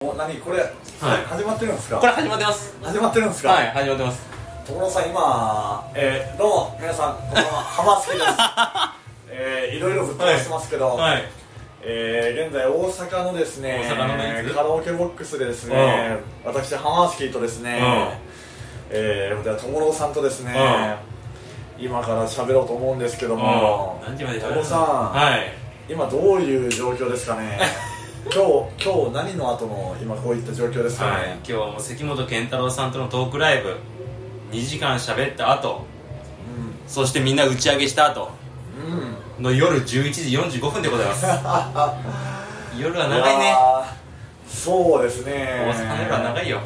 もう何これ、はい始まってるんですかこれ始まってます始まってるんですか、はい始まってますところさん今、えー、どうも皆さんこんばんは浜 助ですえー、いろいろぶっ飛ばしてますけど、はいえー現在大阪のですね大阪のねいつカラオケボックスでですね、私浜スキーとですね、えー、ではともろさんとですね、今から喋ろうと思うんですけども、何時までと喋もるのろさん、はい今どういう状況ですかね 今日今日何の後の今こういった状況ですかはいね、今日はもう関本健太郎さんとのトークライブ2時間喋った後そしてみんな打ち上げした後うん、うん、の夜11時45分でございます 夜は長いねやーそうですね大阪の夜は長いよ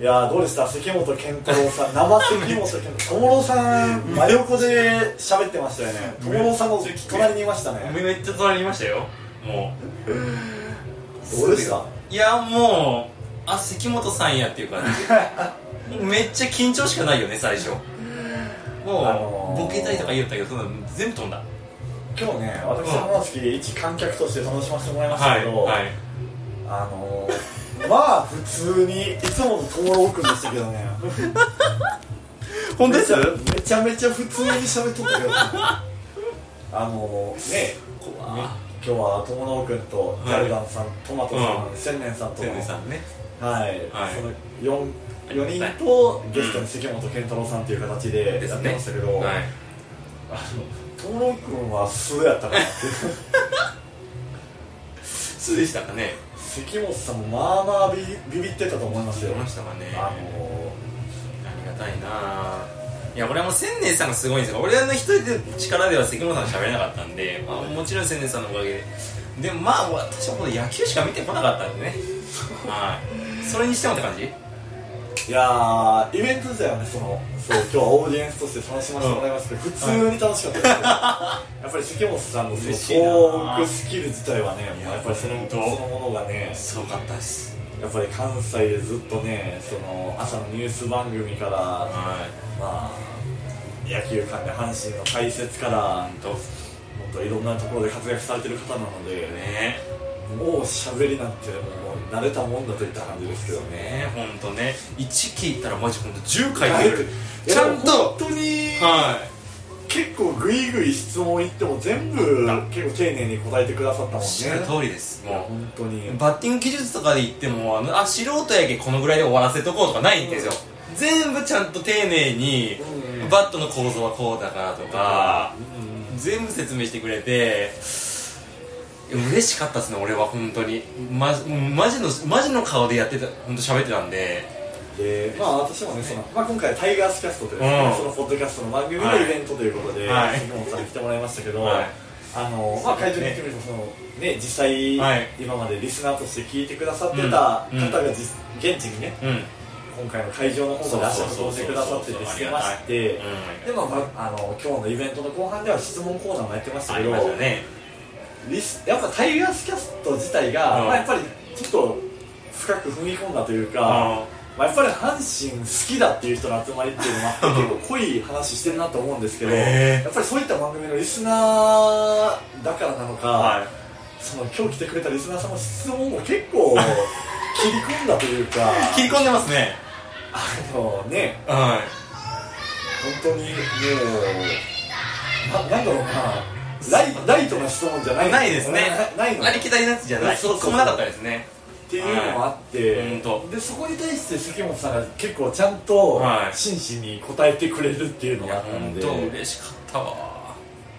いやーどうでした関本健太郎さん生関本健太郎友郎さん真横で喋ってましたよね友郎さんの隣にいましたねめっちゃ隣にいましたよもうどうでしたいやもうあ関本さんやっていう感 じもうめっちゃ緊張しかないよね最初もう、あのーボケたいとか言ったけどそんなの全部飛んだ今日ね私浜月一観客として楽しませてもらいましたけど、はいあのー、まあ普通にいつもの友郎くんでしたけどね本当ですめちゃめちゃ普通に喋っとったけどあのー、ね今日は友野君とジャルダンさん、トマトさん、うん千年さんとの天然さんねはい、はいその 4, 4人とゲストに関本健太郎さんという形でやってましたけど、はい友野君は素やったかなって素でしたかね関本さんもまあまあビビビってたと思いますよどうしたかねああのりがたいないや俺はもう千年さんがすごいんですよ俺の一人で力では関本さん喋れなかったんで、まあ、もちろん千年さんのおかげででもまあ私はこの野球しか見てこなかったんでねはいそれにしてもって感じーいやーイベント自体はねそのそう今日はオーディエンスとして楽しませてもらいますけど、普通に楽しかったですよ やっぱり関本さんのその嬉しいなトークスキル自体はねもうやっぱりその本そ当のものがねすごかったですやっぱり関西でずっとねその朝のニュース番組から、まはいあ、野球観で阪神の解説から本当もっといろんなところで活躍されてる方なので、ねもう喋りなんてもう慣れたもんだといった感じですけどねね本当ね1聞いたらマジ本当10回はい言えるちゃいんやでもと本当に、は結構グイグイ質問いっても全部結構丁寧に答えてくださったもんいね知る通りですいやもう本当にバッティング技術とかで言ってもあのあ素人やけこのぐらいで終わらせとこうとかないんですよ、全部ちゃんと丁寧に、うんバットの構造はこうだからとか、全部説明してくれていや嬉しかったですね俺は本当にマジマジのマジの顔でやってた本当喋ってたんででまあ私もねその、まあ、今回タイガースキャストというですね、うんそのポッドキャストの番組のはいイベントということで、はい杉本さんに来てもらいましたけど、はいあのまあ会場に来てみるとその、ね、実際、はい今までリスナーとして聞いてくださってた方うんうんが実現地にねうん今回の会場の方まで足を運んでくださっててしてましてうんでも、まあ、あの今日のイベントの後半では質問コーナーもやってましたあけりどましたねリスやっぱタイガースキャスト自体が、うんまあ、やっぱりちょっと深く踏み込んだというか。あまあ、やっぱり阪神好きだっていう人の集まりっていうのは結構濃い話してるなと思うんですけど、へーやっぱりそういった番組のリスナーだからなのか、はいその今日来てくれたリスナーさんの質問も結 構切り込んだというか切り込んでますねあのねは本当にもうななんだろうなライライトな質問じゃないいないですねなないのありきたりなやつじゃないそうそうそう一個もなかったですねっていうのもあって、はいほんでそこに対して関本さんが結構ちゃんとはい真摯に答えてくれるっていうのいがあやったの本で、当い、嬉しかったわ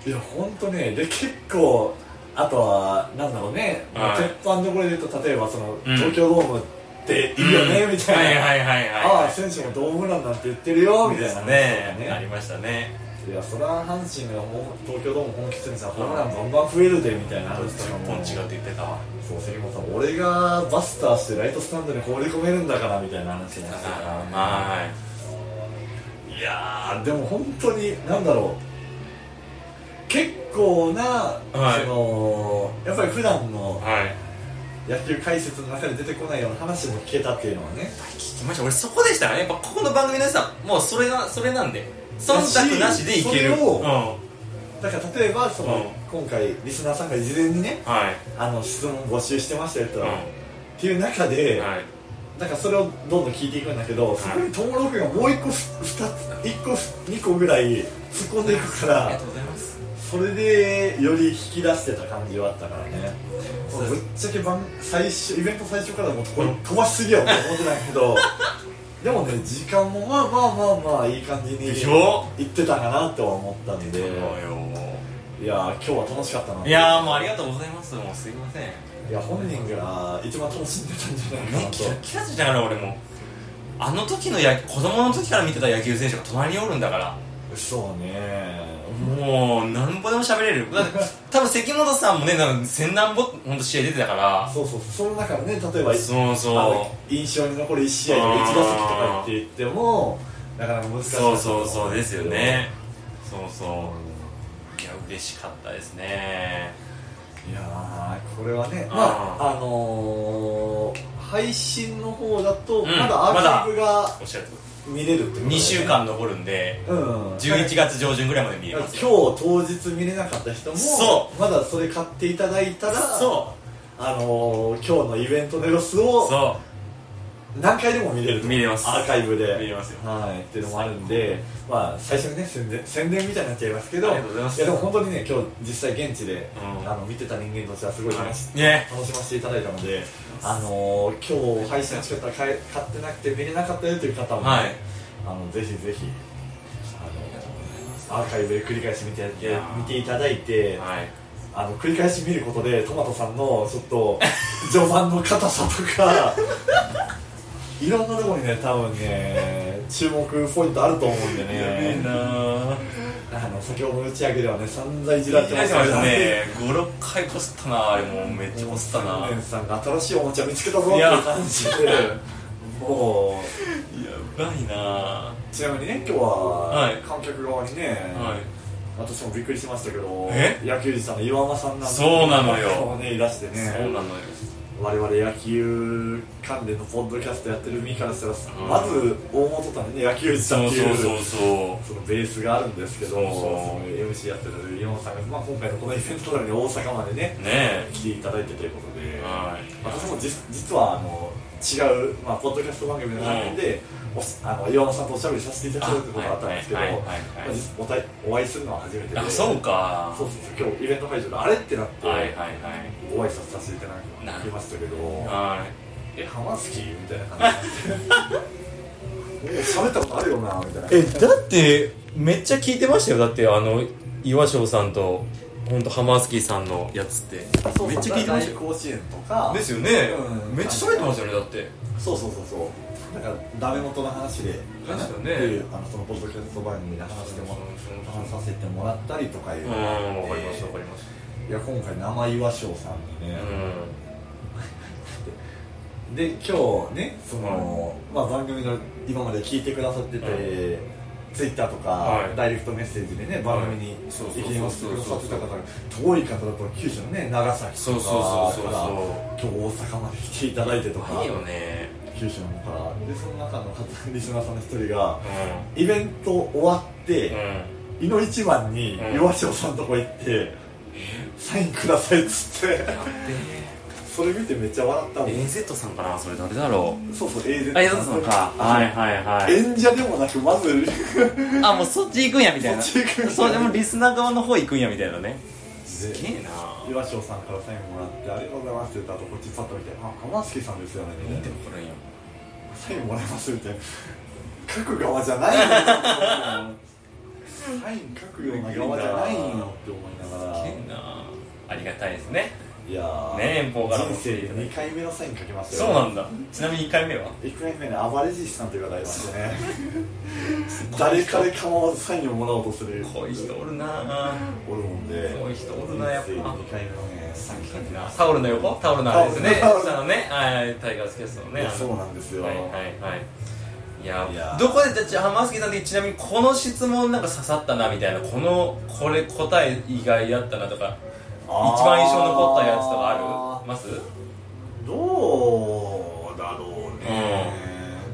や本当ねで結構あとはなんだろうね、はい鉄板どころで言うと例えばその、うん東京ドームっていいよね、うんみたいな、はいはいはいはいああ選手もドームランなんて言ってるよみたいな話とかねありましたねいやそれは阪神がもう東京ドーム本気するんじゃホームランバンバン増えるでみたいな話とか10も本違うって言ってたわそう関本さん俺がバスターしてライトスタンドに放り込めるんだからみたいな話もしてたからいやーでも本当に何だろう結構な、はいそのやっぱり普段のはい野球解説の中で出てこないような話も聞けたっていうのはね聞きました俺そこでしたからねやっぱここの番組のさもうそれがそれなんで忖度なしでいけるそれをうんだから例えばその、今回リスナーさんが事前にねはいあの質問募集してましたよと、うんっっていう中で、はいなんかそれをどんどん聞いていくんだけど、そこにトモロ君がもう一個ふ二つ一個二個ぐらい突っ込んでいくかありがらとうございますそれでより引き出してた感じはあったからねそうぶっちゃけ番最初イベント最初からもうこれ飛ばしすぎやと思ってないけ どでもね時間もまあまあまあまあいい感じにでしょいってたかなとは思ったんでそういやー今日は楽しかったないいやーもうありがとうございますもうすいませんや本人が一番楽しんでたんじゃないかねなとキラキラしてたから俺もあの時の野子供の時から見てた野球選手が隣におるんだからそうねもう何ぼでも喋れるだって多分関本さんもねなんか千何本ほんと試合出てたからそうそうそうその中でね例えばそうあその印象に残る1試合とかうん1打席とかって言ってもなかなか難うしいそうそうそうですよねそうそういや嬉しかったですねいやーこれはねあーまああのー、配信の方だとうんまだアーカイブがおっしゃると見れるってことで2週間残るんでうん11月上旬ぐらいまで見れだからま今す日よ当日見れなかった人もそまだそれ買っていただいたらそあのー、今日のイベントの様子うをそ何回でも見れるう見れますアーカイブで見れますよはい、っていうのもあるんで、まあ、最初にね宣伝宣伝みたいになっちゃいますけどありがとうございますやでも本当にね今日実際現地で、うんあの見てた人間としてはすごい楽し,、ね楽しませていただいたので、あのー今日配信のチケットは買え買ってなくて見れなかったよという方も、はいあのぜひぜひあのアーカイブで繰り返し見てやっていやー見ていただいて、はいあの繰り返し見ることでトマトさんのちょっ と序盤の硬さとかいろんなとこにね多分ね注目ポイントあると思うんでねなあの先ほどの打ち上げではね散々いじいられてまましすたからね56回こすったなあれもうめっちゃこすったな三い年さんが新しいおもちゃ見つけたぞっていやう感 じでもうばいなはちなみにね今日はいは観客側にね、私もびっくりしましたけどえ野球児さんの岩間さんなんてそうなのよ方もねいらしてねいそうなのよ我々野球関連のポッドキャストやってる身からしたら、んまず大元ために野球したそっうていそううそうそそのベースがあるんですけどそうそうの MC やってる岩本さんが、まあ、今回のこのイベントのために大阪までねうね来ていただいてということでえ、はい私も実実はあの違う、まあ、ポッドキャスト番組の中で、おしあの岩本さんとおしゃべりさせていただくってことがあったんですけどはいはいはいはいまあ実おたいお会いするのは初めてであそうかそうそうそう今日イベント会場であれってなって、はいはいはいご挨拶させていただきましたけど。はいえ、ハマスキーみたいな感じえ 喋ったことあるよなみたいなえだってめっちゃ聞いてましたよだってあの岩翔さんと本当ハマースキーさんのやつってそうめっちゃ聞いてました大よ甲子園とかですよねうんめっちゃ喋ってましたよねだってそうそうそうそうなんかダメ元の話でそうですよねっていうあのそのポッドキャスト番組で話してもら話させてもらったりとかいううのがあってんわかりましたわかりましいや今回生岩翔さんにねた、うで今日ねその、まあ、番組の今まで聞いてくださってて、はツイッターとか、はいダイレクトメッセージでね番組にはいそうそうそう意見をしてくださってた方が遠い方だと九州のね長崎とそうかそうそうそうから今日大阪まで来ていただいてとんかいいよね九州の方からでその中の方リスナーさんの一人がうイベント終わって、んうんいの一番にうん岩城さんとこ行って、サインくださいっつってそれ見てめっちゃ笑ったもん、 AZ さんかなそれ誰だろうそうそう AZ あ AZ さんかはいはいはい演者でもなくまずあもうそっち行くんやみたいなそっち行くんやそうでもリスナー側の方行くんやみたいなねすげえな岩翔さんからサインもらってありがとうございますって言った後こっちパッと見てあ浜助さんですよねみ見たていもこれんやなサインもらいますみたいな書く側じゃないよサイン書くような側じゃないよって思いながすらげえなありがたいですねいやーね遠方からも人生で2回目のサイン書きましたそうよなんだちなみに1回目は1回目の暴れじさんという方がいまして ね誰かで構わずサインをもらおうとするこういう人おるなおるもんでこういう人おるなやっぱ人生2回目のねサイン書きましたタオルの横タオルのあれですねタオル下のねはいタイガースキャストのねいやあのそうなんですよ、はいはいはいいやいやどこでじゃあ浜崎さんってちなみにこの質問なんか刺さったなみたいなこのこれ答え意外だったなとか一一番印象残ったやつとかあるますどうだろうね、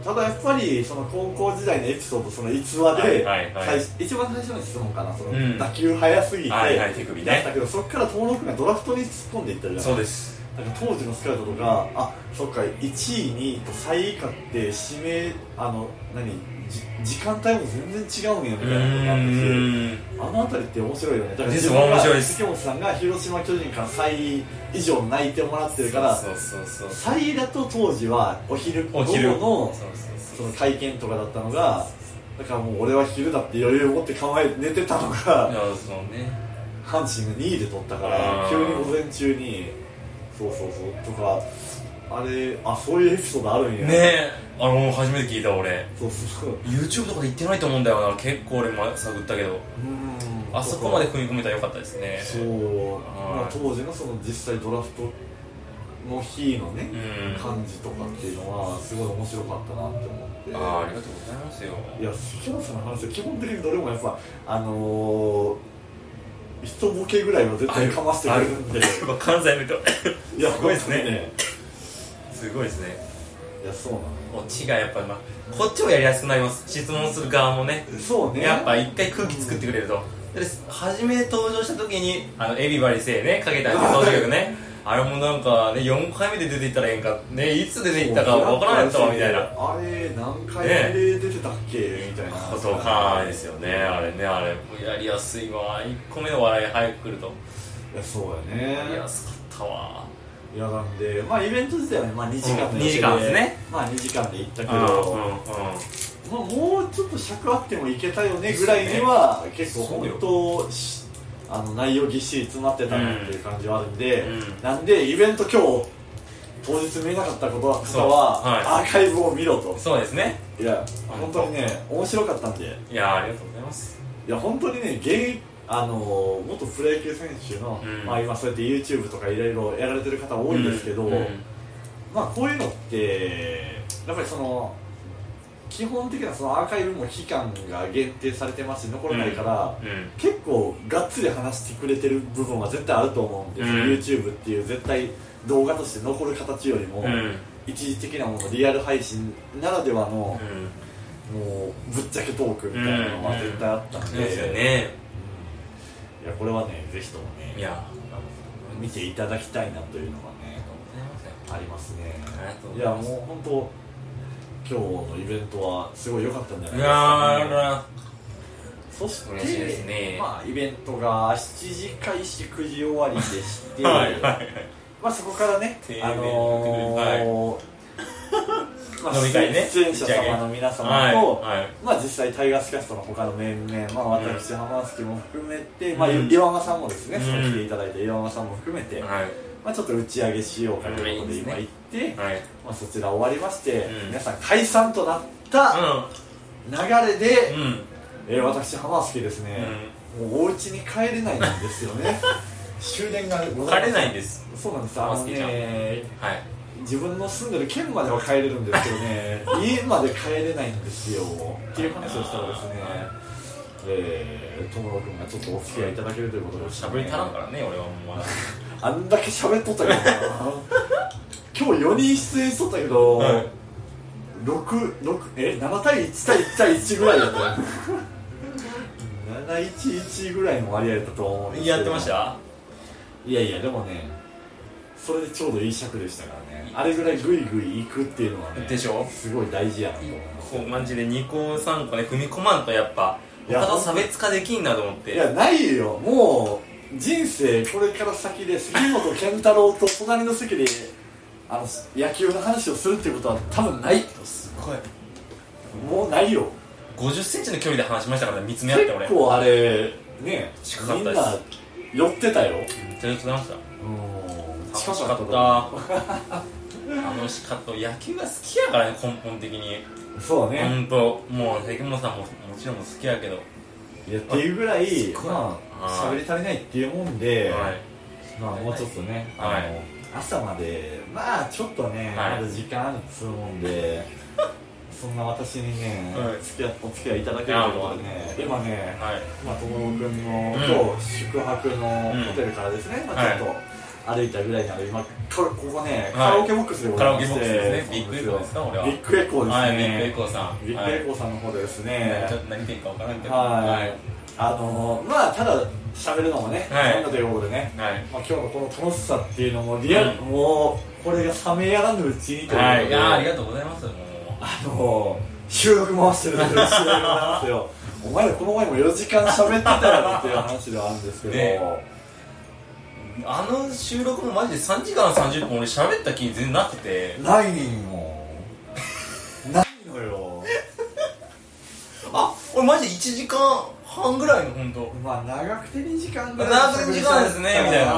ただやっぱりその高校時代のエピソードその逸話で、はいはいはい最初一番最初の質問かなその、うん打球速すぎて、はいはい手首ねやったけどそこから登録がドラフトに突っ込んでいったじゃんそうですなんか当時のスカウトとかあそっか1位2位と3位以下って指名あの何じ時間帯も全然違うんやみたいなことがあったしあの辺りって面白いよねだからです自分が面白いです関本さんが広島巨人から3位以上泣いてもらってるからそうそうそうそう3位だと当時はお昼お昼午後のそうそうそそうの会見とかだったのがだからもう俺は昼だって余裕を持って構え寝てたのいがやそうね阪神が2位で取ったかあらー急に午前中にそうそうそうとかあれあそういうエピソードあるんやねえあの初めて聞いた俺そうそうそう YouTube とかで言ってないと思うんだよな結構俺も探ったけどうんあそこまで踏み込めたらよかったですねそう、まあはい当時のその実際ドラフトの日のねう、ん感じとかっていうのはすごい面白かったなって思ってああありがとうございますよいや関本さんの話は基本的にどれもやっぱあのー、人ボケぐらいは絶対かましてくれるんでやっぱ関西の人 いやすごいですね本当にすごいですねいやそうなのこっちがやっぱりまこっちもやりやすくなります質問する側もねそうねやっぱ一回空気作ってくれると、で初め登場した時にあのエビバリせいねかけた登場曲ねあれもなんかね4回目で出ていったらええんかねいつ出ていったかわからなかったわみたいなあれ何回目で出てたっけ、みたいなことを考えないですよねあれねあれもうやりやすいわ1個目の笑い早く来るといやそうややりねやすかったわいやなんでまあイベント自体はね、まあ、2時間うんの二時間ですねまあ2時間で行ったけうんど、うんうんまあ、もうちょっと尺あってもいけたよねぐらいには、結構本当しあの内容ぎっしり詰まってたなっていう感じはあるんで、うんなんでイベント今日当日見えなかったことはそうはいアーカイブを見ろとそうですねいや本本当当にね面白かったんでいやありがとうございますいや本当にね現役あのー元プロ野球選手の、うんまあ、今そうやって YouTube とかいろいろやられてる方多いんですけど、うんうんまあこういうのってやっぱりその基本的なそのアーカイブも期間が限定されてますし残らないから、うん結構がっつり話してくれてる部分は絶対あると思うんです、うん YouTube っていう絶対動画として残る形よりも、うん一時的なものリアル配信ならではのう、んもうぶっちゃけトークみたいなのは絶対あったんで、ですよねうんいやこれはねぜひともねいや見ていただきたいなというのがありねがとうございますありますねありがとういございやますもう本当今日のイベントはすごい良かったんじゃないいですやか、ーらそして嬉しいですねまあ、イベントが7時開始9時終わりでして、いまあ、そこからね丁寧、にあのー まあ飲み会ね出演者様の皆様と、はいはいまあ、実際タイガースキャストの他の面々、まあ、うん私浜月も含めて、まあ、うん岩間さんもですね、うんその来ていただいた岩間さんも含めて、はいまあ、ちょっと打ち上げしようかということでうん今行って、はいまあ、そちら終わりまして、うん皆さん解散となった流れで、うんうんえー私浜月ですね、もうお家に帰れないんですよ ね終電がござ枯いませれないんですそうなんですあの浜月ちゃんねはい自分の住んでる県までは帰れるんですけど ね家まで帰れないんですよっていう話をしたらですねえー、友野君がちょっとお付き合いいただけるということでしゃぶり足らんからね俺はもうまだあんだけ喋っとった けどな今日4人出演しとったけど、はい6 6え7対1対1対1ぐらい だったよ711ぐらいの割合だったと思うんですけど やってましたいやいやでもねそれでちょうどいい尺でしたからねあれぐらいグイグイいくっていうのはねでしょすごい大事やなと思いますこうマジで2個3個ね踏み込まんとやっぱいや他と差別化できんなと思っいてやないよもう人生これから先で杉本健太郎と隣の席であの野球の話をするっていうことは多分ないすごいもうないよ5 0ンチの距離で話しましたからね見つめ合って結俺ありが構あれね近かっみんたなです寄ってたよとうございましうたん楽しかった楽しかった野球が好きやからね根本的にそうだね、本当もう関本さんももちろん好きやけどいやっていうぐらいすごいまあは喋いり足りないっていうもんで、はいまあもうちょっとね、はいあの朝までまあちょっとね、はいまだ時間あるっつうもん でそんな私にね、はい付き合お付き合いいただけることはね今ね、はいまあ、友野君の、うん今日宿泊のうんホテルからですね、まあ、ちょっと歩いたぐらいなので今こここね、カラオケボックスでごカざいまラオケボしックてスですねビッグエコーですか俺はビッグエコーですね、はいビッグエコーさんビッグエコーさんの方でですね、はいちょっと何点か分からんけどはい、あのーまあただ喋るのもね、はいなんだということでね、はいまあ、今日のこの楽しさっていうのもリアル、うんもうこれが冷めやらぬうちにということで、はい、いやーありあがとうございますものー収録回してるだけで試合でございます よお前らこの前も4時間喋ってたよっていう話ではあるんですけど、ねうあの収録もマジで3時間30分俺喋った気に全然なっててないのないのよあ俺マジで1時間半ぐらいの本当まあ長くて2時間ぐらい長くて2時間ですねみたいな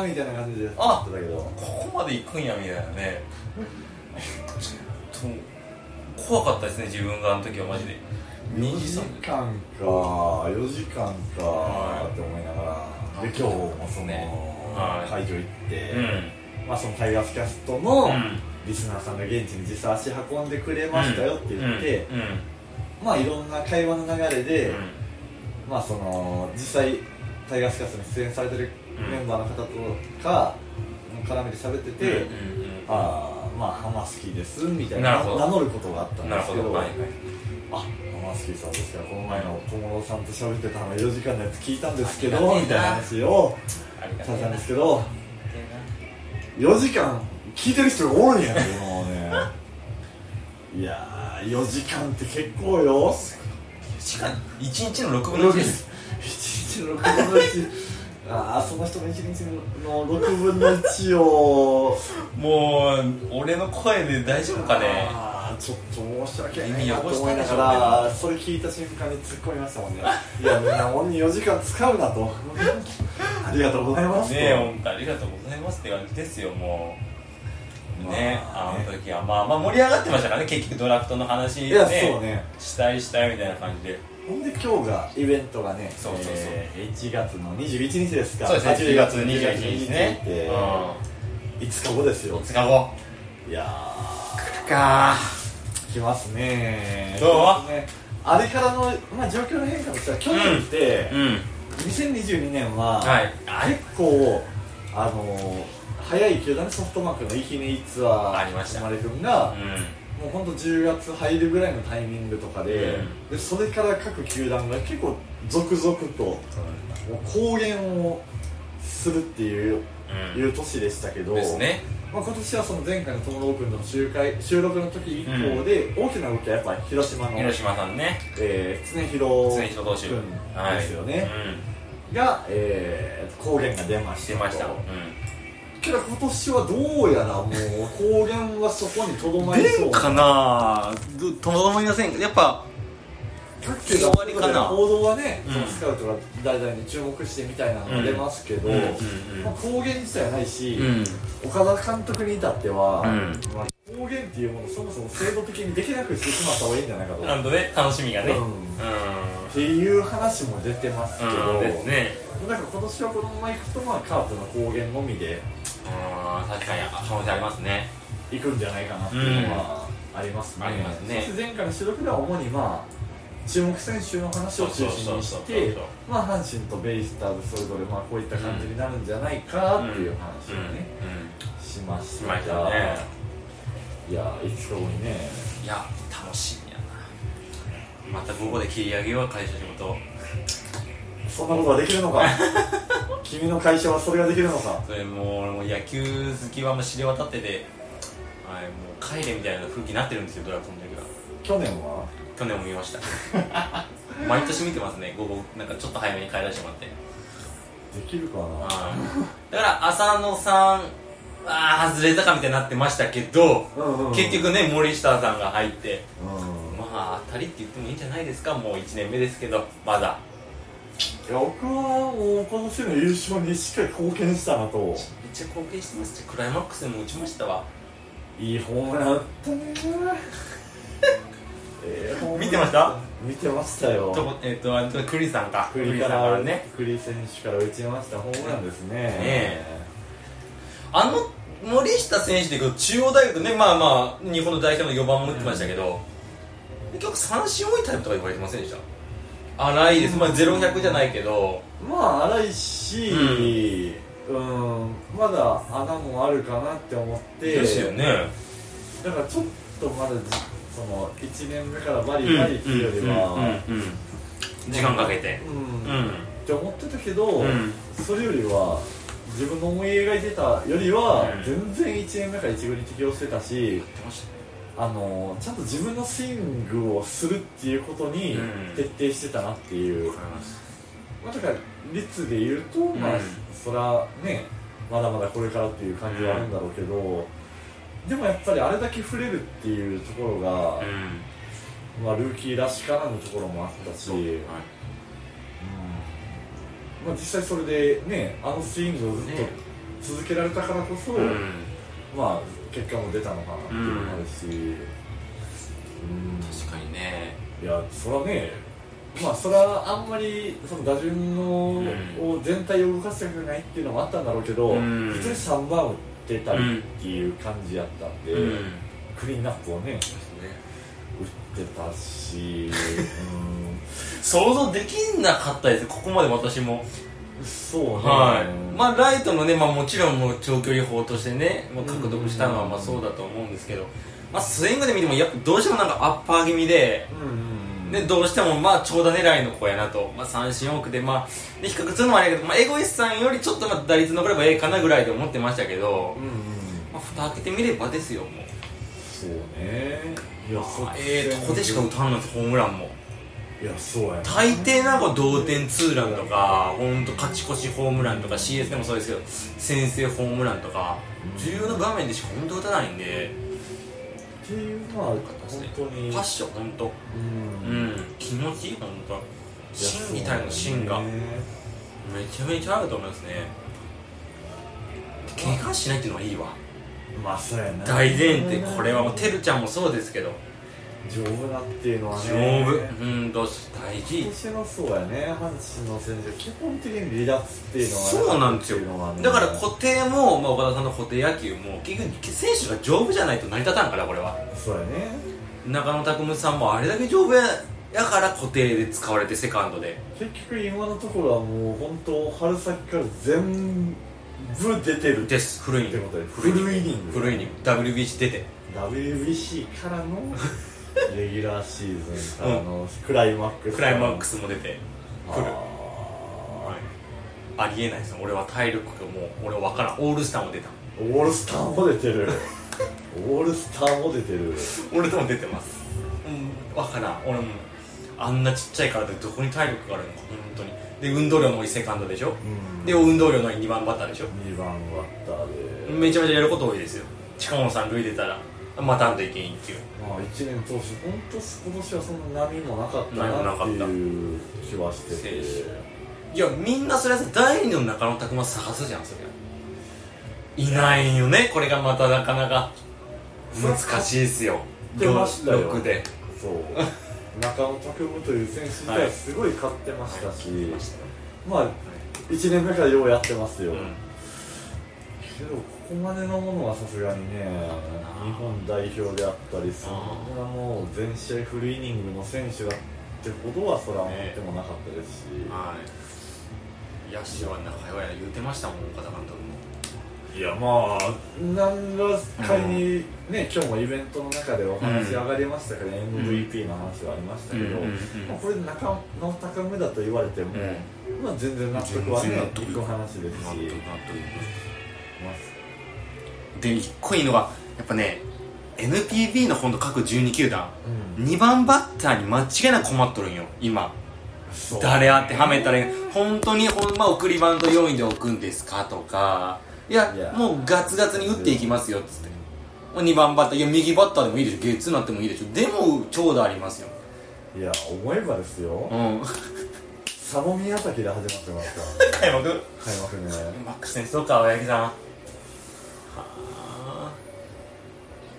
あーみたいな感じであだけどここまで行くんやみたいなねちょっと怖かったですね自分があの時はマジで2 2時時間か4時間かはいって思いながらで今日もそのねはい会場行って、うんまあ、そのタイガースキャストのうんリスナーさんが現地に実際足運んでくれましたよって言って、うんうんまあいろんな会話の流れで、うんまあその実際タイガースキャストに出演されてるうんメンバーの方とか絡めて喋ってて、うんうんあーまあ浜好きですみたいななるほど名乗ることがあったんなでるすほけどどはいはいあ浜好きさんですからこの前の小室さんと喋ってたの4時間のやつ聞いたんですけどありがてえなみたいな話をありがされたとうございんでますすけど4時間聞いてる人がおるんやっていうのをねいやー4時間って結構よしかも1日の6分の6 1です1日の6分の1ああその人の1日の6分の1をもう俺の声で大丈夫かねあーちょっと申し訳ないなと思いながらそれ聞いた瞬間に突っ込みましたもんねいやみんなもんに4時間使うなと ありがとうございますとねえ本当ありがとうございますって感じですよもうねまああの時はまあまあ盛り上がってましたからね結局ドラフトの話いねやそうねしたいしたいみたいな感じでほんで今日がイベントがねそうそうそうえー1月の21日ですかそうですね10月21日ですね21って5日後ですよ5日後いやかー来ますねどうねあれからの、まあ、状況の変化としては去年って、うん2022年は、はい結構あのー早い球団でソフトバンクのイヒネイツアーありました生まれ君が、うもう本当10月入るぐらいのタイミングとかで,、うんでそれから各球団が結構続々ともう公言をするっていう,、んいう年でしたけどですねまあ、今年はその前回のトムロー君の集会収録の時以降で大きな動きはやっぱ広島の、広島さんねえー、常広常広投手君はいですよね、うんが、えー、公言が出ました出ましたうんけど今年はどうやらもう公言はそこにとどまりそ出うんかなどと思いませんやっぱ各球団終わりかな報道はね、うんそのスカウトが大々に注目してみたいなのが出ますけど、うんうんまあ、公言自体はないし、うん岡田監督に至っては、うんまあ、公言っていうものをそもそも制度的にできなくしてしまった方がいいんじゃないかと。なんとね楽しみがねうんっていう話も出てますけうんど、ですねなんか今年はこのままいくとまあカープの公言のみでうん確かに可能性ありますね行くんじゃないかなっていうのはありますね,、ありますねそして前回の主力では主にまあ注目選手の話を中心にそうそうそうしそうてそうまあ阪神とベイスターズそれぞれまあこういった感じになるんじゃないかっていう話をね、しまししたがましたねいやー5日後にねいや楽しみやなまた午後で切り上げよう会社仕事そんなことができるのか 君の会社はそれができるのかそれもう俺も野球好きはもう知れ渡っててはいもう帰れみたいな風気になってるんですよドラフトの時は去年は去年も見ました 毎年見てますね午後なんかちょっと早めに帰らせてもらってできるかなはいだから浅野さんあー外れたかみたいになってましたけど、うんうんうん結局ね森下さんが入ってうんまあ当たりって言ってもいいんじゃないですかもう1年目ですけどまだいや僕はもう今年の優勝にしっかり貢献したなとめっちゃ貢献してますしクライマックスでも打ちましたわいいホームラン打ったねええホームラン見てました見てましたとよこえっ、とあのクリさんか栗かさんかららねね栗選手から打ちましたホームランですねえあの森下選手でいうと中央大学ねまあまあ日本の代表の4番も打ってましたけど、結局三振多いタイプとか言われてませんでした荒いですまあ0100じゃないけどまあ荒いしうん、まだ穴もあるかなって思ってですよねだからちょっとまだじその1年目からバリバリっていうよりはうんうんうん時間かけてうん、うっんて思ってたけど、うんそれよりは自分の思い描いてたよりは、うん全然1年目から1軍に適応してたしましたねあのちゃんと自分のスイングをするっていうことにうん徹底してたなっていう、わかりますまあ、だから率で言うと、まあうんそらねまだまだこれからっていう感じはあるんだろうけど、でもやっぱりあれだけ触れるっていうところが、うんまあ、ルーキーらしからぬところもあったし、そうはいまあ、実際それでねあのスイングをずっとね続けられたからこそ、うんまあ結果も出たのかなっていうのもあるし、うん確かにねいやそらねまあそらあんまりその打順の、うんを全体を動かしたくないっていうのもあったんだろうけど、うん普通に3番打ってたりっていう感じやったんで、うんクリーンナップをねそうですね打ってた し、う想像できなかったですここまで私もん、そうね、はいまあまあライトのね、まあ、もちろんもう長距離砲としてね、まあ、獲得したのはまあそうだと思うんですけど、まあ、スイングで見てもやっぱどうしてもなんかアッパー気味でうんうんうんでどうしてもまあ長打狙いの子やなと、まあ、三振多くて、まあ、で比較するのもあれやけど、まあ、エゴイスさんよりちょっとまあ打率残ればええかなぐらいで思ってましたけどうん、うんまあ、蓋開けてみればですよもうそうねいやそあええとこでしか打たんのですホームランもいやそうやね大抵なんか同点ツーランとか本当勝ち越しホームランとか CS でもそうですけど先制ホームランとか重要な場面でしか本当打たないんでっていうのは本当にパッション本当うんういやん気持ちいい本当そう心技体の芯がねめちゃめちゃあると思いますね怪我しないっていうのはいいわまあそうやな大前提これはもうてるちゃんもそうですけど丈夫だっていうのはね丈夫うんどうし大今事年のそうやね阪神の選手基本的に離脱っていうのはそうなんですよっていうのはねだから固定も、まあ、岡田さんの固定野球も結局選手が丈夫じゃないと成り立たんからこれはそうやね中野拓夢さんもあれだけ丈夫ややから固定で使われてセカンドで結局今のところはもう本当春先から全部出てるですフルイニングってことでフルイニングフルイニング WBC 出て WBC からの レギュラーシーズンからのクライマックスクライマックススも出て来来るるありえないです俺は体力がもう俺は分からんオールスターも出たオールスターも出て るオールスターも出てる俺とも出てますうん分からん俺もあんなちっちゃい体でどこに体力があるのか本当にで運動量の多いセカンドでしょうんで運動量の多い2番バッターでしょ2番バッターで、めちゃめちゃやること多いですよ近本さん塁出たらまたんといけん一球まあ、1年通して本当今年はそんな波もなかったなっていう気はしてて選いやみんなそれはさ第二の中野拓磨探すじゃんそれいないよねこれがまたなかなか難しいですよ出ましたよロックでそう中野拓夢という選手自体ははいすごい勝ってましたし、出ましたよまあ1年目からようやってますよ、うんけどここまでのものはさすがにね日本代表であったりそんなもう全試合フルイニングの選手だってほどはそら思ってもなかったですし、はい野手は仲良いや言うてましたもん岡田監督もいやまあ何ら仮にね、今日もイベントの中でお話上がりましたけど、MVP の話はありましたけど、まあ、これ中野高めだと言われても、まあ、全然納得はね全然納得いく話ですし、納得納ま得あで一個いいのがやっぱね NPB の今度各12球団うん2番バッターに間違いなく困っとるんよ今そう誰あってはめたらいい本当にほんま送りバント要員で置くんですかとかいやいやもうガツガツに打っていきますよっつって2番バッターいや右バッターでもいいでしょゲッツーなってもいいでしょでも長打ありますよいや思えばですようん 佐野宮崎で始まってますから開幕開幕ねマックス選手とか青柳さんはあ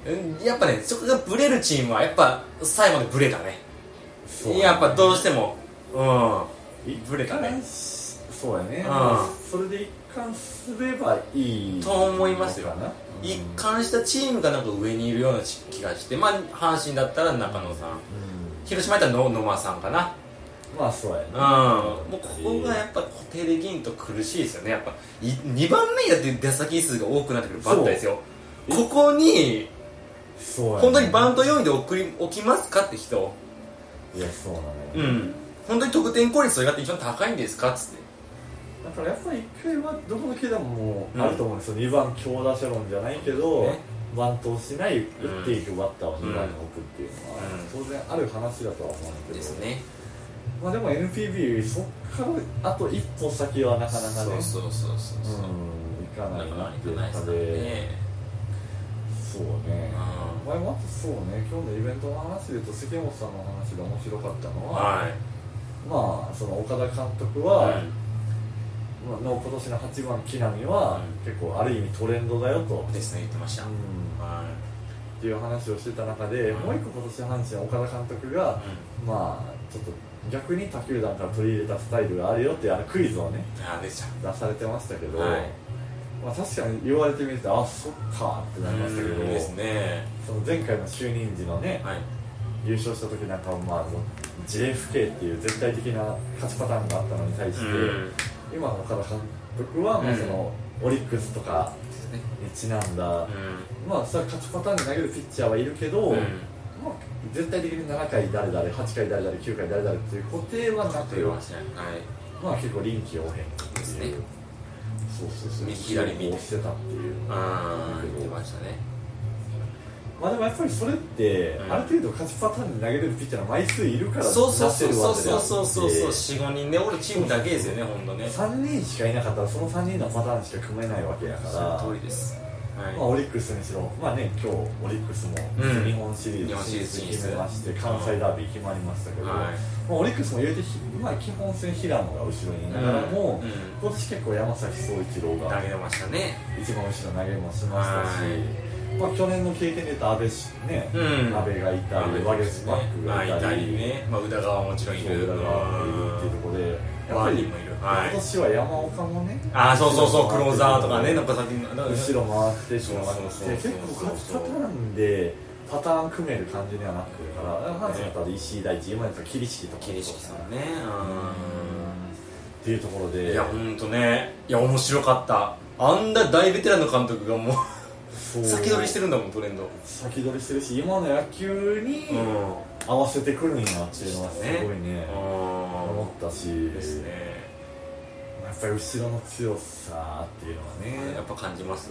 うんやっぱねそこがブレるチームはやっぱ最後までブレたねそうやっぱどうしてもうブブレたねそうやね、んまあそれで一貫すればいいと思いますよのかな、ん一貫したチームがなんか上にいるような気がしてまあ阪神だったら中野さんうん広島やったら野野間さんかなまあそうやねうんもうここがやっぱ固定できんと苦しいですよねやっぱ2番目にだって出先数が多くなってくるバッターですよそうここにそうやね本当にバント用意で送り置きますかって人いやそうなのよ、うん本当に得点効率それがって一番高いんですかっつってだからやっぱり1回はどこの球団もあると思うんですよ、2番強打者論じゃないけどね、バントをしない、打んっていくバッターを2番に置くっていうのはうん、当然ある話だとは思うんでですすけど、ねまあ、でも NPB、そこからあと一歩先はなかなかね、そうそうそうそううそん、う、いかなないかななってかいうないです中からで、ねそうねうん、お前もあとそうね、今日のイベントの話で言うと、関本さんの話が面白かったのは、はいまあ、その岡田監督はは、いまあの今年の8番木浪は、結構ある意味トレンドだよと、ですね言ってました、っはていう話をしてた中で、うんもう一個今年の阪神は岡田監督が、い、うんまあちょっと逆に他球団から取り入れたスタイルがあるよっていうあのクイズをねあー出ちゃ出されてましたけど、はいまあ、確かに言われてみるとあそっかってうなりましたけど、うんですねその前回の就任時のね、はい優勝した時なんかはまあ JFK っていう絶対的な勝ちパターンがあったのに対して、うん今の岡田監督はまあうんその、オリックスとかですねにちなんだ、うまあそれは勝ちパターンで投げるピッチャーはいるけど、んうまんあ、絶対的に7回誰々8回誰々9回誰々っていう固定はなというく話ねはいまあ結構臨機応変ですねそうそうそう右左右をしてたっていうあー言ってましたねまあでもやっぱりそれって、うんある程度勝ちパターンに投げれるピッチャーの枚数いるから出せるそうわけでそあうってそうそうそうそうそう45人で俺チームだけですよねほんとね3人しかいなかったらその3人のパターンしか組めないわけだからその通りですまあ、はオリックスにしろ、まあね、今日オリックスもうん日本シリ日ー本ズシリ進出ーズ決めまして、関西ダービー決まりましたけいど、はまあ、オリックスも言うて、ひまあ、基本戦、平野が後ろにいいながらも、うん今年結構山崎総一郎投がげてましたね一番後ろ投げもしましたしは、まあ、去年の経験で言うと安倍し、ねうん安倍がいたり、ワゲスパックがいあいたたりり、ねまあ宇田川はもちろんいそうる浦和がいるっていうところで、やっぱワーりリーもいるは今い年は山岡もね、ああそうそうそうクローザーとかねなんか先になんか後ろ回ってしまってそうそうそうそう結構勝ちパターンでパターン組める感じにはなってるから阪神だったら石井大地今やったら桐敷とか桐敷さんねっていうところうんでいやほんとねいや面白かったあんな大ベテランの監督がもそうう先取りしてるんだもんトレンドう先取りしてるし今の野球にん合わせてくるんやっていうのはすごいね思ったしですねやっぱり後ろの強さっていうのはねやっぱ感じます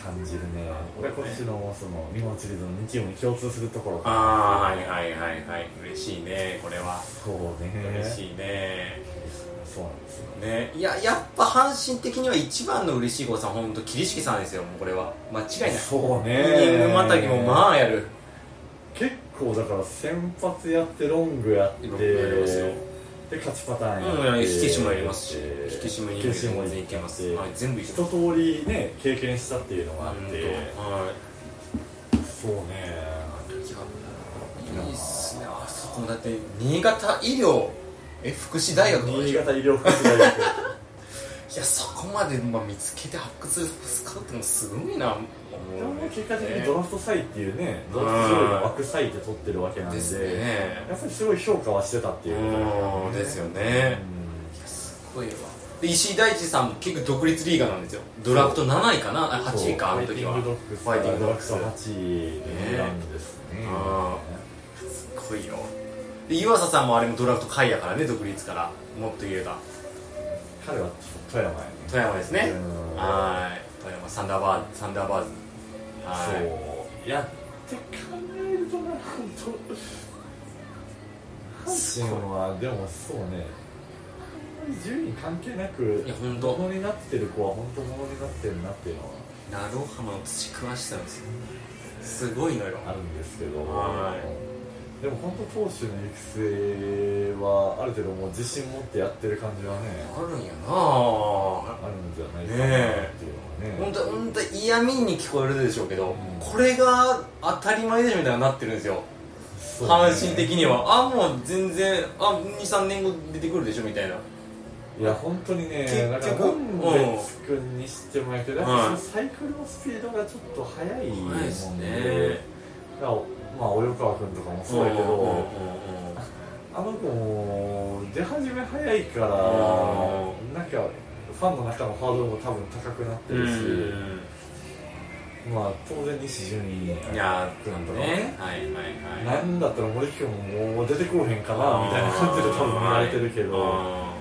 感じるね俺今年のその日本シリーズの2チームに共通するところああはいはいはいはい嬉しいねこれはそうね嬉しいねそうなんですよねいややっぱ阪神的には一番の嬉しい子さん本当桐敷さんですよもうこれは間違いないそうねイニングまたぎもまあやる結構だから先発やってロングやってロングやりますよで勝ちパターンうんやって、引き締まりますしえー引き締めに引き締まり全然いけますはい全部いけ一ます通りね経験したっていうのがあっうんてはそうねいいいっすねあそこもだって新潟医療え福祉大学とかで新しょい潟医療福祉大学やそこまで、まあ、見つけて発掘するスカウトもすごいな思でうもね結果的にドラフト祭っていうねドラフト上位の枠祭って取ってるわけなんでですねやっぱりすごい評価はしてたっていううんですよねすごいわで石井大地さんも結構独立リーガーなんですよドラフト7位かなあ8位かあの時はファイティングドッグスファイティングドッグスドラフト8位なんですねあすごいよで湯浅さんもあれもドラフト下位やからね独立からもっと言えば彼は富山やね富山ですねうんはい富山サンダーバーズサンダーバーズはいそういやって考えるとな本当す阪ごい神はでもそうねあんまり順位関係なくいや本当ものになってる子は本当ものになってるなっていうのは鳴尾浜の土食わしてたんですよすごいのよあるんですけどはでも本当投手の育成はある程度もう自信持ってやってる感じはねあるんやなああるんじゃないかなっていうのはね本当本当嫌味に聞こえるでしょうけど、んこれが当たり前でしょみたいになってるんですよそうね阪神的にはあもう全然あ23年後出てくるでしょみたいないや本当にね、結局だからゴンベツ君にしてもらうけど、やっぱそのサイクルのスピードがちょっと速いもんないで、ですねね、だからまあ及川君とかもそうだけど、あの子も出始め早いから、うなんかファンの中のハードルも多分高くなってるし、うんまあ当然西純にいやーなんだろうねはいはいはないんだったら森木君ももう出てこうへんかなみたいな感じで多分言われてるけどあ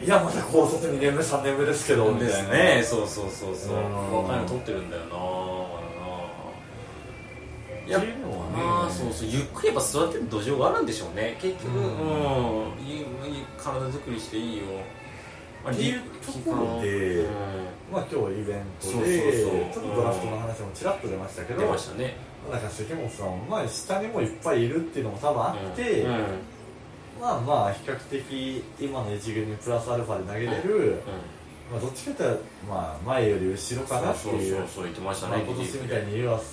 いやまだ高卒2年目3年目ですけーどみでたいすなねそうそうそうそううん若いの取ってるんだよなっていやいうのあはあねそうそうゆっくりやっぱ育てる土壌があるんでしょうね結局ううんん、いいいい体作りしていいよあっていうところでうんまあ今日イベンそうトでそうそうちょっとドラフトの話もちらっと出ましたけど出ましたねなんか関本さんはまあ下にもいっぱいいるっていうのも多分あって、うんうんうんまあまあ比較的今の一軍にプラスアルファで投げれる、まあ、どっちかというとまあ前より後ろかなってそういうそうそう言ってましたまあね今年みたいに岩佐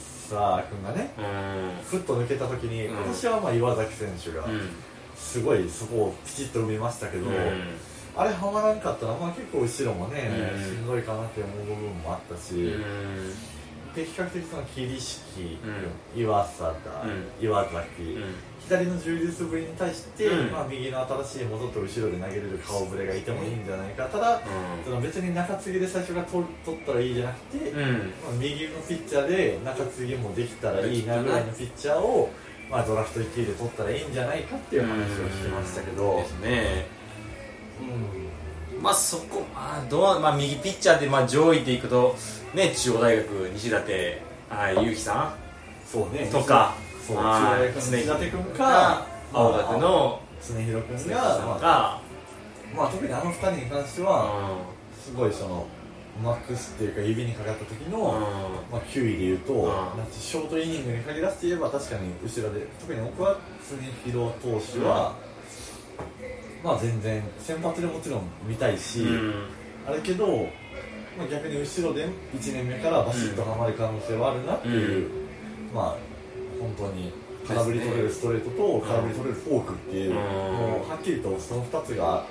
君がねうふっと抜けた時に、うん今年はまあ岩崎選手がんうんすごいそこをきちっと埋めましたけど、うんあれはまらんかったら、まあ、結構後ろもね、うんしんどいかなって思う部分もあったし、うんで比較的その桐敷、う岩佐だ、う岩崎、うん左の充実ぶりに対して、うんまあ、右の新しい元と後ろで投げれる顔ぶれがいてもいいんじゃないかただその別に中継ぎで最初から取取ったらいいじゃなくて、うまあ、ん右のピッチャーで中継ぎもできたらいいなぐらいのピッチャーを、まあ、ドラフト1位で取ったらいいんじゃないかっていう話をしてましたけど、うんですねまあそこまあどうまあ右ピッチャーでまあ上位でいくとね中央大学西舘あー結城さそうねんとかそうあー中大学の石立君常か青学の常広君が、さんまあかまあ、特にあの2人に関しては、すごいそのマックスっていうか指にかかった時の、うまあ、9位で言うと、うんなんてショートイニングに限らせて言えば確かに後ろで特に僕は常広投手は、まあ全然先発でもちろん見たいし、んうんあれけど、まあ、逆に後ろで1年目からバシッとはまる可能性はあるなっていう、まあ本当に空振り取れるストレートと空振り取れるフォークっていう、うんもうはっきりとその2つが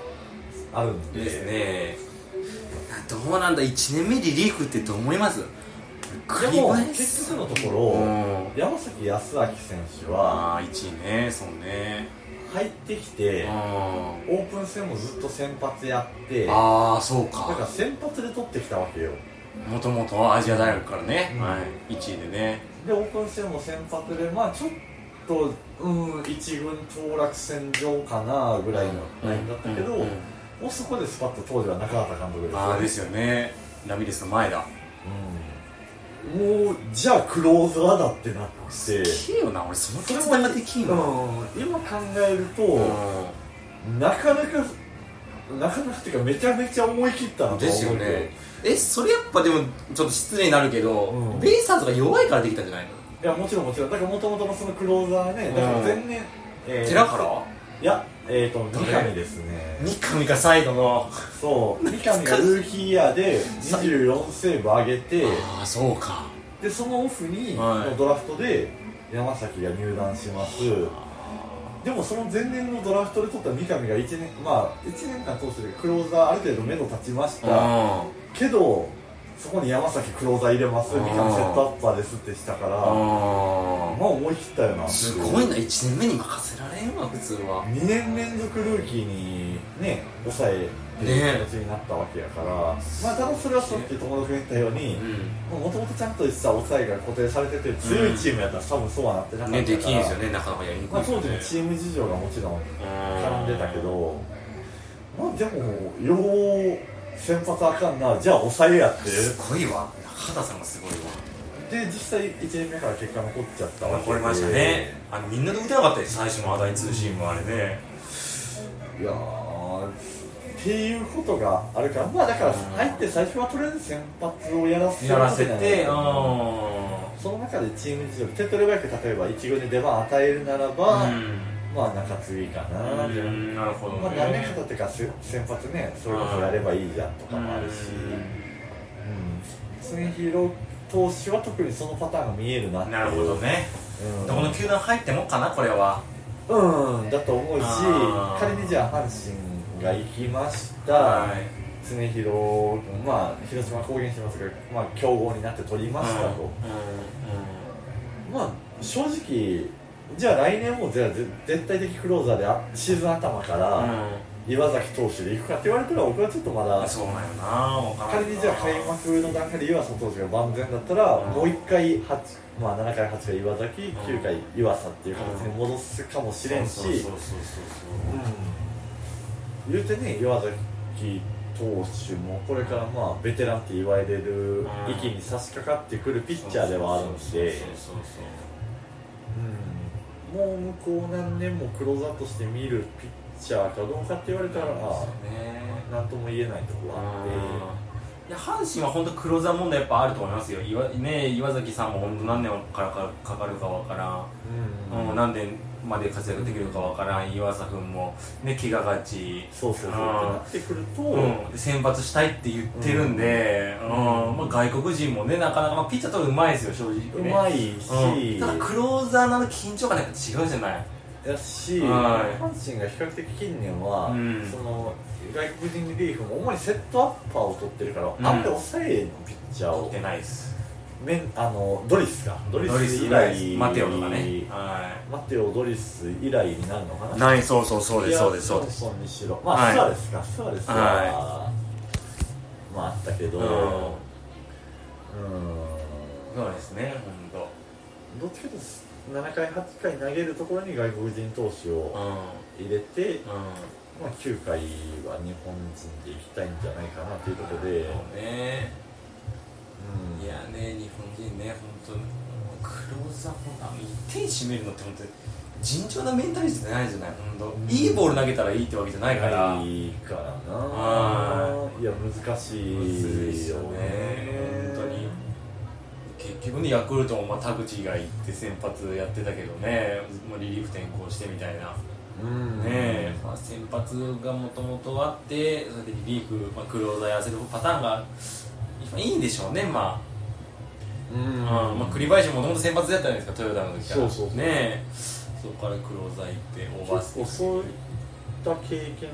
あるんでですねどうなんだ1年目リリーフってどう思いますでも結局のところ、うん山崎康明選手はああ1位ねそうね入ってきてうんオープン戦もずっと先発やってだああそうかから先発で取ってきたわけよもともとはアジア大学からね、うんはい、1位でね、でオープン戦も先発でまあちょっとうん一軍当落戦場かなぐらいのラインだったけど、うんうんもうそこでスパッと当時は中畑監督ですよああですよね、ラミレスの前だ、うんもうじゃあクローザーだってなってきれいよな、俺、その決断ができんの、うん今考えると、なかなかなかなかっていうかめちゃめちゃ思い切ったなとは思うですよね、え、それやっぱでも、ちょっと失礼になるけど、うんベイスターズが弱いからできたんじゃないの、いやもちろんもちろんだからもともとのそのクローザーねだから前年、えー寺からいやえっ、と誰三上ですね三上が最後の、そう三上がルーキーイヤーで24セーブ上げてああ、そうか、でそのオフに、はいのドラフトで山崎が入団しますでもその前年のドラフトで取った三上が1年まあ1年間通してクローザーある程度目処立ちましうた、ん、うけどそこに山崎クローザー入れますうん三上セットアッパーですってしたからまあん、思い切ったよなすごいな、1年目に任せられんわ、普通は。 2年連続ルーキーにね抑えてねいう形になったわけやから、まあただそれはさっき友達が言ったようにうんもともとちゃんとさ抑えが固定されてて強いチームやったら多分そうはなってなかったから、ね、できんですよね、なかなかやりにくまいあ、です当よね時のチーム事情がもちろん絡絡んでたけど、まあでもよう先発あかんなじゃあ抑えやってすごいわ中畑さんがすごいわで実際1年目から結果残っちゃったわけで残りましたねあのみんなで打てなかったです最初の話題通信もあれねいやーっていうことがあるからまあだからうん入って最初はとりあえず先発をやらせやらせるわけてじゃないうんその中でチーム事情手っ取り早く例えば一軍で出番与えるならば、うんまあ中継ぎかなみたいな、なるほどまあ何年か経ねってからせ先発ねそれこそやればいいじゃんとかもあるし、うん、常広投手は特にそのパターンが見えるなっていうなるほど、ねうん、どこの球団入ってもかなこれはうんだと思うしあー仮にじゃあ阪神が行きました、い常広君まあ広島公言してますが、まあ、強豪になって取りましたと、まあ正直じゃあ来年もじゃあぜ絶対的クローザーであシーズン頭から、う岩崎投手で行くかって言われたら僕はちょっとまだそうなんよな分からん仮なにじゃあ開幕の段階で岩佐投手が万全だったら、うんもう1回、八まあ、7回、8回岩崎、9回岩佐っていう形に戻すかもしれんし、そうそうそうそうそううん言うてね、岩崎投手もこれからまあベテランって言われる域に差し掛かってくるピッチャーではあるんで、そうそうそううんもう向こう何年もクローザーとして見るピッチャーかどうかって言われたら、そうまそうねあ、なんとも言えないところはあって。いや阪神は本当黒沢問題やっぱあると思いますよ岩,、ね、岩崎さんも本当何年からかかかるかわから、うんうん、何年まで活躍できるかわからん岩佐君も、ね、怪我がち、そうそうそうってなってくると、うん、で選抜したいって言ってるんで、うんまあ、外国人もねなかなか、まあ、ピッチャー取るうまいですよ正直うねまいし、うんただクローザーなの緊張感なんか違うじゃないやし、は阪い神が比較的近年は、うんその外国人リリーフも主にセットアッパーを取ってるから、んあんまり抑えのピッチャー取っをてないですメンあのドリスかドリドリスス以以来来マテオとかねはマテオドリス以来になるのかないないそうそうそピアーズジョンソンにしろまあ、はいスアレスかスアレスは、はまああったけど、うんうんそうですね本どっちかというと7回8回投げるところに外国人投手当を入れて、うんうんまあ、9回は日本人で行きたいんじゃないかなというところで、うん、そうねいやね日本人ね本当クローザー本当1点締めるのって本当に尋常なメンタリティじゃないじゃない本当いいボール投げたらいいってわけじゃないからいいからなはぁいや難しむずいいよよね本当に結局ねヤクルトもまあ田口が行って先発やってたけどねもうリリーフ転向してみたいなうんねえ、まあ、先発がもともとあってそれでリリーフ、まあ、クローザーやらせるパターンがいいんでしょうねまあうんうんまあ、栗林もともと先発だったじゃないですかトヨタの時からそうそうそうねえそこからクローザー行ってオーバース結構そういった経験積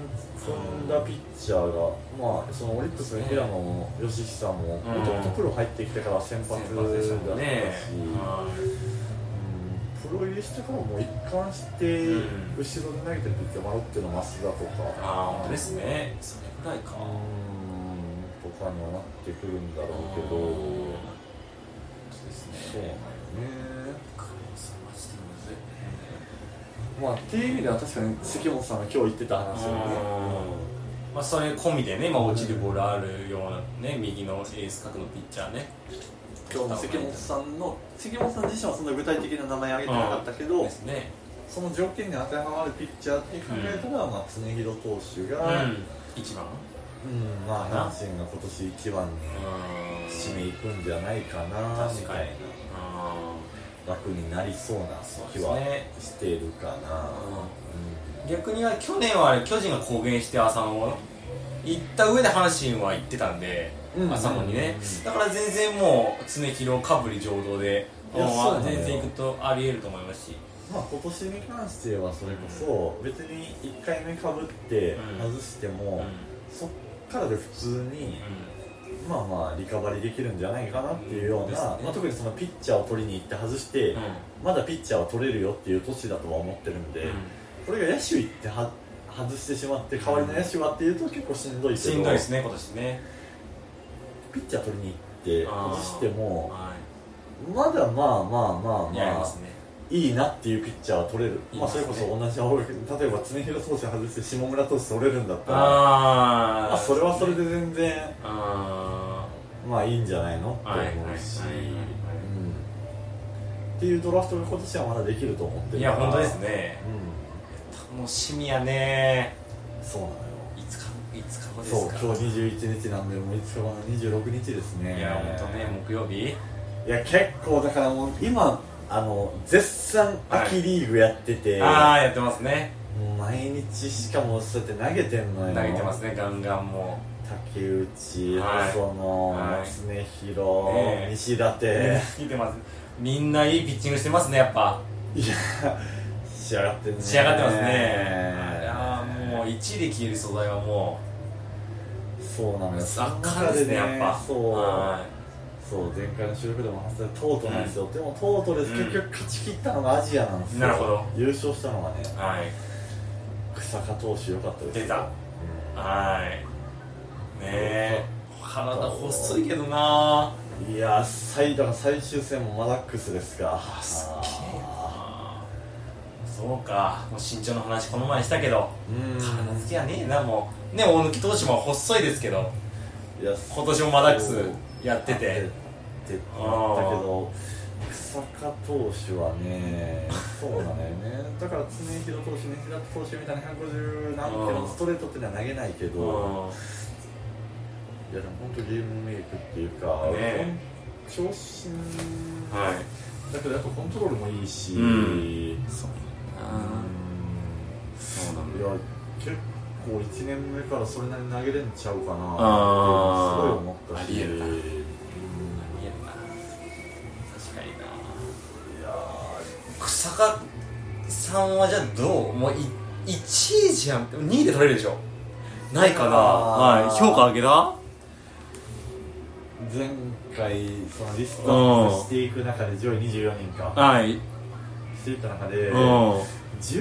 んだピッチャーが、まあそのオリックスの平野も吉久もうんもともとプロ入ってきてから先先発だっ発たでしし、たもんねはういんプロ入りしてからもう一貫して後うんろで投げてるピッチャー迷っての増田とかああ本当ですねそれぐらいうんかとかにはなってくるんだろうけど本当ですねそうなんよねクローザーマジでむずいまあっていう意味では確かに関本さんが今日言ってた話よねまあ、それ込みでね、まあ、落ちるボールあるようなね、右のエース角のピッチャーね。今日の関本さんの関本さん自身はそんな具体的な名前挙げてなかったけど、ですね。その条件に当てはまるピッチャーって考えたら、まあ、常廣投手うが、うんん。一番。まあ、阪神が今年一番に締めいくんじゃないかなみ確かたにいな楽になりそうなそう気ですはねしているかな、うん逆には去年はあれ巨人が公言して浅野を行った上で阪神は行ってたんで、うん浅野にね、うんだから全然もう常広かぶり浄土でいやうんそうなんだよ全然行くとありえると思いますしまあ今年に関してはそれこそ別に1回目かぶってうん外してうんも、そっからで普通にまあまあリカバリーできるんじゃないかなっていうような、ですねまあ、特にそのピッチャーを取りに行って外して、まだピッチャーを取れるよっていう年だとは思ってるんで、うんこれが野手行っては外してしまって代わりの野手はっていうと結構しんどいけどしんどいですね今年ねピッチャー取りに行ってあー外してもはまだまあまあまあいやりままあすねいいなっていうピッチャーは取れるいままあ、すそれねこそ同じ青柳例えば常広投手外して下村投手取れるんだったらあまあ、それはそれで全然あまあいいんじゃないのってあはいはい思うし、はうんっていうドラフトが今年はまだできると思っているいからや本当ですねう楽しみやねんそうなのよいつかいつか後ですそうか今日21日なんでもう5日後の26日ですねいや本当ね木曜日いや結構だからもう今あの絶賛秋リーグやってて、ああやってますねもう毎日しかもそうやって投げてんの投よげてますねガンガンも竹内、はい細野、はい常広、ねえ西舘、う見てますみんないいピッチングしてますねやっぱいや仕上がってるね仕上がってますねいやーもう一で消える素材はもそうなのうよサッカーですねやっぱそう、はそう前回の収録でも話したトートなんですよ、でもトートです、うん結局勝ち切ったのがアジアなんですよなるほど優勝したのがねいはい草加投手良かったですよ出たはいねえ体細いけどなぁいやー最だから最終戦もマダックスですかあすっげえそうかもう身長の話この前したけど体うつきはねえなもうね大貫投手も細いですけどんいや今年もマダックスやってっててなったけど草加投手はねそうな んだよねだから常廣投手ね平田投手みたいな150何キロのストレートっていうのは投げないけうどんいやでも本当ゲームメイクっていうか、ね長身はいだけどやっぱコントロールもいいし、ううんん、そうそうなんいや結構1年目からそれなりに投げれんちゃうかなあーすごい思ったしありえるなうんい見えるな確かになや草加さんはじゃあどうもう1位じゃん2位で取れるでしょないかなあーはい評価上げたー前回そのリストアップしていく中で上位24人かはい、していった中で12うん人う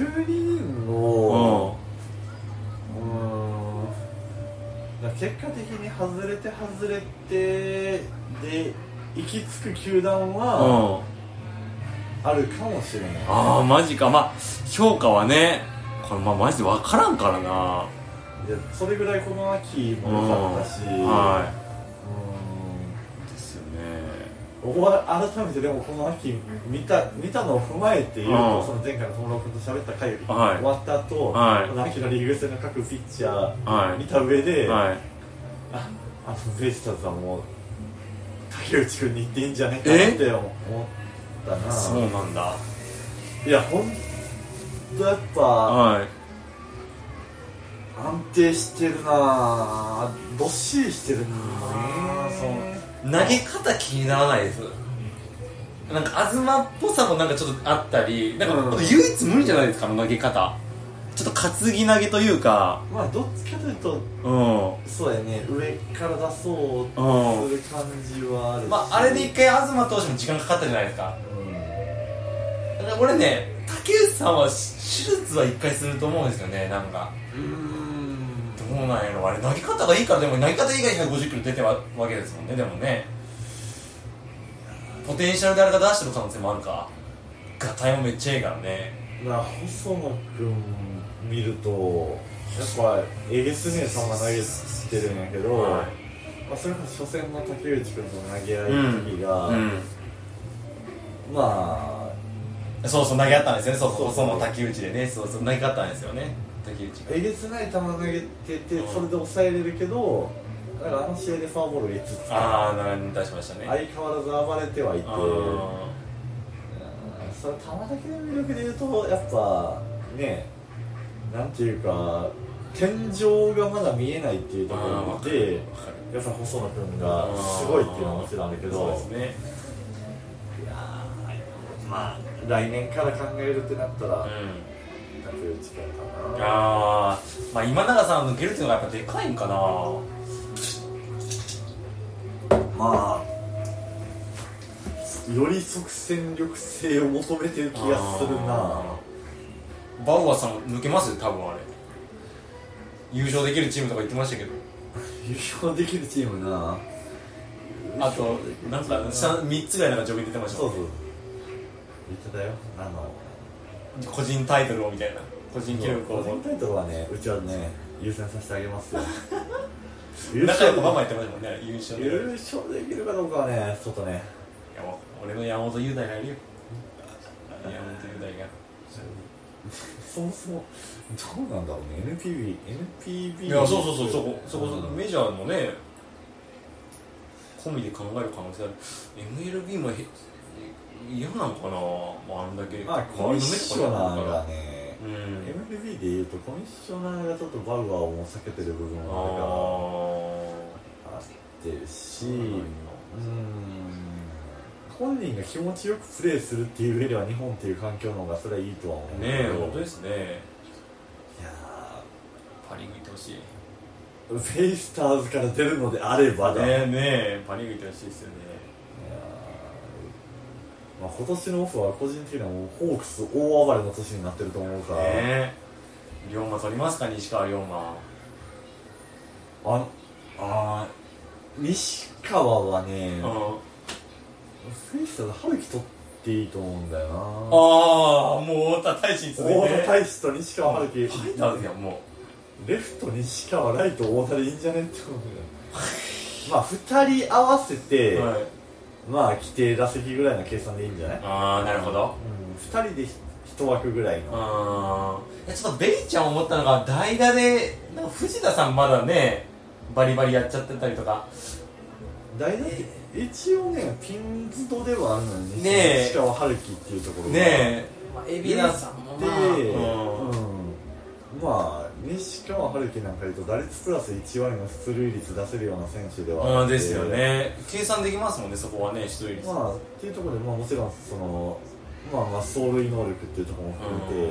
んをうーんだから結果的に外れて外れてで行き着く球団はうんあるかもしれないああマジかまあ評価はねこれまあマジで分からんからないやそれぐらいこの秋も良かったし、うんはういですよねん僕は改めてでもこの秋見た見たのを踏まえて言うと、うんその前回の友郎君と喋った回より、はい終わった後、はいこの秋のリーグ戦の各ピッチャー見はた上で、いはいああのベイスターズはもう竹内君に行っていいんじゃねえかなって思ったそうななんだいやほんとやっぱはい安定してるなどっしりしてるなあー投げ方気にならないですなんか東っぽさもなんかちょっとあったりなんうんか唯一無二じゃないですかあの投げ方ちょっと担ぎ投げというかまあどっちかというとうんそうやね上から出そうとする感じはあるしまああれで一回東投手も時間かかったじゃないですかうんだから俺ね竹内さんは手術は一回すると思うんですよねなんかどうなんやろあれ投げ方がいいからでも投げ方以外に150キロ出てわわけですもんねでもねポテンシャルであれが出してる可能性もあるかが体もめっちゃいいからねまあ細野君見るとやっぱえげつねえ球投げてるんやけど、はまあ、それこそ初戦の竹内君と投げ合いの時が、うんまあそうそう投げ合ったんですよねそうそうそうそう細野竹内でねそうそう投げ合ったんですよね竹内がえげつない球投げててそれで抑えれるけどだからあの試合でフォアボールが5つああ並んで出しましたね相変わらず暴れてはいてあーそれ球だけの魅力で言うとやっぱねなんていうか天井がまだ見えないっていうとこあーわろかでるわかるやっぱ細野君がすごいっていうのはもちろんあるけどそうですねいやーまあ来年から考えるってなったらうん竹内君かなあーまあ今永さんを抜けるっていうのがやっぱでかいんかなまあより即戦力性を求めてる気がするなあーバウアーさん抜けますよ多分あれ優勝できるチームとか言ってましたけど優勝できるチームなあとなんか3つぐらいなんかジョブに出てましたそもうんそう言ってたよあの個人タイトルをみたいな個人記録個を人タイトルはねうちはね優先させてあげますよ優 仲良くママ勝言ってましたもんね優勝でいや優勝できるかどうかはねちょっとね俺の山本雄大がいるよ山本雄大がそもそもどうなんだろうね NPB NPB いやそうそうそうそこそこそこうんメジャーもね込みで考える可能性ある MLB もへ嫌なのかな、まあ、あんだけまあコミッショナーがねうん MLB でいうとコミッショナーがちょっとバウアーをもう避けてる部分あもーあるからあってるしうん本人が気持ちよくプレーするっていう上では日本っていう環境の方がそれはいいとは思うねえ本当ですねいやパ・リーグ行ってほしいねーベイスターズから出るのであればだ、えねえパ・リーグ行ってほしいですよねいやーまあ、今年のオフは個人的にはもうホークス大暴れの年になってると思うから、ねえ龍馬取りますか西川龍馬ああー西川はねスイスで春樹取っていいと思うんだよなああもう太田大志に続いて太田大志と西川春樹ファイターズやんもレフト西川ライト太田でいいんじゃねって思うんだよまあ2人合わせう、て、はい、まあ規定打席ぐらいの計算でいいんじゃない、うん、ああなるほど2人で1枠ぐらいのあーちょっとベイちゃん思ったのが代打でなんか藤田さんまだねバリバリやっちゃってたりとか大体一応ねピンズドではあるのにねえ西川春樹っていうところがねえ、まあ、エビビナナささんもで、まあ、うんまあ西川春樹なんかいうと打率プラス1割の出塁率出せるような選手ではああーってですよね計算できますもんねそこはね一人率まあっていうところで、まあ、もちろんそのまあまあ走塁能力っていうところも含めて、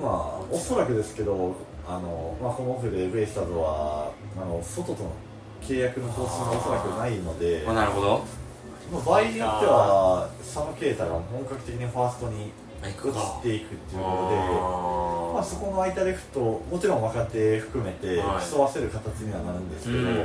まあおそらくですけどあの、まあ、このオフでベイスターズはあの外との契約の方針がおそらくないのでまあなるほどまあ、場合によっては佐野啓太が本格的にファーストに移行っていくっていうことで。まあ、そこの空いたレフトもちろん若手含めてはい競わせる形にはなるんですけど、うん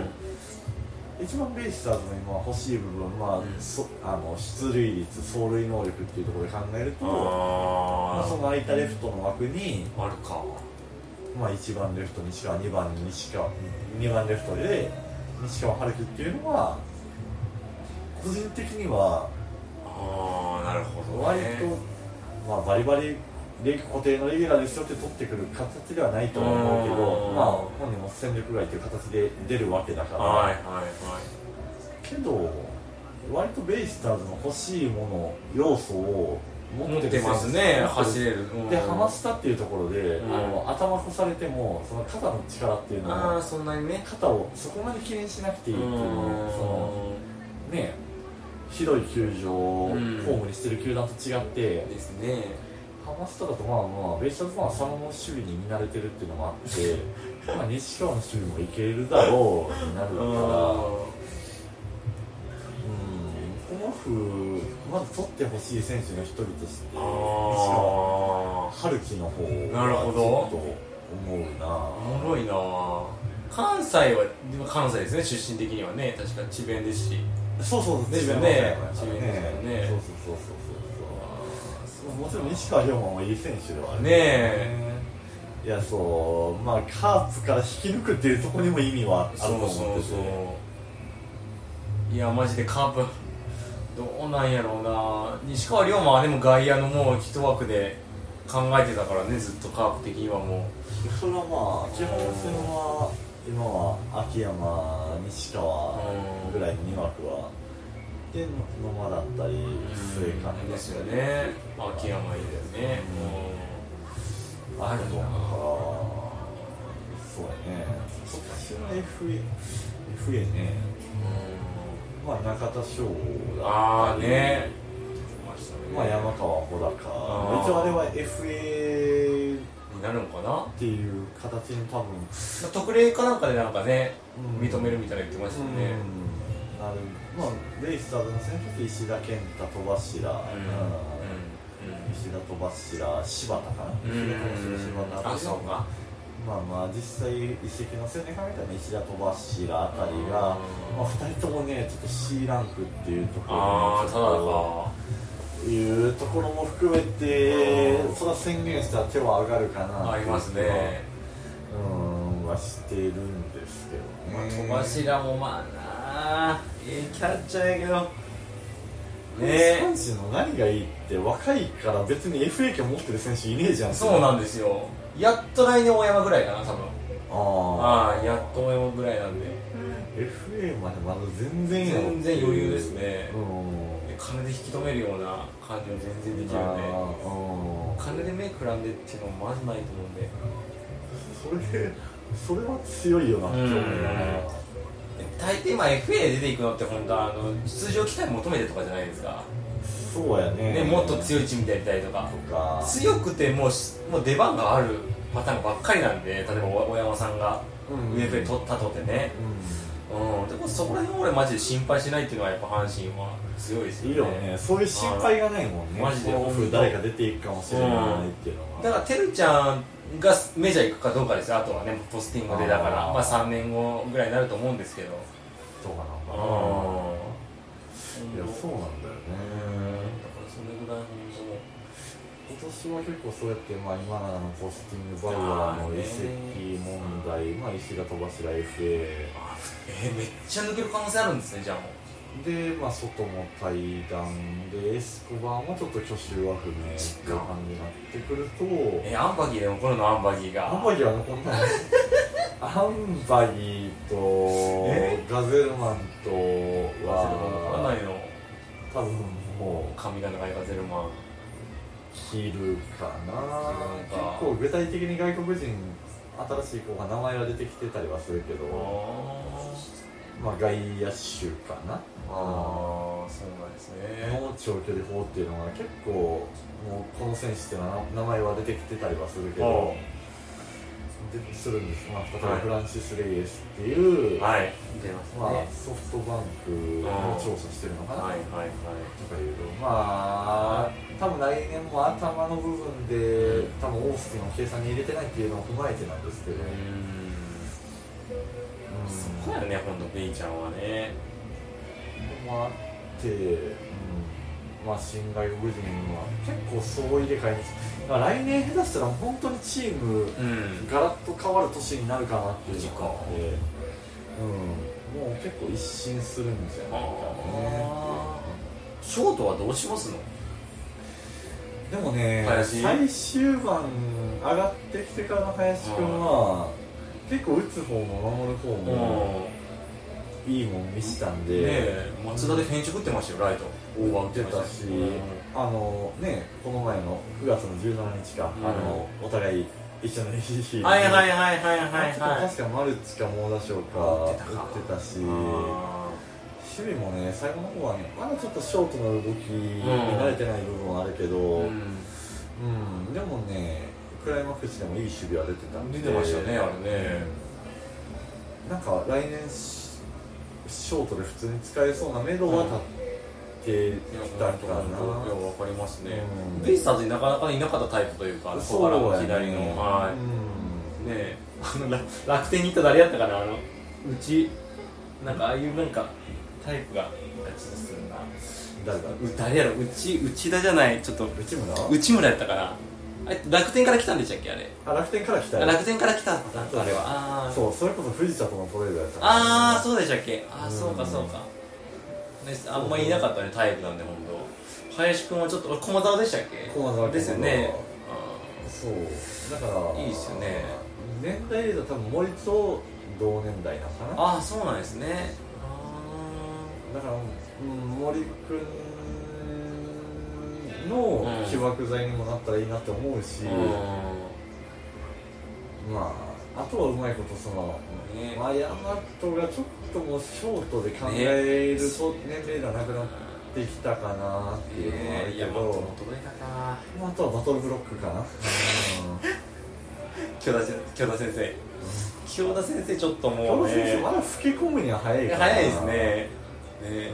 一番ベイスターズの今欲しい部分は、うんそあの出塁率走塁能力っていうところで考えるとまあ、その空いたレフトの枠に、あるかまあ、1番レフト西川2番西川2番レフトで西川春樹っていうのは個人的にはああなるほど、割ね、と、まあ、バリバリレギ固定のレギュラーですよって取ってくる形ではないとは思うけどうんまあ本人も戦力外という形で出るわけだから、はいはいけど割とベイスターズの欲しいもの要素を持はい持っっててるますね走るれるで離すしたっていうところで、うんあの頭越されてもその肩の力っていうあのあをそんなにね肩をそこまで気にしなくていいっていうのをそのね広い球場をホうんームにしてる球団と違って、ですねハマスタだとまあまあベイスターズファンは佐野の守備に見慣れてるっていうのもあって まあ西川の守備もいけるだろうになるからうんこの夫まず取ってほしい選手の一人として西川あ春樹の方をなるほどちょっと思うあおなもろいなあ関西はでも関西ですね出身的にはね確か智弁ですしそうそうそうです自よ分のね方がやっぱり自分ですよねそうそうそうそうそうそうもちろん西川龍馬もいい選手ではあるねえいやそうまあカープから引き抜くっていうところにも意味はあるとそう思っててそうそういやマジでカープどうなんやろうな西川龍馬はでも外野のもう一枠で考えてたからねずっとカープ的にはもそれはまあ基本戦は今は秋山西川ぐらいの2枠はで野間だったりう末金だったりですよね秋山いいだよねあると思うからあるなそうやね今年の FA, FA ねうんまあ中田翔だっああたりねまあ山川穂高あー一応あれは FA っになるのかなていう形に多分特例かなんかでなんかねうん認めるみたいな言ってましたよねうん、あるまあベイスターズの選手って石田健太戸柱、うんうん石田戸柱柴田かな、うんうん石田戸柱柴田あそうかまあまあ実際移籍の青年考えたら石田戸柱あたりが、うんまあ、2人ともねちょっと C ランクっていうとこあろあにただかいうところも含めてうんそれは宣言したら手は上がるかなありますねうんはしてるんですけどまあ、ね戸柱もまあなあええキャッチャーやけどねね阪神の何がいいって若いから別に FA 権持ってる選手いねえじゃえんそうなんあんですよやっと来年大山ぐらいかな多分あああやっと大山ぐらいなんで FA までまだ全然やろ全然余裕ですねうんで金で引き止めるような感じも全然できるんでああうん金で目くらんでっていうのもまずないと思うんでそれそれは強いよなって思うな大抵今 FA で出ていくのって本当はあの出場機会求めてとかじゃないですか、そうやねね、もっと強いいチームでやりたいとかとか強くてもうしもう出番があるパターンばっかりなんで例えばお大山さんがうん上で取ったとってね、うん、でもそこら辺俺マジで心配しないっていうのはやっぱ阪神は強いですうんいいよよねねそういう心配がないもんねマジでこのオフ誰か出ていくかもしれないっていうのはだからてるちゃんがメジャー行くかどうかですよあとはねポスティングでだからあーまあ3年後ぐらいになると思うんですけどどうかなうんいやそうなんだよだねからそれぐらい本今年は結構そうやって、まあ、今永のポスティングバウアーの移籍問題、まあ、石が戸柱 FA 当もうあえーめっちゃ抜ける可能性あるんですねじゃあもうで、まあ、外も対談でエスコバーもちょっと去就は不明っていう感じになってくるとえーアンバギーでもこれのアンバギーがアンバギーは残んないアンバギーえとガゼルマンとわかんはないの多分もう髪が長いガゼルマン切るかな切る結のか構具体的に外国人新しい子が名前が出てきてたりはするけどまあ外野手かなああそうなんですねの長距離砲っていうのが結構もうこの選手っていうのは名名前は出てきてたりはするけどでするんです、まあ、例えばはいフランシス・レイエスっていう、はい出ますねまあ、ソフトバンクの調査してるのかな、はいはいはいとかいうとまあ多分来年も頭の部分で多分オースティンを計算に入れてないっていうのを踏まえてなんですけど、うーんそこやねほんとベイちゃんはねもあって、うん、まあ新外国人は結構総入れ替えにだから来年下手したら本当にチームうんガラッと変わる年になるかなっていうのがあってマジうん、もう結構一新するんじゃないかあね。ショートはどうしますのでもね、林最終盤上がってきてからの林君は、結構打つ方も守る方もうんいいもん見せたんで、ねえ松田でフェンチ打ってましたよライト打ってたし、うんあのね、この前の9月の17日か、うんあのお互い一緒の日に、はいはいはいはいはいあのはい時確かマルチか猛打賞か打打ってたかってたし、あ守備もね、最後の方はね、まだちょっとショートの動きに慣れてない部分はあるけど。ーうんうん、でもね、クライマックスでもいい守備は出てたんで、出てましたねあれねなんか来年シ、ショートで普通に使えそうな目処は立っていやきたかな、いやわかりますねうんベイスターズになかなかいなかったタイプというか小柄の左のはう、いねえあのら楽天に行った誰やったかなあのうちなんかああいうなんかタイプがガチでするなん誰だ、う誰やろうち内田じゃないちょっと内村内村やったかなあれ楽天から来たんでしたっけあれあ楽天から来たよ楽天から来たんだあれはあーそう、それこそ藤田とのトレードやったからあーそうでしたっけあーうんそうかそうかねあんまいなかったねタイプなんで本当林くんはちょっと俺駒澤でしたっけ駒澤ですよねそう、だから、いいっすよね年代で言うと多分森と同年代なのかなああーそうなんですねだから、うん、森君のうん起爆剤にもなったらいいなって思うし、うまんああとはうまいことその、ねまあ、ヤマトがちょっともうショートで考えると年齢がなくなってきたかなっていうのはあるえー、いけやど、まあどれかなまあ、あとはバトルブロックかな、うん京田先京田先生京田先生ちょっとこものう選手ねまだ老け込むには早いかな早いですねね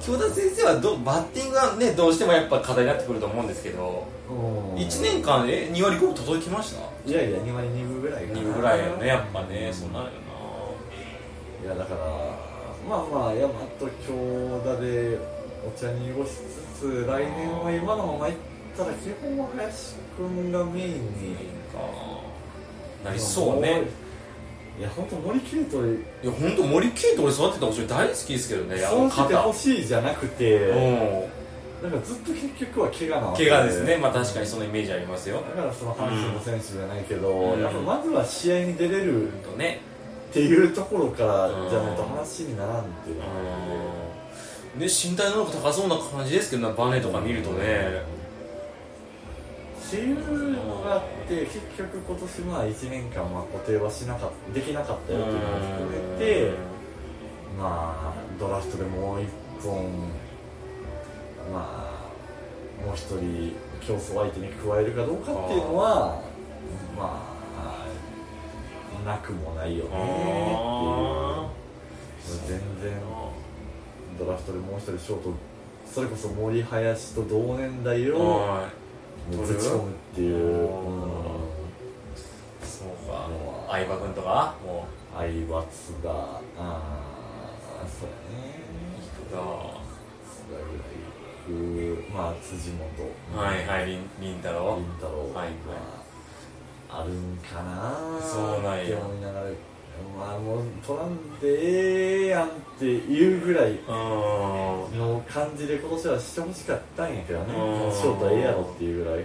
京田先生はどバッティングはねどうしてもやっぱ課題になってくると思うんですけどうん、うん、 1年間え2割5分届きましたいやいや2割2分ぐらいかな2ぐらいよねやっぱねそうなるよいやだからまあまあ大和強打でお茶に濁しつつ来年は今のままいったら基本は林くんがメインにななんかなりそうねいや本当森切斗いや本当森ケイト俺育てた星大好きですけどねあそのうして肩ほしいじゃなくて、うんなんかずっと結局は怪我なわけ怪我ですねまあ確かにそのイメージありますよだからその阪神の選手じゃないけど、うんやっぱまずは試合に出れるっほんとねていうところからじゃないと話にならんっていうのがあるんでうんね身体能力高そうな感じですけどねバネとか見るとねっていうのがあって結局今年まあ1年間は固定はしなかっできなかったよっていうのを含めてまあドラフトでもう1本まあもう1人競争相手に加えるかどうかっていうのはまあなくもないよねあっていう全然ドラフトでもう1人ショートそれこそ森林と同年代ーをはいぶち込むっていう。うん相葉君とかも相葉津田ああそうやねうが津田ぐらい行くまあ辻元はいはいりんりんたろ凛太郎はいはいあるんかなそうなんやって思いながらまあもう取らんでええやんっていうぐらいううんうんの感じで今年はしてほしかったんやけどねうんショートええやろっていうぐらい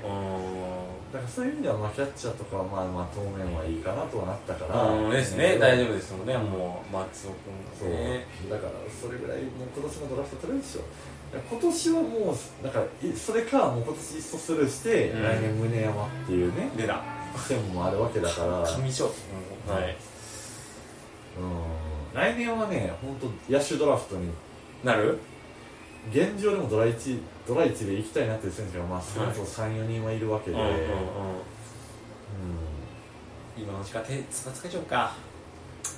だからそういう意味ではまあキャッチャーとかはまあまあ当面はいいかなとはなったから、うんですね大丈夫夫ですもんねもう松尾そう、君ねだからそれぐらいもう今年のドラフト取れるでしょ今年はもうなんかいそれかもう今年一層スルーして、うん来年宗山っていうね出た線もあるわけだからうん上賞はい来年はね本当野手ドラフトになる現状でもドラ1ドラ1で行きたいなっていう選手がまあ少なくとも34人はいるわけうんで、うんうんうん今のうちから手つかつかちゃおうか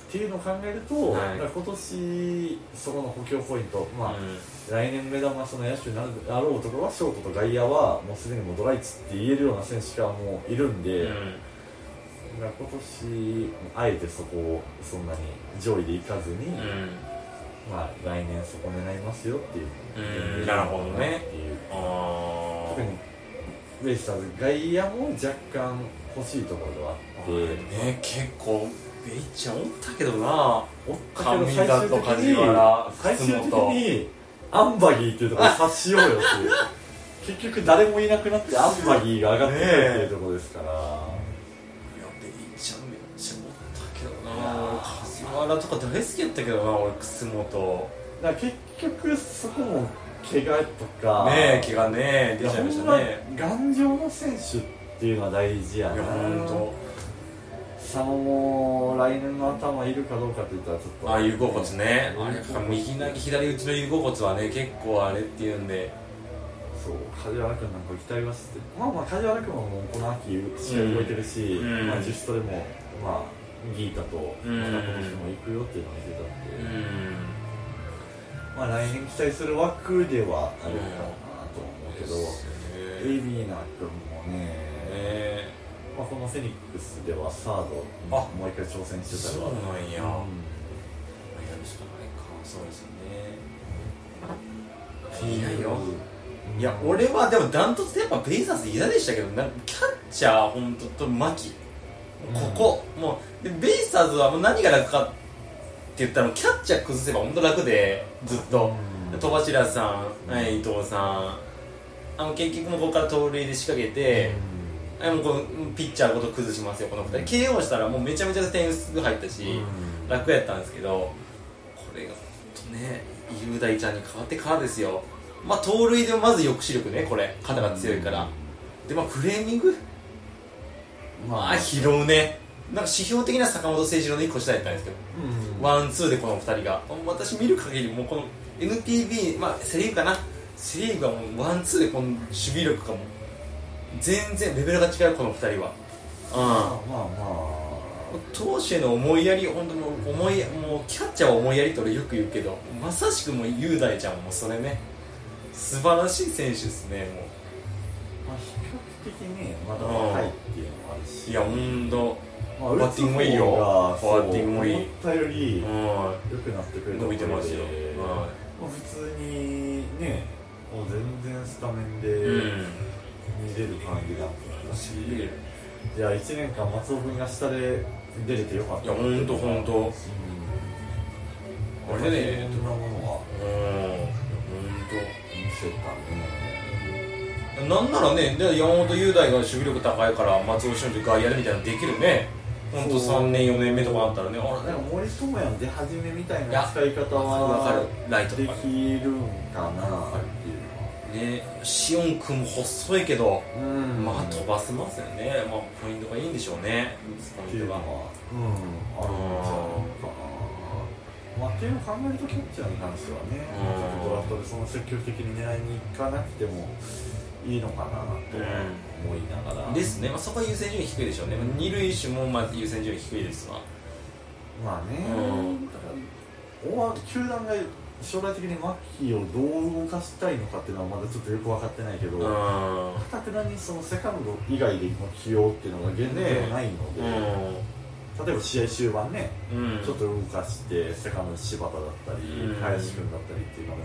っていうのを考えると、はいだから今年そこの補強ポイント、まあうん来年目玉その野手になるであろうところはショートと外野はもうすでにもうドライチって言えるような選手がもういるんで、うだかんら今年あえてそこをそんなに上位でいかずに、うんまあ来年そこ狙いますよっていううんなるほどねっていうああ特にベイスターズ外野も若干欲しいところがあって、ね結構ベイちゃんおったけどなおっ上田と梶原最終楠的本にアンバギーっていうところに察しようよっていう結局誰もいなくなってアンバギーが上がってくるっていうところですから、いやベイちゃんめっちゃおったけどな俺梶原とか大好きやったけどな俺楠本だから結局そこも怪我とかねえ怪我ね出ちゃいましたねいやほんま頑丈な選手っていうのは大事やないや本佐野も来年の頭いるかどうかって言ったらちょっ当。とああ有効骨ねあれ有効骨右投げ左打ちの有効骨はね結構あれっていうんでそう梶原君なんか期待はしてまあまあ梶原君はもうこの秋試合動いてるし、うんまあ、ジュストでもまあギータとまたうん今年も行くよっていうのが出たんで、うんまあ来年期待する枠ではあるかなと思うけど、ですエねイビーナ君もね、ねまあ、このフェニックスではサードにあもう一回挑戦してたりそうはなんうや、やんるしかないかそうですよってうねいやよいや俺はでもダントツでやっぱベイザーズ嫌でしたけどなんかキャッチャー本当と牧ここ、もうでベイスターズはもう何が楽かって言ったらキャッチャー崩せば本当楽でずっとうん戸柱さん、うんはい伊藤さんあの結局もうここから盗塁で仕掛けて、あもうこのピッチャーごと崩しますよこの2人 KO したらもうめちゃめちゃ点数入ったし、うん楽やったんですけどこれが本当ね雄大ちゃんに変わってからですよまあ盗塁でまず抑止力ねこれ肩が強いから、でまあフレーミングまあ拾うねなんか指標的な坂本誠一郎の1個下やったんですけど、うんワンツーでこの2人が私見る限りもうこの NPB まあセ・リーグかなセ・リーグはもうワンツーでこの守備力がもう全然レベルが違うこの2人はまあまあまあうん投手への思いやり本当もう思いもうキャッチャーは思いやりって俺よく言うけどまさしくもう雄大ちゃんはもうそれね素晴らしい選手ですねもうまあ、比較的ね、まだ若いっていうのもあるし、いや本当まあ、バッティングもいいよ打つ方がバッティングもいそいう思ったよりは良くなってくいれた伸びてますよところではまあ、普通にね、もう全然スタメンでいうん見れる感じだったし、いや、1年間、松尾君が下で出れてよかったいやほんとほんとうん、俺ねいろんなものがうん本見せたね。当。なんならねで山本雄大が守備力高いから松尾俊二外野でみたいなのできるね本当そう3年4年目とかだったらねなんかあ森友哉の出始めみたいいなや使い方わかはるライトとでかきるんかなっていうのは。れねシオン君も細いけどうんまあ飛ばせますよねまあポイントがいいんでしょうねっポてイいンうトのがは、うん、あるんじゃないかな。まあ、っていうのを考えると、キャッチャーに関してはね、うんドラフトでその積極的に狙いに行かなくてもいいのかなと思いながら、ですね、まあ、そこは優先順位低いでしょうね、まあ、二塁手もまず優先順位低いですわまあね、うんだからおわ球団が将来的にマッキーをどう動かしたいのかっていうのはまだちょっとよく分かってないけど、うんかたくなにそのセカンド以外での起用っていうのが現状ないので。うんだ例えば試合終盤ね、うんちょっと動かしてセカンドの柴田だったり、うん林君だったりっていうのが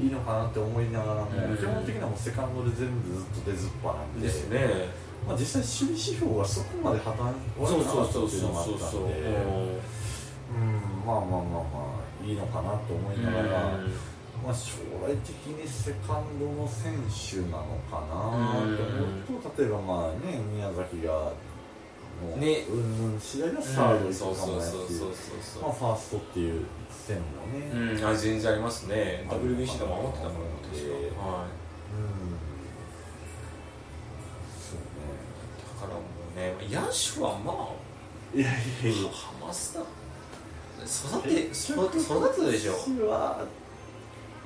いいのかなって思いながらも、うん基本的にはもうセカンドで全部ずっと出ずっぱなんでですねまあ、実際守備指標がそこまで破綻そうそうっそうそうていそうのがあったうそうんでうんまあまあまあまあいいのかなと思いながら、まあ、将来的にセカンドの選手なのかなって思うと、例えばまあね宮崎がもう、ねうんうん次第ではサそード行うそうくかそもうねっそてういうそうまあファーストっていう線もね、うんうんあ全然ありますねある WBC でも守ってたもんえ私は、ーはいそうだからもうね野手はまあねいやいやいやハマスだ育て育て育てでしょ私は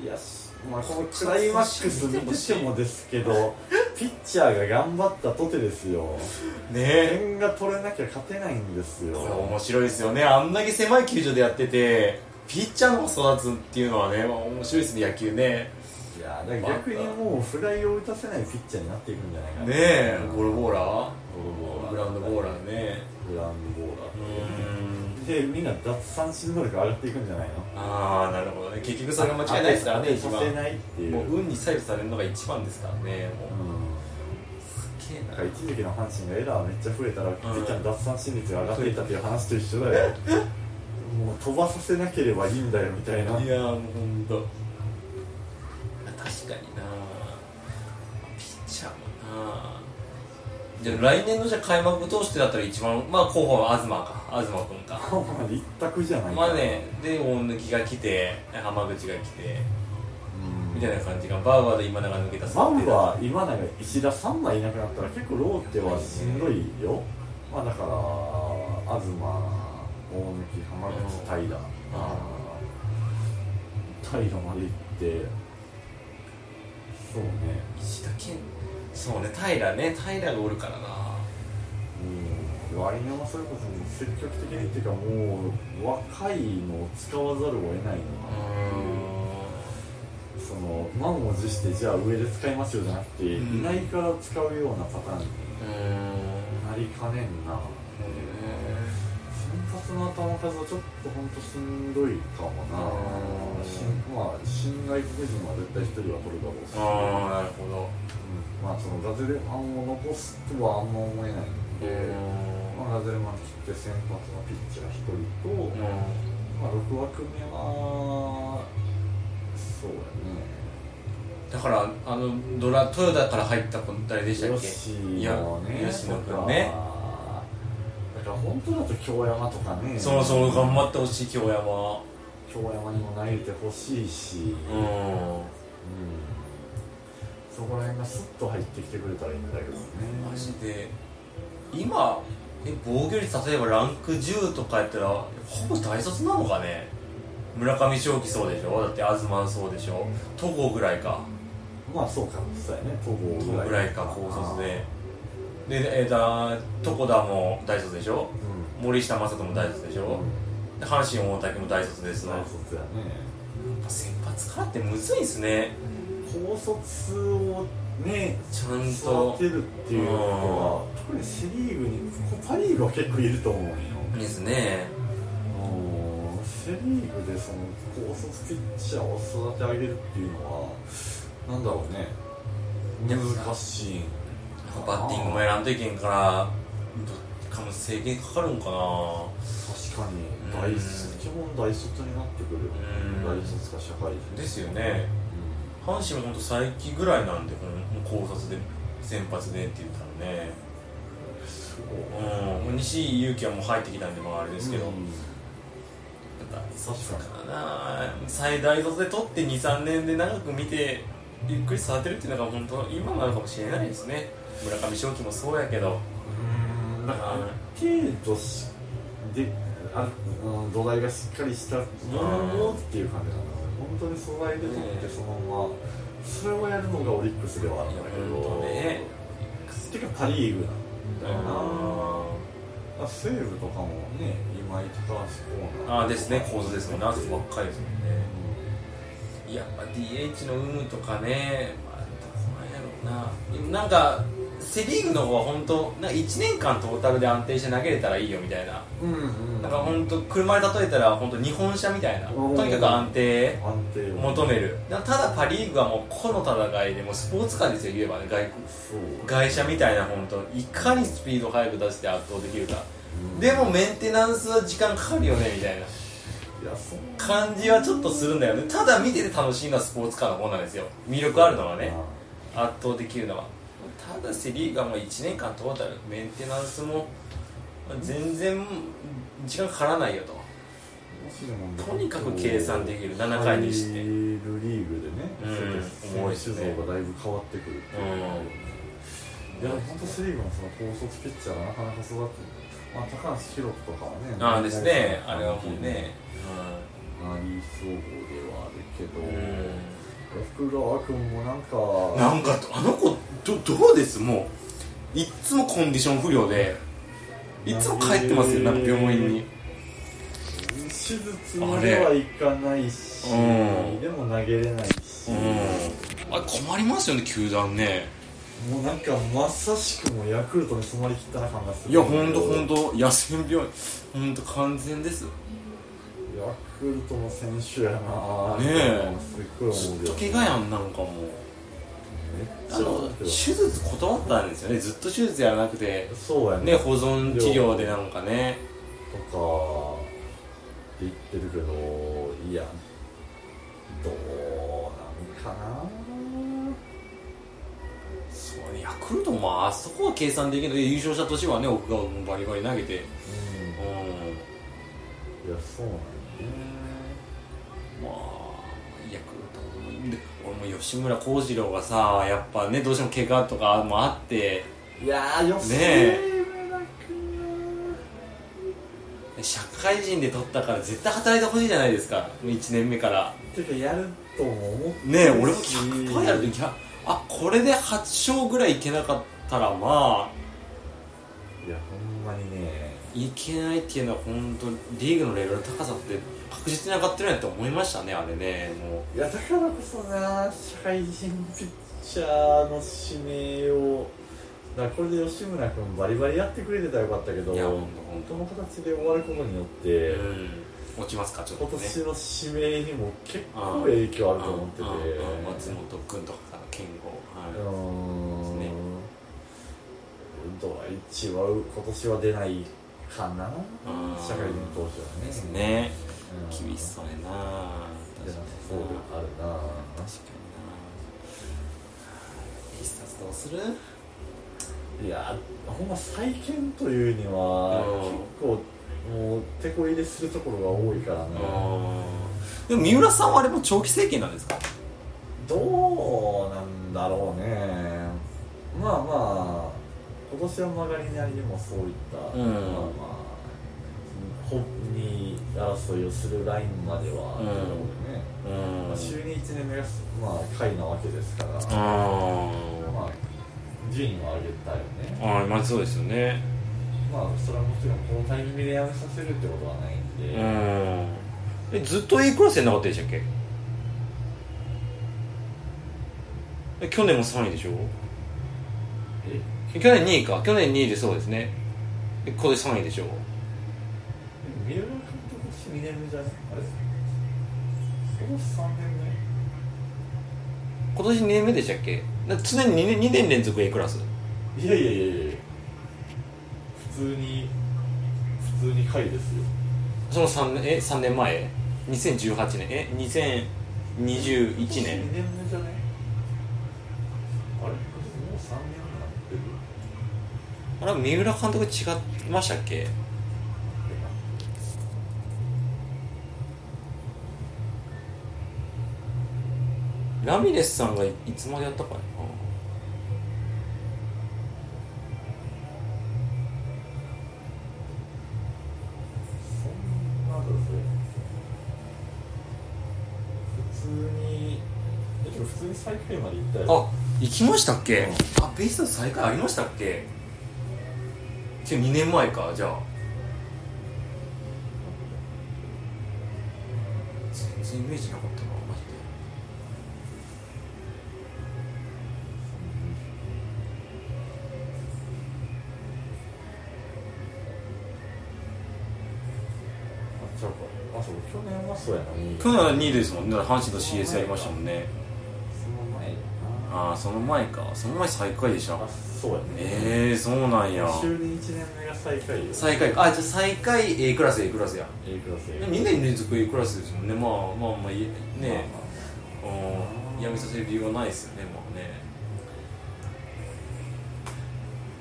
いやしまあ、このクライマックス見ててもですけど ピッチャーが頑張ったとてですよね点が取れなきゃ勝てないんですよこれ面白いですよねあんだけ狭い球場でやっててピッチャーの方が育つっていうのはね、まあ面白いですね野球ねいやだから逆にもうフライを打たせないピッチャーになっていくんじゃないかなねえゴルボーラゴールグランドボーラーーねグランドボーラうーんーでみんな奪三振能力上がっていくんじゃないのああなるほどね結局それが間違いないですからね一当番てさせないっていうもう運に左右されるのが一番ですからねもうすっげえななんか一時期の阪神がエラーめっちゃ増えたら、ピッチャーの奪三振率が上がっていたっていう話と一緒だよ、もう飛ばさせなければいいんだよみたいな、いやーもうほんと確かになピッチャーもなじゃあ来年のじゃあ開幕投手だったら一番まあ候補は東か東君かほんまに一択じゃないかまあねで大貫が来て浜口が来てうんみたいな感じがバウアーで今永抜けたマン定だは今永、石田3枚いなくなったら結構ローテはしんどいよ、まあ、だから東、大貫、浜口、平良平良まで行ってそうね石田健そうね平ね平がおるからなうん割にはそれこそ積極的にっていうかもう若いのを使わざるを得ないのかなその満を持してじゃあ上で使いますよじゃなくて、うんいないから使うようなパターンにうーんなりかねんな先発の頭数はちょっと本当しんどいかもうな、んしんまあ新外国人は絶対一人は取るだろうし、ああなるほうどんまあそのガゼルマンを残すとはあんま思えないんで、まあ、ガゼルマン切って先発のピッチャー1人と、うんまあ6枠目はそうやねだからあのドラトヨタから入った子誰でしたっけ吉いや野ね吉野君ねだから本当だと京山とかねそろそろ頑張ってほしい京山京山にも投げてほしいし、ううんんそこら辺がスッと入ってきてくれたらいいんだけどねマジで今え防御率例えばランク10とかやったらほぼ大卒なのかね村上正輝そうでしょだって東そうでしょ戸郷ぐらいかまあそうかそうやね戸戸郷郷ぐらいか高卒ででえーだ床田も大卒でしょうん森下正人も大卒でしょで阪神大竹も大卒ですわ大卒やねやっぱ先発からってむずいんすね高卒をねちゃん育とてるっていうのが特にセ・リーグにここパ・リーグは結構いると思うんよですねうんセ・リーグでその高卒ピッチャーを育て上げるっていうのはなんだろうね難しいんなんかバッティングもやらんといけんからどっかも制限かかるんかな確かに大卒基本大卒になってくるよねうん大卒か社会人ですよね阪神はほんと最近ぐらいなんでこのもう高卒で先発でって言ったらねそううんもう西井勇輝はもう入ってきたんでまああれですけど、うん大卒確かな最大卒で取って23年で長く見てゆっくり育てるっていうのが本当今なのかもしれないですね村上正輝もそうやけどだからある程度しであ、うん、土台がしっかりしたものをっていう感じなんだよね本当に素材で取ってそのままそれをやるのがオリックスではあるんだけいや本ど当ねてかパ・リーグなんだよなああ西武とかもね今井高橋コーナーーですね構図ですもんねうん夏ばっかりですもんねいやまあ DH の有無とかねまあどうなんやろうななんかセ・リーグの方は本当なんか1年間トータルで安定して投げれたらいいよみたいなうんうんなんか本当車で例えたら本当日本車みたいなうんとにかく安定安定を求めるだからただパ・リーグはもう個の戦いでもうスポーツカーですよ言えばね外そう外車みたいな本当いかにスピード速く出して圧倒できるかうんでもメンテナンスは時間かかるよねみたいないやそう感じはちょっとするんだよねただ見てて楽しいのはスポーツカーの方なんですよ魅力あるのはね圧倒できるのはただセ・リーグはもう1年間トータルメンテナンスも全然時間かからないよととにかく計算できる7回にして入るリーグでね、うんそうです選手像がだいぶ変わってくるっていううんいや本当セ・リーグのその高卒ピッチャーがなかなか育ってる、まあ、高橋宏斗とかはねああですねあれはもうねなりそうではあるけど、うん福川君もなんかなんかあの子どどうですもういっつもコンディション不良でいつも帰ってますよなんか病院に手術まではいかないし、うんでも投げれないし、うんあれ困りますよね球団ねもうなんかまさしくもうヤクルトに染まりきったな感がするいやほんとほんと野戦病院ほんと完全ですヤクルトの選手やなぁねえすっごいず思っうとよ怪我やんなんかもうめっちゃあの手術断ったんですよねずっと手術やらなくてそうやねね保存治療でなんかねとかって言ってるけどいやどうなんかなそうねヤクルトもあそこは計算できない優勝した年はね奥川もバリバリ投げてうんういやそうなんだまあヤクルトもで俺も吉村幸次郎がさやっぱねどうしても怪我とかもあっていやーよしねえ社会人で取ったから絶対働いてほしいじゃないですか1年目からてかやるとも思ってねえ俺も100%やるときゃあこれで8勝ぐらいいけなかったらまあいやほんまにねいけないっていうのは本当リーグのレベルの高さって確実に上がってるなって思いましたねあれねもいやだからこそな社会人ピッチャーの指名をだからこれで吉村君バリバリやってくれてたらよかったけどういやほんことほんとの形で終わることによって、うん落ちますかちょっと今ね年の指名にも結構影響あると思っててうんうん松本君とかから健吾うはーんねドライチは今年は出ないかなうん社会人投手はいねですねうん厳しそうやな出な確さかそうにでなはあるな確かにな必殺どうするいやほんま再建というにはうん結構もう手こ入れするところが多いからねでも三浦さんはあれも長期政権なんですかどうなんだろうねまあまあ今年は曲がりなりにもそういった、うんまあまあ本に争いをするラインまではあるだろうね、うまあ、就ん任1年目がまあ下位なわけですから、まあ順位は上げたよねああまあそうですよねまあそれはもちろんこのタイミングで辞めさせるってことはないんで、うんえずっと A クラスやんなかったでしたっけえ去年も3位でしょえ去年2位か去年2位でそうですねでここで3位でしょ三浦監督2年目じゃないあれその3年目今年2年目でしたっけだ常に 2, 年2年連続 A クラスいやいやいやいや普通に普通に回ですよその 3, え3年前2018年え2021 2年年目じゃねあれもう3年になってるあれ三浦監督違いましたっけラミレスさんがいいつまでやったかなそんなだぜ普通にえでも普通に最下位まで行ったよあ行きましたっけ、うんあベスト再開ありましたっけじゃあ2年前かじゃあ全然イメージなかったなマジであ去年はそうやな2位去年は2位ですもんねだから阪神と CS やりましたもんねその前やなああその前かその前最下位でしたあそうやねええー、そうなんや就任1年目が最下位よ最下位あじゃあ最下位 A クラス A クラスや A クラス A みんなに連続 A クラスですもんねまあまあまあいねえうんやめさせる理由はないですよね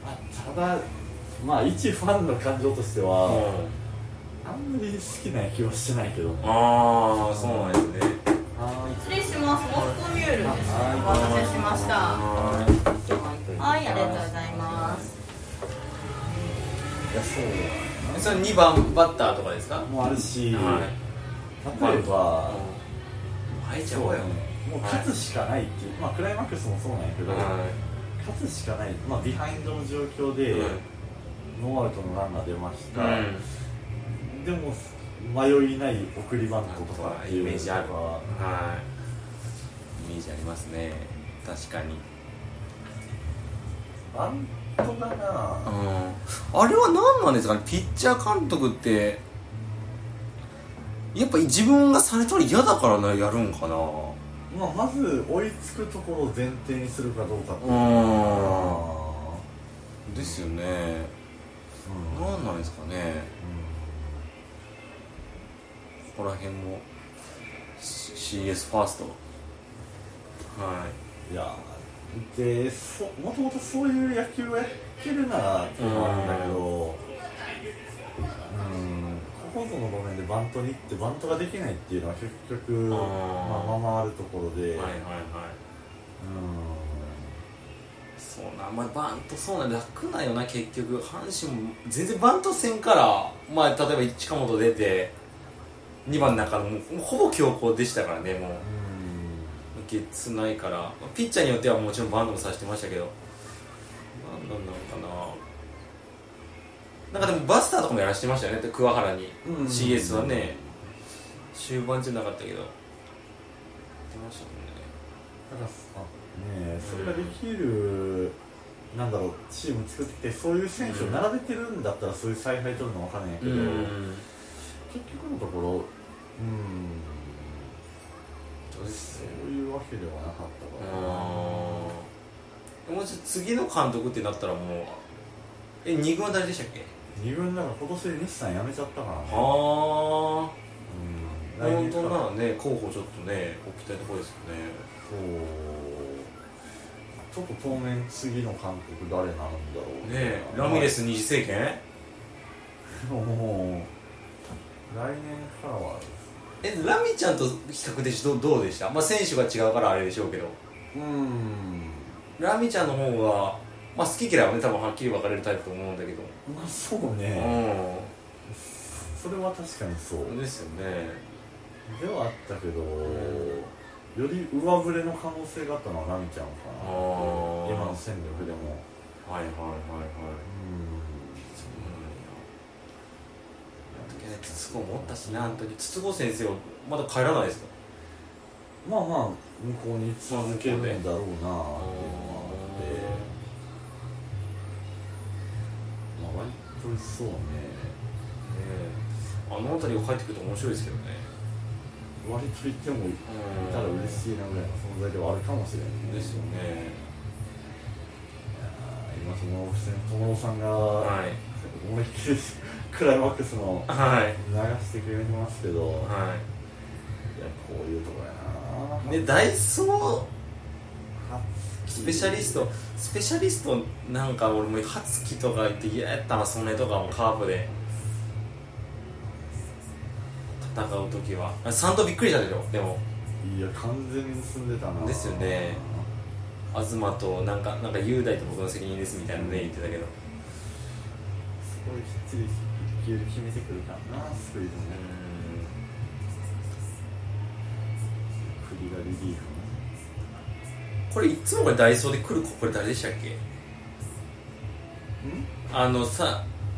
まあねまあただまあ一ファンの感情としては、あんまり好きな気はしてないけどねああそうなんですねは失礼しますモスコミュールですお待たせしましたあはいありがとうございますいいやそうやーそれ2番バッターとかですかなもあるし、はい例えば、入っちゃおそううやよねもう勝つしかないっていう、まあクライマックスもそうなんやけど、は勝つしかない、まあ、ビハインドの状況で、いノーアウトのランナー出ました、うんでも迷いない送りバントとかっていうイメージあるのがはいイメージありますね確かにバントがなうんあれは何なんですかねピッチャー監督ってやっぱ自分がされたら嫌だからなやるんかなまあ、まず追いつくところを前提にするかどうかっていううんあですよーねうんうん何なんですかねここら辺も C- CS ファーストはいやでそもともとそういう野球をやってるならっていうのはあるんだけどうんここぞの場面でバントに行ってバントができないっていうのは結局まあまああるところで、いはいはいそうなまあバントそうなん楽なんよな結局阪神も全然バントせんからまあ例えば近本出て2番なんかもうほぼ強行でしたからねもううんうんゲッツーないからピッチャーによってはもちろんバンドもさせてましたけど何なんなのかななんかでもバスターとかもやらせてましたよねで桑原に、うん CS はね終盤じゃなかったけどやってましたもんねなんかさねえそれができる、なんだろうチーム作ってきてそういう選手を並べてるんだったらそういう采配取るのわかんないけど、結局のところうんどうですそういうわけではなかったからあーもし次の監督ってなったらもうえ二軍は誰でしたっけ二軍だから今年で西さん辞めちゃったからねああ本うん来年当からならね候補ちょっとね置きたいところですよねそうちょっと当面次の監督誰なんだろうねえラミレスス二次政権ももう来年からはえラミちゃんと比較でしどうどうでしたまあ選手が違うからあれでしょうけどうんラミちゃんの方がまあ好き嫌いはね多分はっきり分かれるタイプと思うんだけどまあそうね、うそれは確かにそうんですよねではあったけど、より上振れの可能性があったのはラミちゃんかああな今の戦力でもはいはいはいはいうんいや筒子もおったしなあの時筒子先生はまだ帰らないですかまあまあ向こうに続けるんだろうなっていうのはあってまあ割とそうねあの辺りが帰ってくると面白いですけどね割と言ってもいたら嬉しいなぐらいの存在ではあるかもしれないですよねあー今その布施友郎さんが、はい思いっきりクライマックスのはい流してくれてますけど、はいやこういうとこやいなでダイソーススペシャリストスペシャリストなんか俺もう初期とか言って嫌やったなそれとかもカープで戦う時はあサンドびっくりしたでしょでもいや完全に進んでたなですよね東となんかなんか雄大と僕の責任ですみたいなね言ってたけどすごいきっちり一球決めてくるからなスクイズもうね栗がんリリーフこれいつもこれダイソーで来る子これ誰でしたっけんあのさ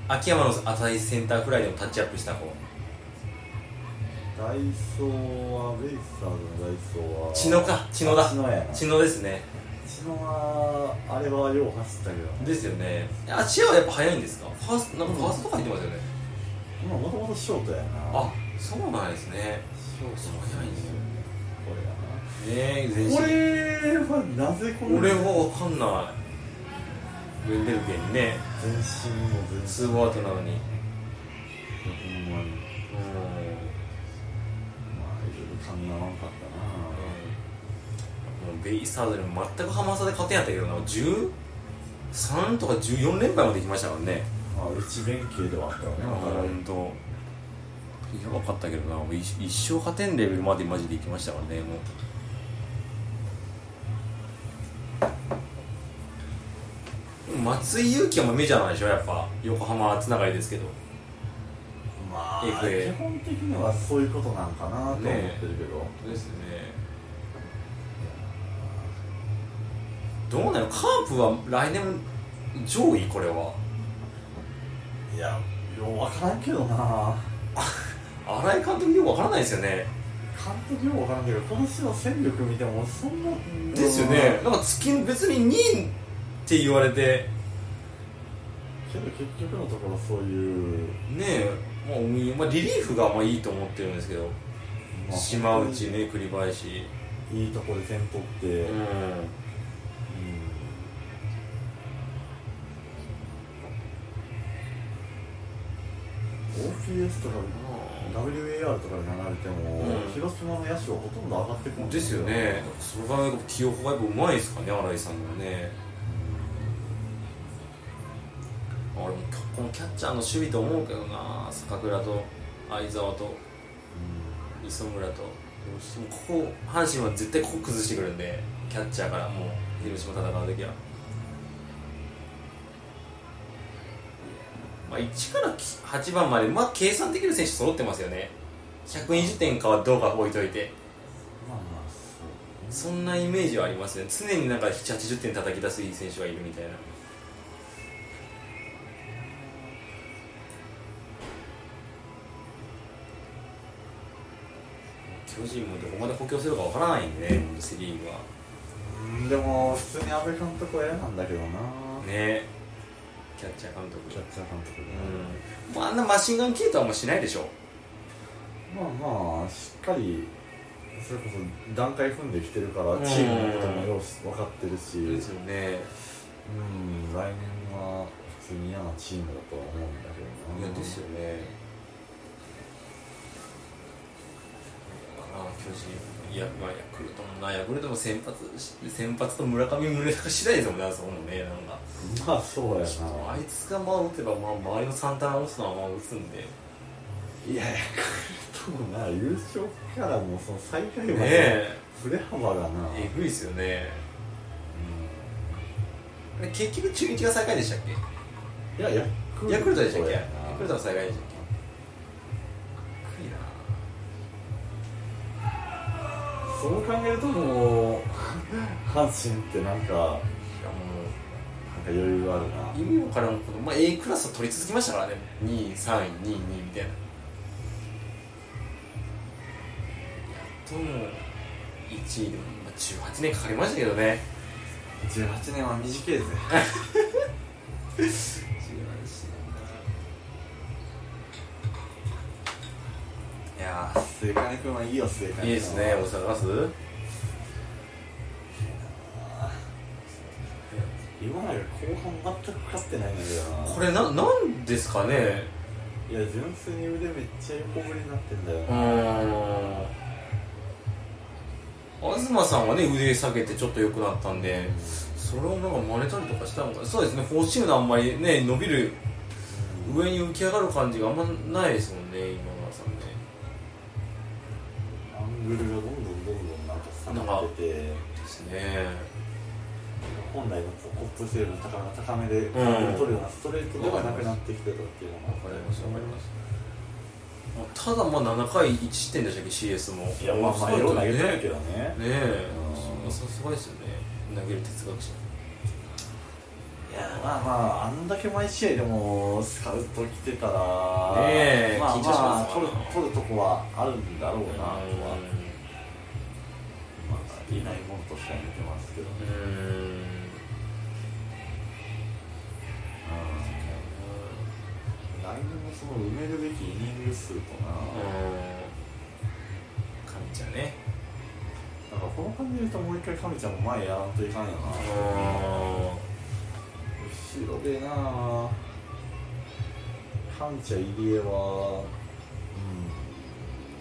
秋山の浅いセンターフライでもタッチアップした子ダイソーはベイスターズのダイソーは知野か知野だ知野やな知野ですね知野はあれはよう走ったけどですよねあチアはやっぱ早いんですかファーストなんかファーストとか入ってますよね、まあもともとショートやなあそうなんですねそうそ早いねこれねえ全が俺はなぜこの俺は分かんないウェンデルケンにね全身も全身ツーアウトなのにほんまにまあいろいろ考えなかっもうベイスターズにも全くハマさで勝てんやったけどな13とか14連敗まで行きましたからねたなまあ内弁慶ではあったわねお互い本当やばかったけどなもう一一生勝てんレベルまでマジで行きましたからねもうでも松井裕樹はもうメジャーなんでしょやっぱ横浜つながりですけどまあ FA 基本的にはそういうことなんかなと思ってるねけど、そうですねどうなのカープは来年も上位これはいやよう分からんけどな新井監督よくわからないですよね監督よう分からんけど今年の戦力見てもそんなですよねなんか月別に2位って言われてけど結局のところそういう、ねえ、まあおみまあ、リリーフがまあいいと思ってるんですけどまあ島内ね栗林いいとこで点取って、ううんんオフ OPS とか WAR とかで流れても、うん広島の野手はほとんど上がってこないですよねそれが記憶がやっぱうまいですかね新井さんのねあ俺もきょこのキャッチャーの守備と思うけどな坂倉と相澤と磯村とどうしてもここ阪神は絶対ここ崩してくるんでキャッチャーからもう広島戦う時はまあ1から8番までまあ計算できる選手揃ってますよね120点かはどうか置いといてまあまあそうそんなイメージはありますね常になんか7 80点叩き出すいい選手がいるみたいな巨人もどこまで補強するかわからないんでねセ・リーグはうんでも普通に阿部監督は嫌なんだけどな、ねキャッチャー監督キャッチャー監督うんもうあんなマシンガンキートはもうしないでしょまあまあしっかりそれこそ段階踏んできてるからチームのこともよく分かってるし、ですよねうん、来年は普通に嫌なチームだとは思うんだけいどな。やですよねああ巨人いやまあヤクルトもなヤクルトも先発し先発と村上宗隆次第ですもんねあそこもねなんかまあそうやな。あいつがまあ打てばまあ周りのサンタナ・オスナはまあ打つんでねいや、ヤクルトもな、優勝からもうその最下位まで、え振れ幅がな。えぐいっすよねあれ結局中日が最下位でしたっいや、ヤクけヤクルトでしたっけやヤなクルトが最下位でしたっけ低いなそう考えるともう、阪神ってなんか、なんかいやもう余裕があるな。意味もからんこと、まあ、A クラスは取り続きましたからね2位3位2位2位みたいなやっともう1位でも、まあ、18年かかりましたけどね18年は短いぜ。いやー末金君はいいよ、末金君。いいですね大阪ガス今なんか後半全く勝ってないんだけどな。これななんですかねいや純粋に腕めっちゃ横振りになってんだようなーん東さんはね腕下げてちょっと良くなったんでそれをなんか真似たりとかしたのかなそうですねフォーシームのあんまりね伸びる上に浮き上がる感じがあんまないですもんね今村さんねアングルがどんどんどんどんなんか下がっててですね本来のこうポップ性の高め高めでん取るようなストレートではなくなってきてたっていうのがわかりましたわかりましたただまあ7回1失点でしたっけ CS もいやまあまあそうよう投だげねてるけどねねえうんさすがですよね投げる哲学者いやまあまああんだけ毎試合でもスカウト来てたらねえまあ緊張しますまあわ取る取るとこはあるんだろうなとはうまあいないもんとしては見てますけどねんうん来年もその埋めるべきイニング数とな、うんちゃうねなんかこの感じで言うともう一回神ちゃんも前やらんといかんよなう後ろでなあ神ちゃん入江は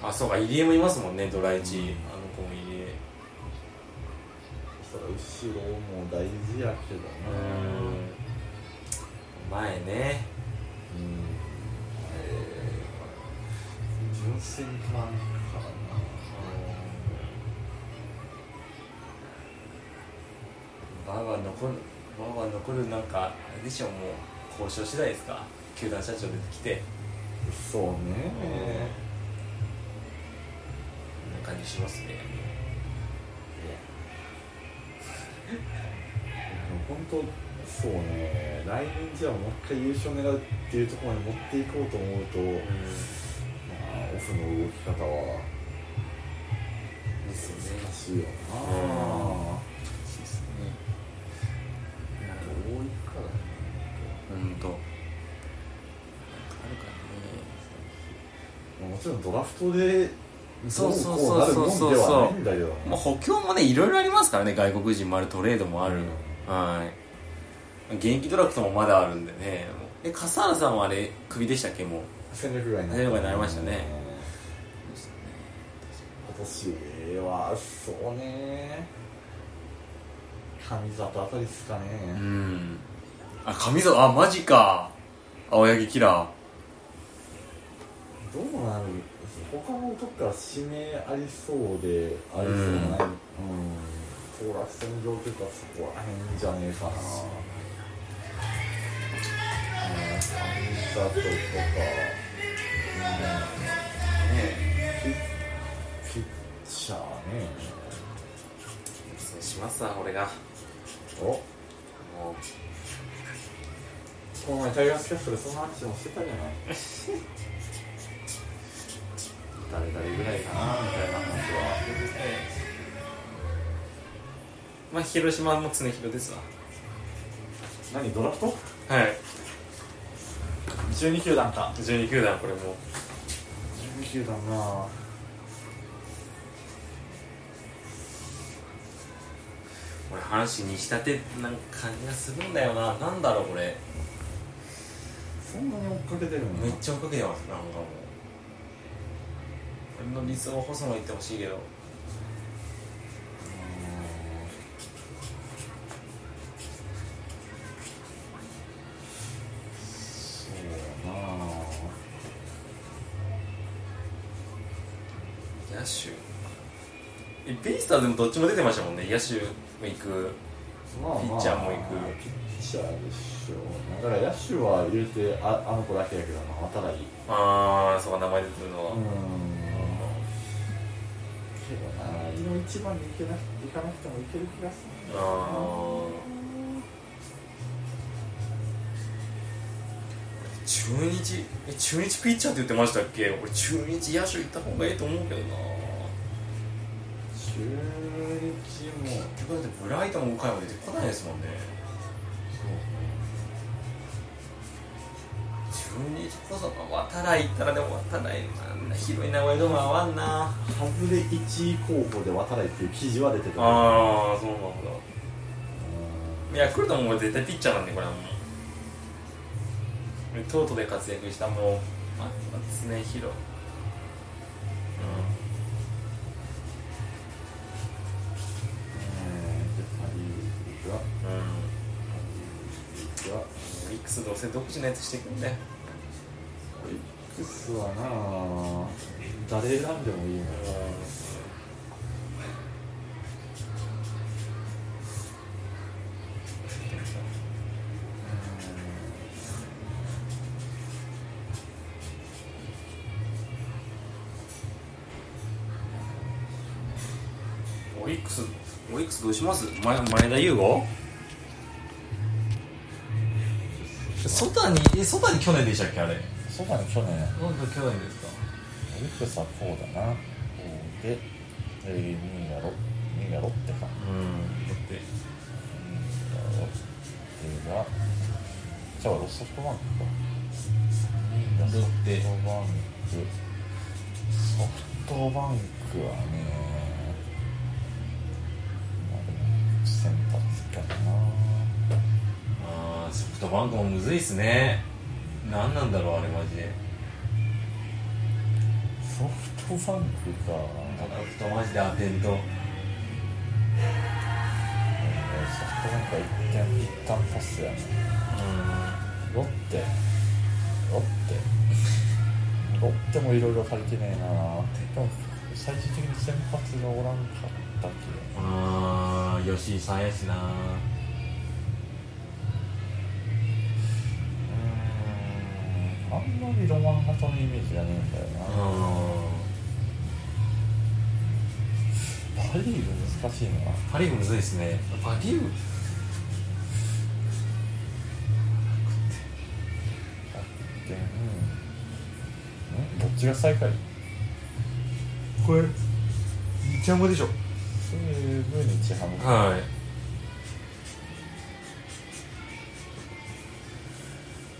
んあそうか入江もいますもんねドライチ、あの子も入う江んそら後ろも大事やけどね前ねうんえー純粋に変わんからなバーは残るバーは残るなんかあれでしょもう交渉次第ですか球団社長出てきてそうねこんな感じしますね本当そうね来年じゃあもう一回優勝狙うっていうところまで持っていこうと思うと、まあ、オフの動き方はですよね難しいよなうんどういくかだよね本当あるかまあもちろんドラフトでそうそうどこなるもんそうでそうそうはないんだけどなねまあ補強もねいろいろありますからね外国人もあるトレードもある、うんはい現役ドラフトもまだあるんでねえ笠原さんはあれクビでしたっけもう戦力外に戦力外になりましたね今年はそうね神里あたりっすかね、うんあ神沢あマジか青柳キラーどうなる他のとこから指名ありそうでありそうないうん当落戦場というかそこらへんじゃねえかなうん神里とかねピッチャーねそうしますわ俺がおもうこの前タイガースキャストでその話もしてたじゃない誰々ぐらいかなみたいな話はまあ広島も常広ですわ何ドラフトはい12球団か12球団これも12球団なぁ俺阪神に仕立てなんか感じがするんだよななんだろうこれそんなに追っかけてるのめっちゃ追っかけてますなんかもう俺の理想は細野行ってほしいけどそうやなぁ野手えベイスターズもどっちも出てましたもんね野手も行くまあピッチャーも行くピッチャーでしょだから野手は言うてああの子だけやけどな渡来うああそうか名前出てるのは、ーんけどな今一番でいけな行かなくてもいける気がするああ中日え中日ピッチャーって言ってましたっけ俺中日野手行った方がいいと思うけどな中日も結局だってブライトンも岡山出てこないですもんね中日こそまあ渡来行ったらでも渡来あんな広い名古屋ドーム合わんな外れ1位候補で渡来っていう記事は出てたうああそうなんだーんヤクルトも俺絶対ピッチャーなんでこれはもうトートで活躍したもうまあまあ常広うえーでパ・リーグがんうんパ・リーグがオリックスどうせ独自のやつしていくんだよオリックスはなあ誰選んでもいいのよオリックスオリックスどうします前前田優吾ソタにえソタに去年でしたっけあれそうだね去年どんどん去年ですかオリックスはこうだなこうで、えー、2位がロ2位がロッテかうんだって2位がロッテがじゃあロソフトバンクか2位がソフトバンクソフトバン僕はねまあでも先発かなあーソフトバンクもむずいっすね何なんだろうあれマジでソフトバンクかソフトマジでアテンドソフトバンクは一点一旦パスやなロッテロッテロッテもいろいろ足りてねえなてか最終的に先発がおらんかったっけあー吉井さんやしなうーんあんまりロマン型のイメージがねえんだよな、パ・リーグ難しいなパ・リーグむずいっすねパ・リーグ楽天うんどっちが最下位これ日ハムでしょそういう分に日ハムかはい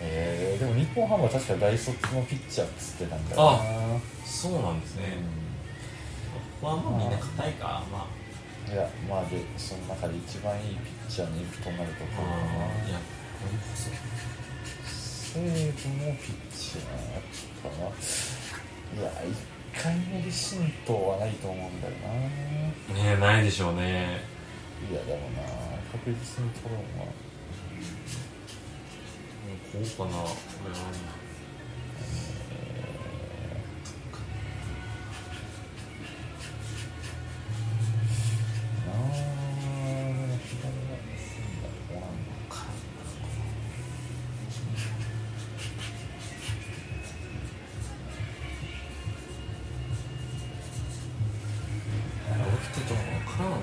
えー、でも日本ハムは確か大卒のピッチャーっつってたんだよなあ、そうなんですね、ここはもうみんな硬いかまうんいやまあでその中で一番いいピッチャーに行くとなるとこあろだあないやこれこそ西武もピッチャーかないや1回目で浸透はないと思うんだよないねえないでしょうねやでもな確実に取ろうなもうこうかな俺はなあ、左が進んだおらんのか。起きてたの分からんな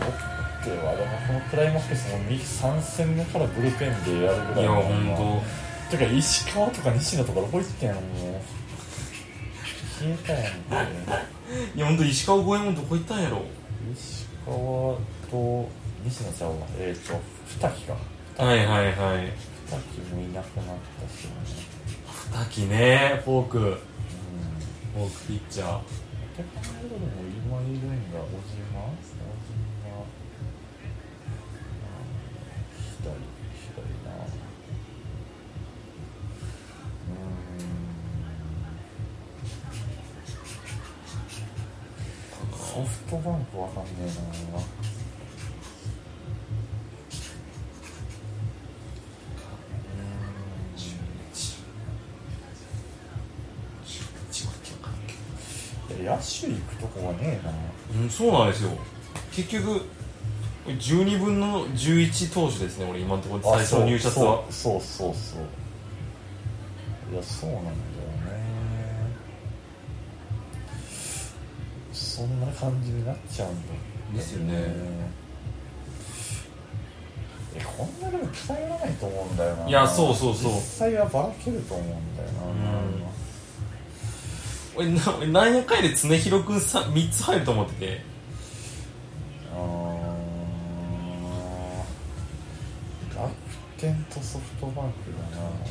ロッテはでもこのクライマックスも右3戦目からブルペンでやるぐらいいだやもんな本てか石川とか西野とかどこ行ってんのもう消えたやんけ当いや本当石川五右衛門どこ行ったんやろ石川と西野ちゃんはえっ、ー、と二木かはいはいは二い木もいなくなったしね二木ねフォークフうんォークピッチャーって考えるとでも今いるんが小島小島左左なうーんソフトバンクわかんねえないや野手行くとこがねえなうんそうなんですよ結局12分の11投手ですね俺今のところ最初の入札はそうそうそうそういやそうなんだよねそんな感じになっちゃうんだよですよねえこんなでも期待がないと思うんだよないいやそうそうそう実際はばらけると思うんだよな、ん俺な俺なんやかんやで常広君 3, 3つ入ると思っててあー楽天とソフトバンクだなやっ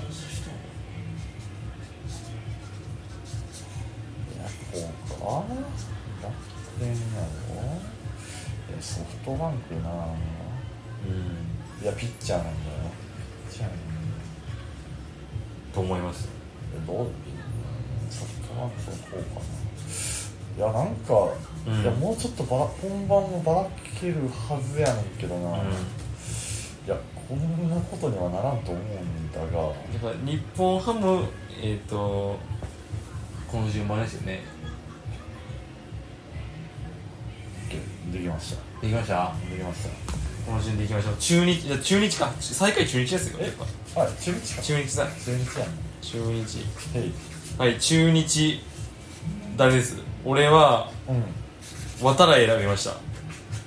こうか楽天なのえソフトバンクないうんやピッチャーなんだよピッチャーなんと思いますだよどうソフトバンクはこうかないやなんか、うんいやもうちょっとばら本番もばらけるはずやねんけどうな、いやこんなことにはならんと思うんだがだから日本ハムえっ、とこの順番ですよね OK できましたできましたできましこの順でいきましょう中日いや中日か最下位中日ですよえやっぱたはい中日か中日だ中日やね中日へいはい中日誰です俺はうん渡来選びました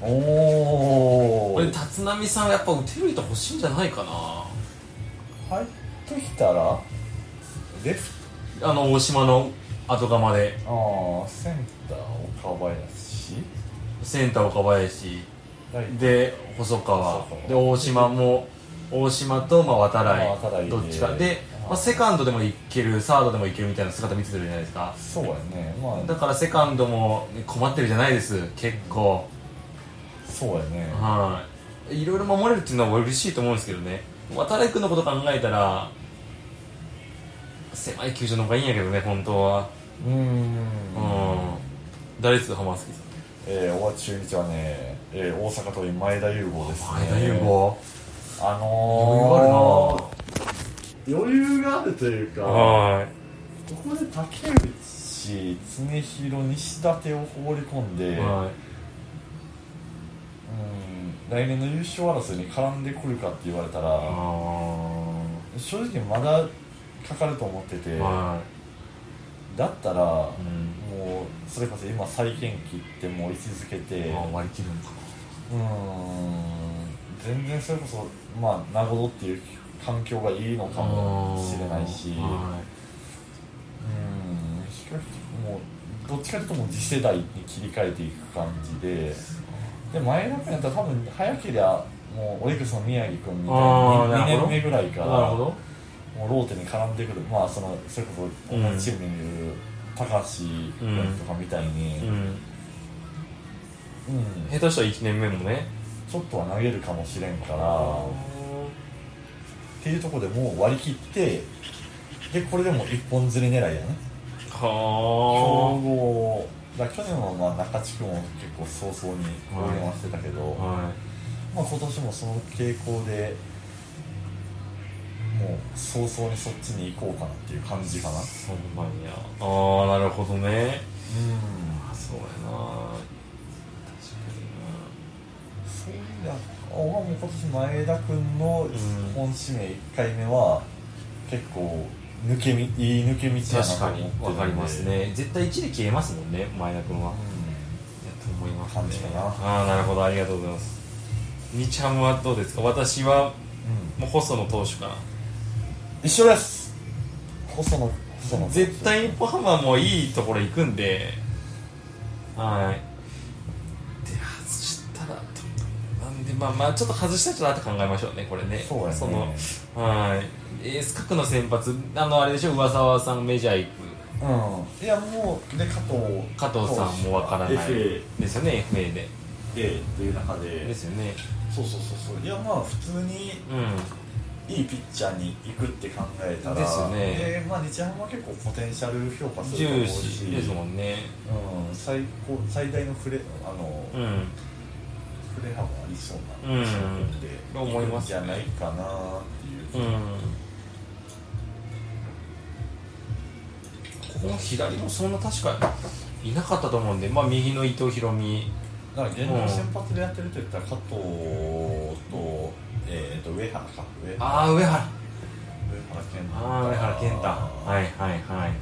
おお俺立浪さんはやっぱ打てる人欲しいんじゃないかな入ってきたらレフあの大島の後釜でああセンター岡林センター岡林ライトで細川細川で大島も大島とまあ渡まあ渡来来どっちかあでまあ、セカンドでもいけるサードでもいけるみたいな姿見ててるじゃないですかそうやねまだからセカンドも困ってるじゃないです結構そうやねはいいろいろ守れるっていうのは嬉しいと思うんですけどね渡辺君のこと考えたら狭い球場の方がいいんやけどね本当はうーんうん誰です浜崎さんえー、大橋中一はね、えー、大阪桐蔭前田優吾ですね前田優吾あのー、余裕余裕があるというかはここで竹内常広西舘を放り込んいで、はうん来年の優勝争いに絡んでくるかって言われたら、いあ正直まだかかると思ってて、ーはだったら、いうんもうそれこそ今再建期ってもう位置づけてまあ割り切るのかうーん全然それこそまあ名護っていう環境がいいのなかもしれないしうーんは比較的もうどっちかというともう次世代に切り替えていく感じでで前田君やったら多分早けりゃもうオリックスの宮城君みたいなあーな 2, るほど年目ぐらいいからなるほどもうローテに絡んでくるまあそのそれこそ同じチームにいる高橋君とかみたいに、うんうん下手したら1年目もねちょっとは投げるかもしれんからあっていうところでもう割り切ってでこれでも一本釣り狙いやねー強は豪だから去年はまあ中地区も結構早々に応援はしてたけど、あはまあ、今年もその傾向でもう早々にそっちに行こうかなっていう感じかなういそんまにやああなるほどんねそうやなそういう意味では俺はもう今年前田君のうん本指名1回目は結構抜けみいい抜け道やなと確か思ってるにんで分かりますね絶対1で消えますもんね前田君はうと思います感じかなああなるほどありがとうございますにちゃんはどうですか私はん、うんもう細野投手か一緒です細野細な野絶対にパーマもいいところ行くんではいで外したらなんでまあまあちょっと外したいなって考えましょうねこれねそうやねのはいエース格の先発あのあれでしょ上沢さんメジャー行くうんいやもうで加藤加藤さんもわからない FA ですよね FA ででっていう中でですよねそうそうそうそういやまあ普通にうんいいピッチャーに行くって考えたらですよねでまあ日ハムは結構ポテンシャル評価すると思重う視しですもんねうん最高最大の触れあの、うん触れ幅ありそうなうんチームってと思いますじゃないかなってういんう、ここの左もそんな確かいなかったと思うんで、まあ、右の伊藤博美だから現状先発でやってると言ったら加藤と,、えー、と上原か上原ああ上原上原健太ああ上原健太はいはいはい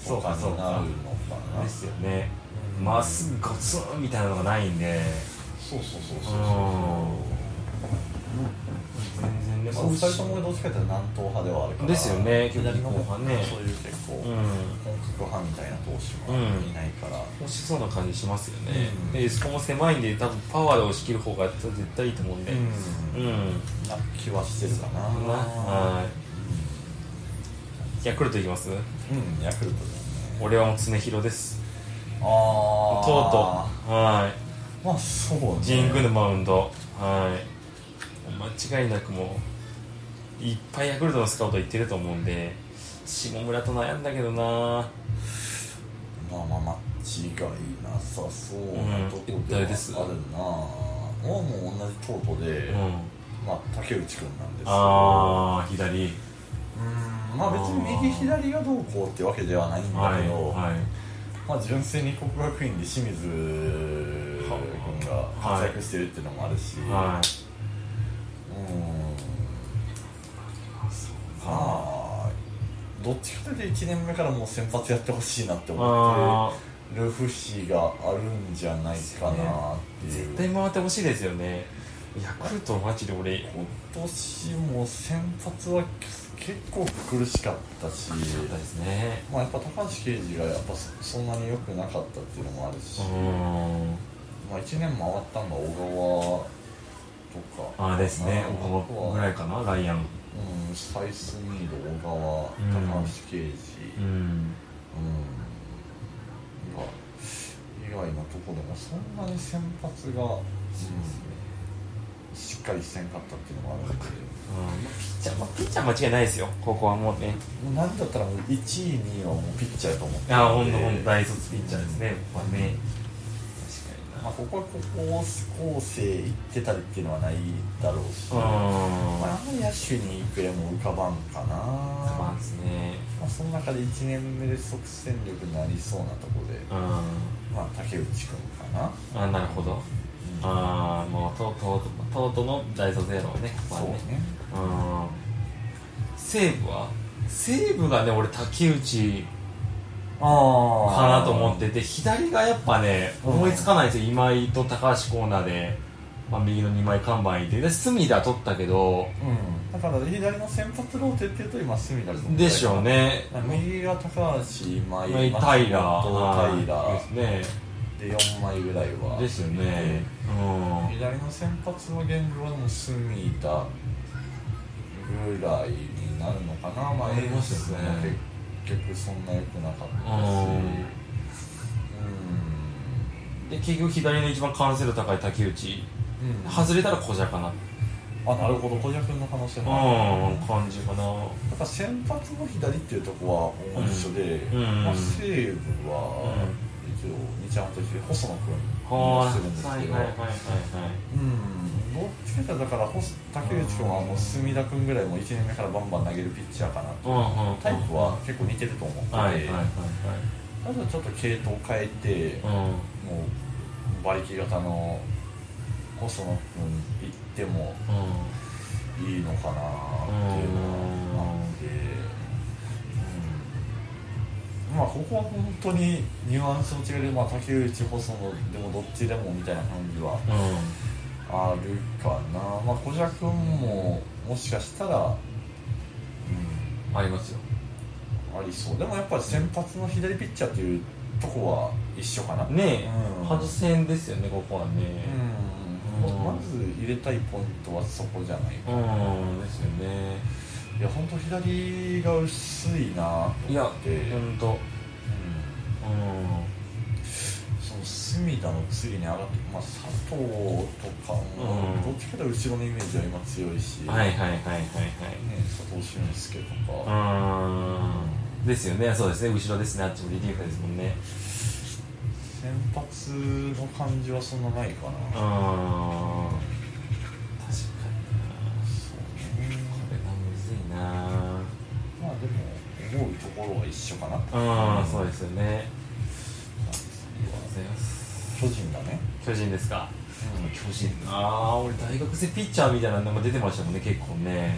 そうかそうなるのかなですよねまっすぐゴツンみたいなのがないんでそうそうそうそう全然ねそうお二人ともどっちかっていうと南東派ではあるからですよね左の方ねそういう結構う本ん格派みたいな投手はいないから、押しそうな感じしますよね、うんでエスコも狭いんで多分パワーで押し切る方が絶対いいと思うんでうんうんな気はしてるかなはいヤクルトいきますうんヤクルトだね俺はもう常広ですあとうあとうはいまあそうね神宮のマウンドはい間違いなくもういっぱいヤクルトのスカウト行ってると思うんで下村と悩んだけどなまあまあまあ違いなさそうなとこうんではあ誰るですな、もうもう同じトートで、うんまあ竹内くんなんですけどああ左うんまあ別に右左がどうこうってわけではないんだけど、はいはいまあ純粋に国学院で清水君が活躍してるっていうのもあるし、はいうんまあどっちかというと1年目からもう先発やってほしいなって思あってる節があるんじゃないかなってーいう絶対回ってほしいですよねヤクルトマジで俺今年も先発は結構苦しかったしですねまあやっぱ高橋奎二がやっぱそそんなに良くなかったっていうのもあるし、うーんまあ、1年回ったんが小川とかあーですねうんここぐらいかなライアンううん、サイスニード小川、うん高橋奎二、うんうん、が以外のとこでもそんなに先発が、うんしっかりしてんかったっていうのもあるんでまあピッチャー、まあ、ピッチャー間違いないですよ、ここはもうね。もうなんだったらもう1位2位はもうピッチャーやと思ってるんでああ、ほんとほんと、大卒ピッチャーですね、ここはね。確まあ、ここは高校生行ってたりっていうのはないだろうし、かにな。まうん。あ、あんまり野手にいくらも浮かばんかなまあですね。まあ、その中で1年目で即戦力になりそうなとこで、うん。まあ、竹内君かな、あなるほど。ああ、もう、とうとうと、とうとうの大卒やろうね、ここはそうね。ねうん。西武は西武がね、俺、竹内あかなと思ってて、左がやっぱね、うん思いつかないんですよ、今井と高橋コーナーで、まあ、右の2枚看板いて、で、隅田取ったけど、うんだから左の先発ローテっていうと今隅田君でしょうね。右が高橋今井平松平本です平ねで4枚ぐらいはですよねうん左の先発の現状はもう隅田ぐらいになるのかな、まあ、なりエーますスよもね結局そんな良くなかったし、うで結局左の一番完成度高い竹内ん、うん、外れたら小じゃかなあなるほど小島君の話うもん感じかなやっぱ先発の左っていうとこはもう一緒で、うんまあ、西武はう一応日ハムと一緒で細野君はがするんですいはいけはいど、はいはいうんどっちかというとだから細竹内君はもう隅田君ぐらいも1年目からバンバン投げるピッチャーかなうんうんうんタイプは結構似てると思ってて、はいはいはいただちょっと系統変えて、もはう馬力型の細野君行ってもいうんうんいいのかなっていうのはあって、うんまあここは本当にニュアンスの違いで、まあ、竹内細野でもどっちでもみたいな感じはあるかなまあ小島君ももしかしたら、うんありますようん、ありそうでもやっぱり先発の左ピッチャーっていうとこは一緒かなねうえん外せんですよねここはねうんうんままず入れたいポイントはそこじゃないかうんですよねいや本当左が薄いなといや思ほってうんんとうんその隅田の次に上がって、まあ、佐藤とかも、うんどっちかというと後ろのイメージは今強いし、はいはいね、はいはいはい佐藤俊介とか、うんですよねそうですね後ろですねあっちもリリーフですもんね先発の感じはそんなないかな、うん確そうねかになこれがむずいなまあでも思うところは一緒かなってうん、そうですよね次はございます巨人だね、巨人ですか巨人ああ俺大学生ピッチャーみたいなのも出てましたもんね結構ね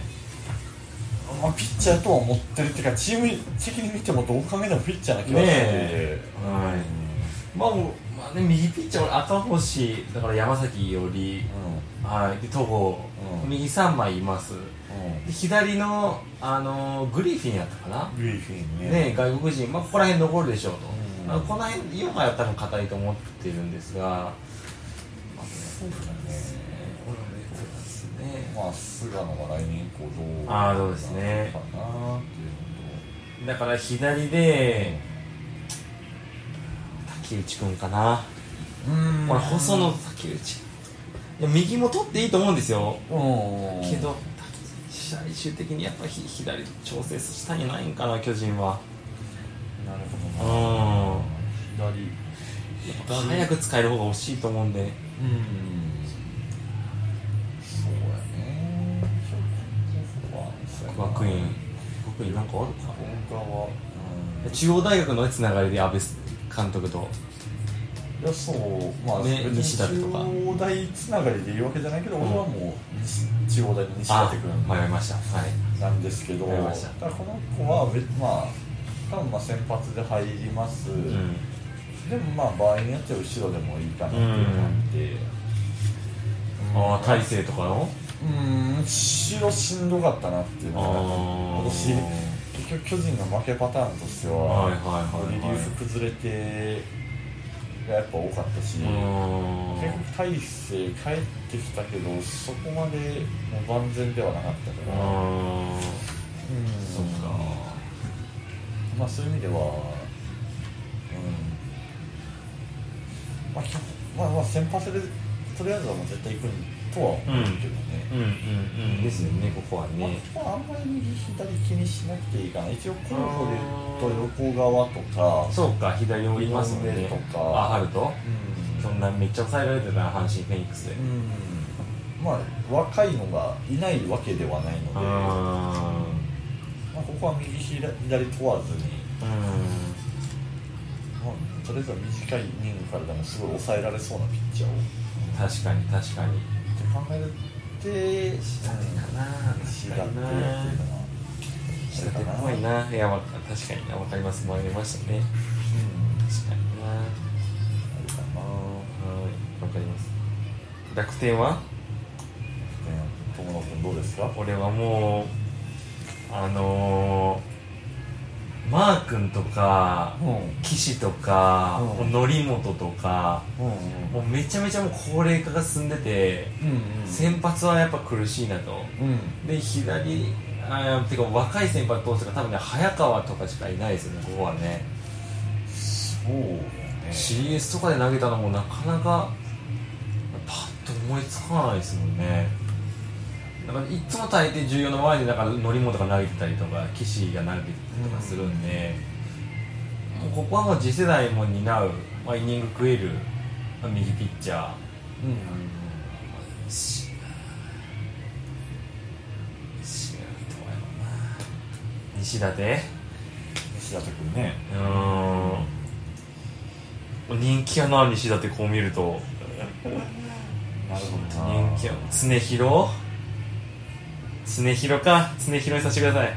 まあ、ピッチャーとは思ってるっていうかチーム的に見てもどう考えてもピッチャーな気がしてて、ねえはいまあもうまあね右ピッチャー俺赤星だから山崎よりはいで戸郷うん右3枚いますうんうんで左の、あのーグリフィンやったかな、グリフィンねね、外国人、まあ、ここら辺残るでしょうと、うんあのこの辺、今は多分硬いと思ってるんですが、そうだねこれはね、そうですねまあ菅野が来年以降どうあーそうですねなるかなっていうだから左で、竹内君かな、のとこれ、細野、竹内、いや右も取っていいと思うんですよ、うんけど、竹内最終的にやっぱり左と調整したんじゃないんかな、巨人は。なるうほどなん左早く使える方が欲しいと思うんで。うんそうやねちょっとここは学院学院なんかあるか本はうん中央大学のつながりで安倍監督といやそうまあ、ね別に西田とか中央大つながりで言うわけじゃないけど、俺はもう西中央大の西舘君迷いましたはいなんですけど、わかりましたただこの子は別、まあ、多分まあ先発で入ります、うんでもまあ場合によっては後ろでもいいかなっていう感じで、ああ大勢とかのうん、後ろしんどかったなっていうのが、今年、結局、巨人の負けパターンとしては、はいはいはいはいリリーフ崩れてがやっぱ多かったし、う結ん局、大勢帰ってきたけどそこまでもう万全ではなかったからうんあそっかまあそういう意味ではうんまあきゃまあまあ先発でとりあえずはもう絶対行くんとは思うけどね、うんうんうんですよねここはまあ、ねここはあんまり右左気にしなくていいかな一応候補で言うと横側とかそうか左をいますもん井上ねとかあハルトうんそんなめっちゃ抑えられてたな阪神フェニックスでうんまあ若いのがいないわけではないのであまあ、ここは右左左問わずに、ーうんまあ、とりあえずは短いイニングからでもすごい抑えられそうなピッチャーを確かに確かにって考えて下手かな左手やっていうのは下手っぽいないやわか確かになわかります回りましたねうん確かになあるかあなはいわかります楽天は友野君どうですか俺はもうあのー、マー君とかうんうん岸とか、うんもう則本とかうんもうめちゃめちゃもう高齢化が進んでて、うん先発はやっぱ苦しいなとうんで左あーてか若い先発投手が多分ね早川とかしかいないですよねここはねそうね CS とかで投げたのもなかなかパッと思いつかないですもんねだからいつも大抵重要な前でだから則本が投げてたりとか岸が投げてたりとかするんで、もうここはもう次世代も担う、まあ、イニング食える、まあ、右ピッチャーうんししどうやろうな西舘西舘君ねうん人気やな西舘こう見るとなるほどな人気やな常広常広か常広にさせてください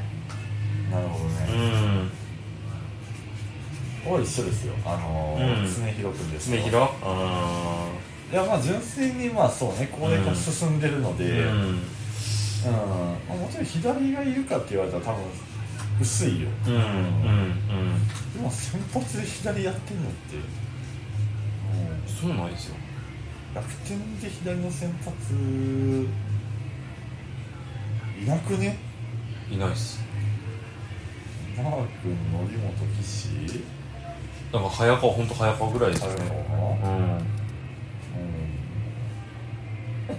なるほどうねんこれ一緒ですよあのーうん常広君です常よ広ういやまあ純粋にまあそうね高齢化進んでるので、んうんうんまあ、もちろん左がいるかって言われたら多分薄いようんうんでも先発で左やってんのって、うん、そうなんですよ楽天で左の先発いなくねいないっすマー君則本岸なんか早川ほんと早川ぐらいですあよるのかねなうんうん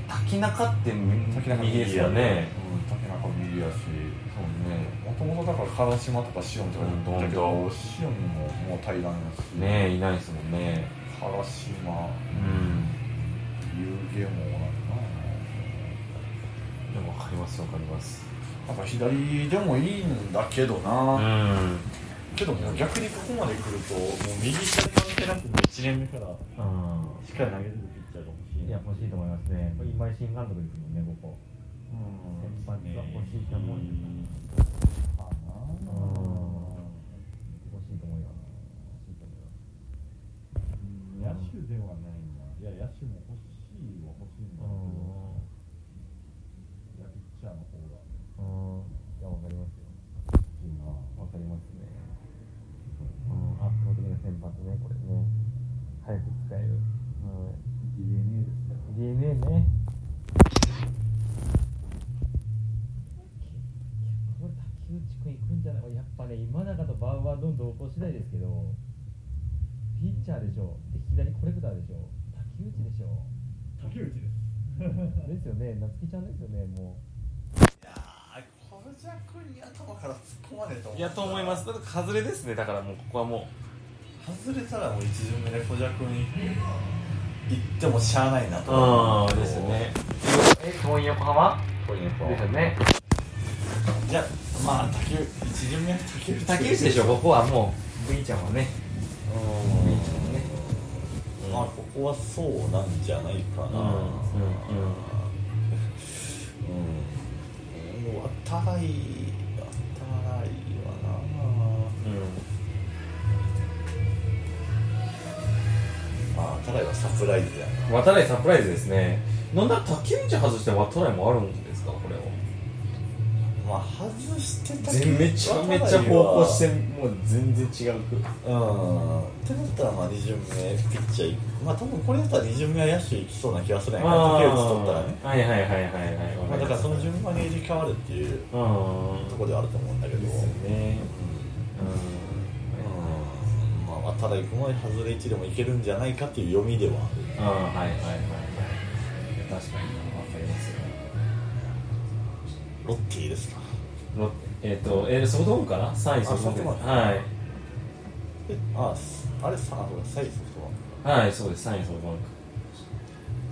滝中って竹中右ですよねうん竹中右やしそうねもともとだから唐島とか塩見とかだったけどうん塩見ももう対談だしねえいないですもんね唐島うん遊戯もなんかでも分かります分かりますななんか左でもいいんだけどな、んけどもう逆にここまで来るともう右左関係なくもう1年目からうしっかり投げれるピッチャーが欲しいんいや欲しいと思いますねこれ今井新監督ですもんねここうん先発が欲しいと思うよかうなん欲しいと思うよ欲しいと思うよ野手ではないないや野手も欲しいは欲しいんだけどいやピッチャーの方がうんいや分かりますよいいなわかりますね。うん、圧倒的な先発ね、これね。早く使える。DNA ですね。DNA ね。これ竹内君行くんじゃないやっぱね、今永とバウアーどんどん同行次第ですけど、ピッチャーでしょ。で、左コレクターでしょ。竹内でしょ。竹内ですですよね、夏希ちゃんですよね、もう。いやー小じゃくに頭から突っ込まねえと思ういや、と思います。だから、外れですね。だからもう、ここはも外れたらもう一巡目で小じゃくに行ってもしゃあないなとう。うん、ですよね。え、遠い横浜ですよね。じゃあまあ竹内一巡目は竹内竹内でしょ、ここはもう、V ちゃんはね。ういんいですねまあここはそうなんじゃないかうなんうんうん、お互いお互いはうなまあお互いはサプライズやん。渡来サプライズですね。なんだ、竹内外して渡来もあるんですか、これを。なままあ外してた全めちゃめちゃ方向してもう全然違ううんってなったらまあ2巡目ピッチャーいまあ多分これだったら2巡目は野手いきそうな気がするんやから竹内取ったらはいね、はいはいはいはいまあ、だからその順番に入れ替わるっていううんところではあると思うんだけどですよねうんまあ渡辺君は外れ1でもいけるんじゃないかっていう読みではあるうんはいはいはいはい確かにわかりますよロッティですかロえっ、と、えー、ソフトボールかな3位ソフトボールあソフトボはいえあすあれさあこれサイソフトバンはいそうです3位ソフトバンク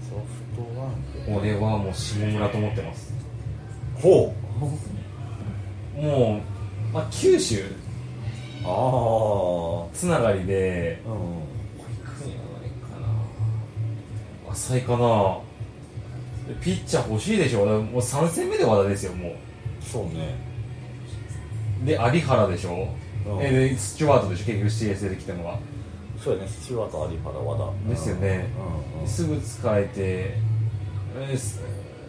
ソフトバンクこれはもう下村と思ってますクほもう、まあ、九州うつながりでああうんこれ行くんやないかな浅いかなピッチャー欲しいでしょだからもう3戦目で和田ですよもそうねうで有原でしょ、うんえでスチュワートでしょ結局 CS 出てきたのがそうやねスチュワート有原和田ですよねうんうんすぐ使えてえーす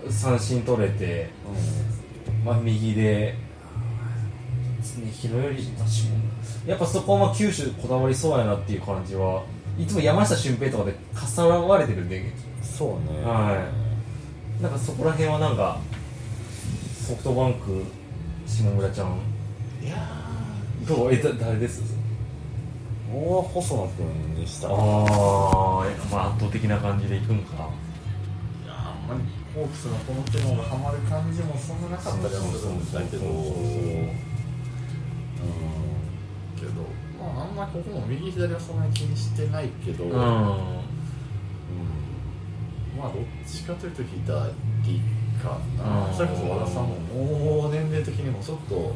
三振取れて、まあ、右で広より、まあしやっぱそこはまあ九州こだわりそうやなっていう感じはいつも山下俊平とかでかさらわれてるんでそうねはなんかそこら辺はなんかソフトバンク下村ちゃんいやどうえだ誰ですーもう細野君にしたあらあまあ圧倒的な感じでいくんかいやあんまりホークスのこの手の方がハマる感じもそんななかったりもするんだけどそううそうそうそうんけどまああんまここも右左はそんなに気にしてないけど、ううんんまあどっちかというと左かな、うんそれこそ和田さんももう年齢的にもちょっと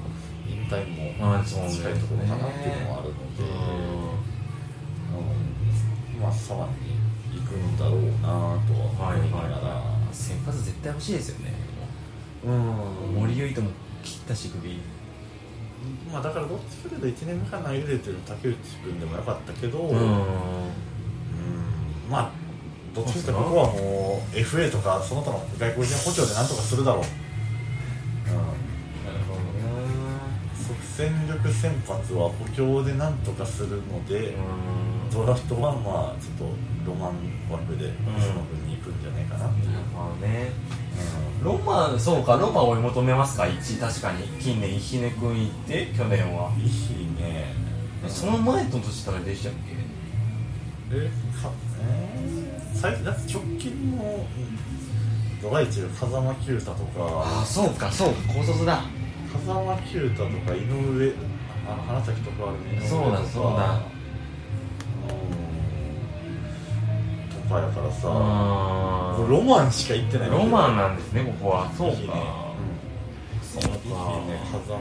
引退もあそうね近いところかなっていうのもあるので、うんまあさらに行くんだろうなとははい思いながら、はい先発絶対欲しいですよねうん森唯斗も切ったし首まあだからどっちかというと1年目から投げれてる竹内君でもよかったけど、うんまあどっちかというとここはもう FA とかその他の外国人補強でなんとかするだろう、うん、なるほどね即戦力先発は補強でなんとかするので、ドラフトはまあちょっとロマン枠でその分に行くんじゃないかなっていう、うんまあねロマンそうかロマンを追い求めますか1確かに近年ひねくん行って去年はいいねその前と年誰でしたっけえかえー、最近だって直近のドライチル風間球太とかそうかそう高卒だ風間球太とか井上あの花咲徳栄の井上とかそうだそうだうんとかやからさあロマンしか言ってないロマンンなんですねここはそうかいいねそういいね風間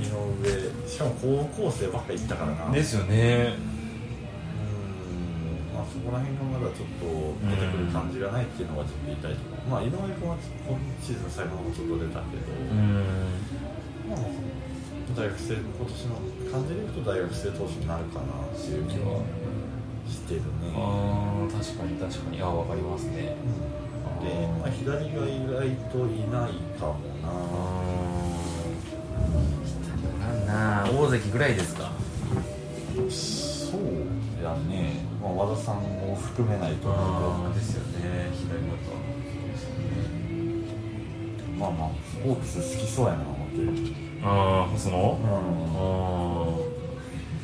井上しかも高校生ばっか行ったからなかですよねうんまあそこら辺がまだちょっと出てくる感じがないっていうのがちょっと言いたいところ、まあ井上君は今シーズン最後の方ちょっと出たけど、うんまあ大学生今年の感じでいくと大学生投手になるかなっていう気はしてるね、あー確かに確かにあわかりますねうんで、まあ、左が意外といないかもななんな大関ぐらいですかそうやね、まあ、和田さんも含めないと思うああですよね左バッタけどまあまあホークス好きそうやな思ってるーああ細野うんあ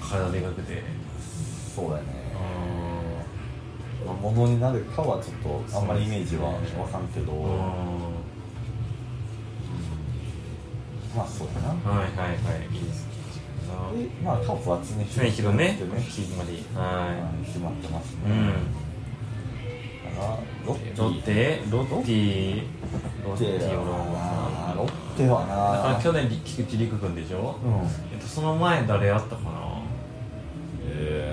あ体でかくてそうやねあまあ、ものになるかはちょっとあんまりイメージはわかんけど、あまあそうやなはいはいはいいいですでまあカープは常に常に広ねってね決まりははい決まってますね、いうんだからロッテロッテロッティロッティロオロッテロッテはだかなら去年菊池陸君でしょうんえっとその前誰あったかなえ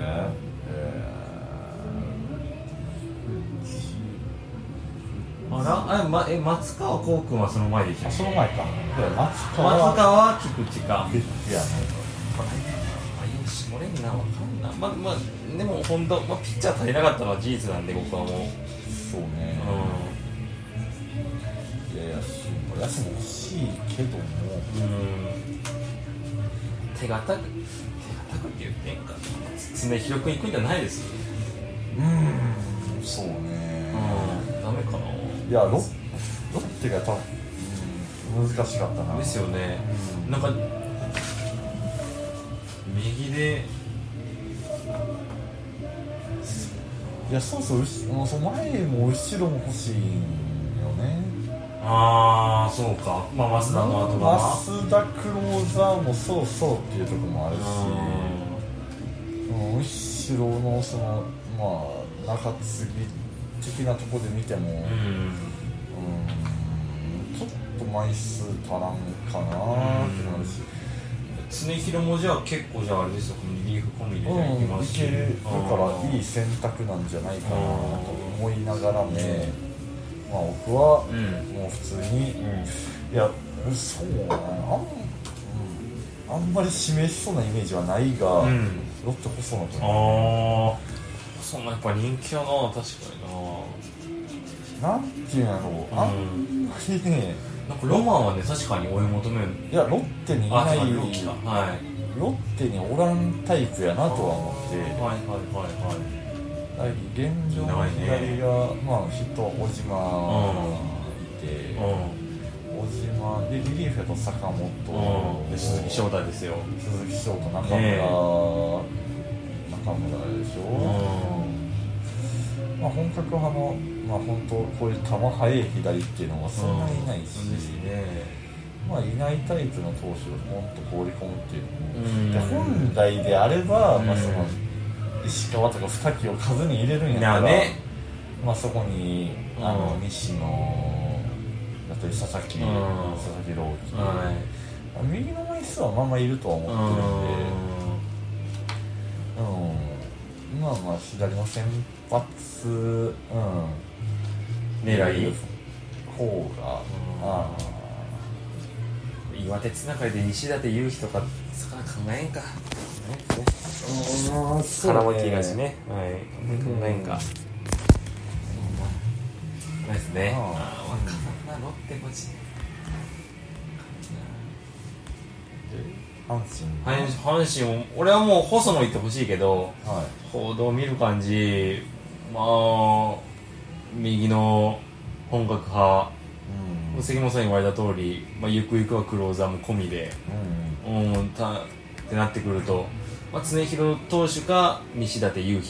あらあれ、ま、え松川幸君はその前でしえたっー、けその前かだから松松川川菊池かビッグやねあよしもれんなわかんなまあまあでも本当、まあ、ピッチャー足りなかったのは事実なんで僕はもうそうね、ういやいやしもやしも欲しいいけども手堅く手堅くって言ってんか常広く行くんじゃないですようんそうねダメかいやロッロッテが多分うん難しかったななですよねなんか右でいやそうそううしもうそう前も後ろも欲しいんよねああそうかまあ増田の後がな増田クローザーもそうそうっていうところもあるしうん後ろのそのまあ中継ぎ的なところで見ても、うんうんうんちょっと枚数足らんかなって感じ常広もじゃあ結構じゃああれですよリリーフ込みでじゃあ行きうん、まいすしけるだからいい選択なんじゃないかなと思いながらも、まあ、僕はうんうんもう普通に、いやそうだなあん,、うん、あんまり示しそうなイメージはないが、うんロッテこそなと思ああそんなやっぱ人気やな確かになうなんていうんやろう、あんまりねなんかロマンはね確かに追い求めるいやロッテにいあないロッキーだはいロッテにおらんタイプやなとは思ってはいはいはいはいはい現状の左が、まあ、人小島がいて、う小島でリリーフやと坂本、ん、で鈴木翔太ですよ、鈴木翔と中村、ねえ中村でしうんょ、まあ、本格派の、まあ、本当こういう球速い左っていうのはそんなにいないし、そうですね、まあ、いないタイプの投手をポンと放り込むっていうのも、うんで本来であれば、まあ、そのう石川とか二木を数に入れるんやったなら、あね、まあ、そこにあの、うん西野だったり佐々木、うん佐々木朗希、は右の枚数はまあまあいるとはい、思ってるんで、うん、まあまあ左の先発、うん、うん、狙い、方が、あ岩手つながりで西舘勇輝とか、魚考えんか、あ、空巻きがしね、はい、考えんか、ないですね、うんああ、若さんな、ロッテマジで。阪阪神、神阪神を俺はもう細野行ってほしいけどはい、報道見る感じまあ右の本格派うん、関本さんに言われた通り、まあ、ゆくゆくはクローザーも込みでうん、うんたってなってくると、まあ、常広投手か西舘勇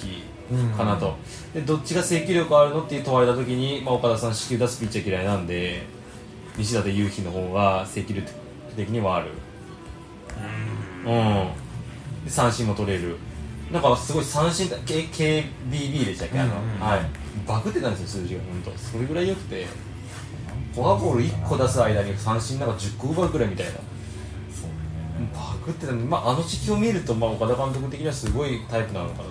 うん輝かなと、でどっちが制球力あるのって問われた時に、まあ、岡田さん四球出すピッチャー嫌いなんで西舘勇輝の方が制球力的にはあるうん、で三振も取れるなんかすごい三振だ K KBB でしたっけあの、うんうんうんはいバグってたんですよ数字が本当それぐらい良くてフォアボール1個出す間に三振なんか10個奪うぐらいみたいなそうね、バグってたんで、まあ、あの時期を見ると、まあ、岡田監督的にはすごいタイプなのかなと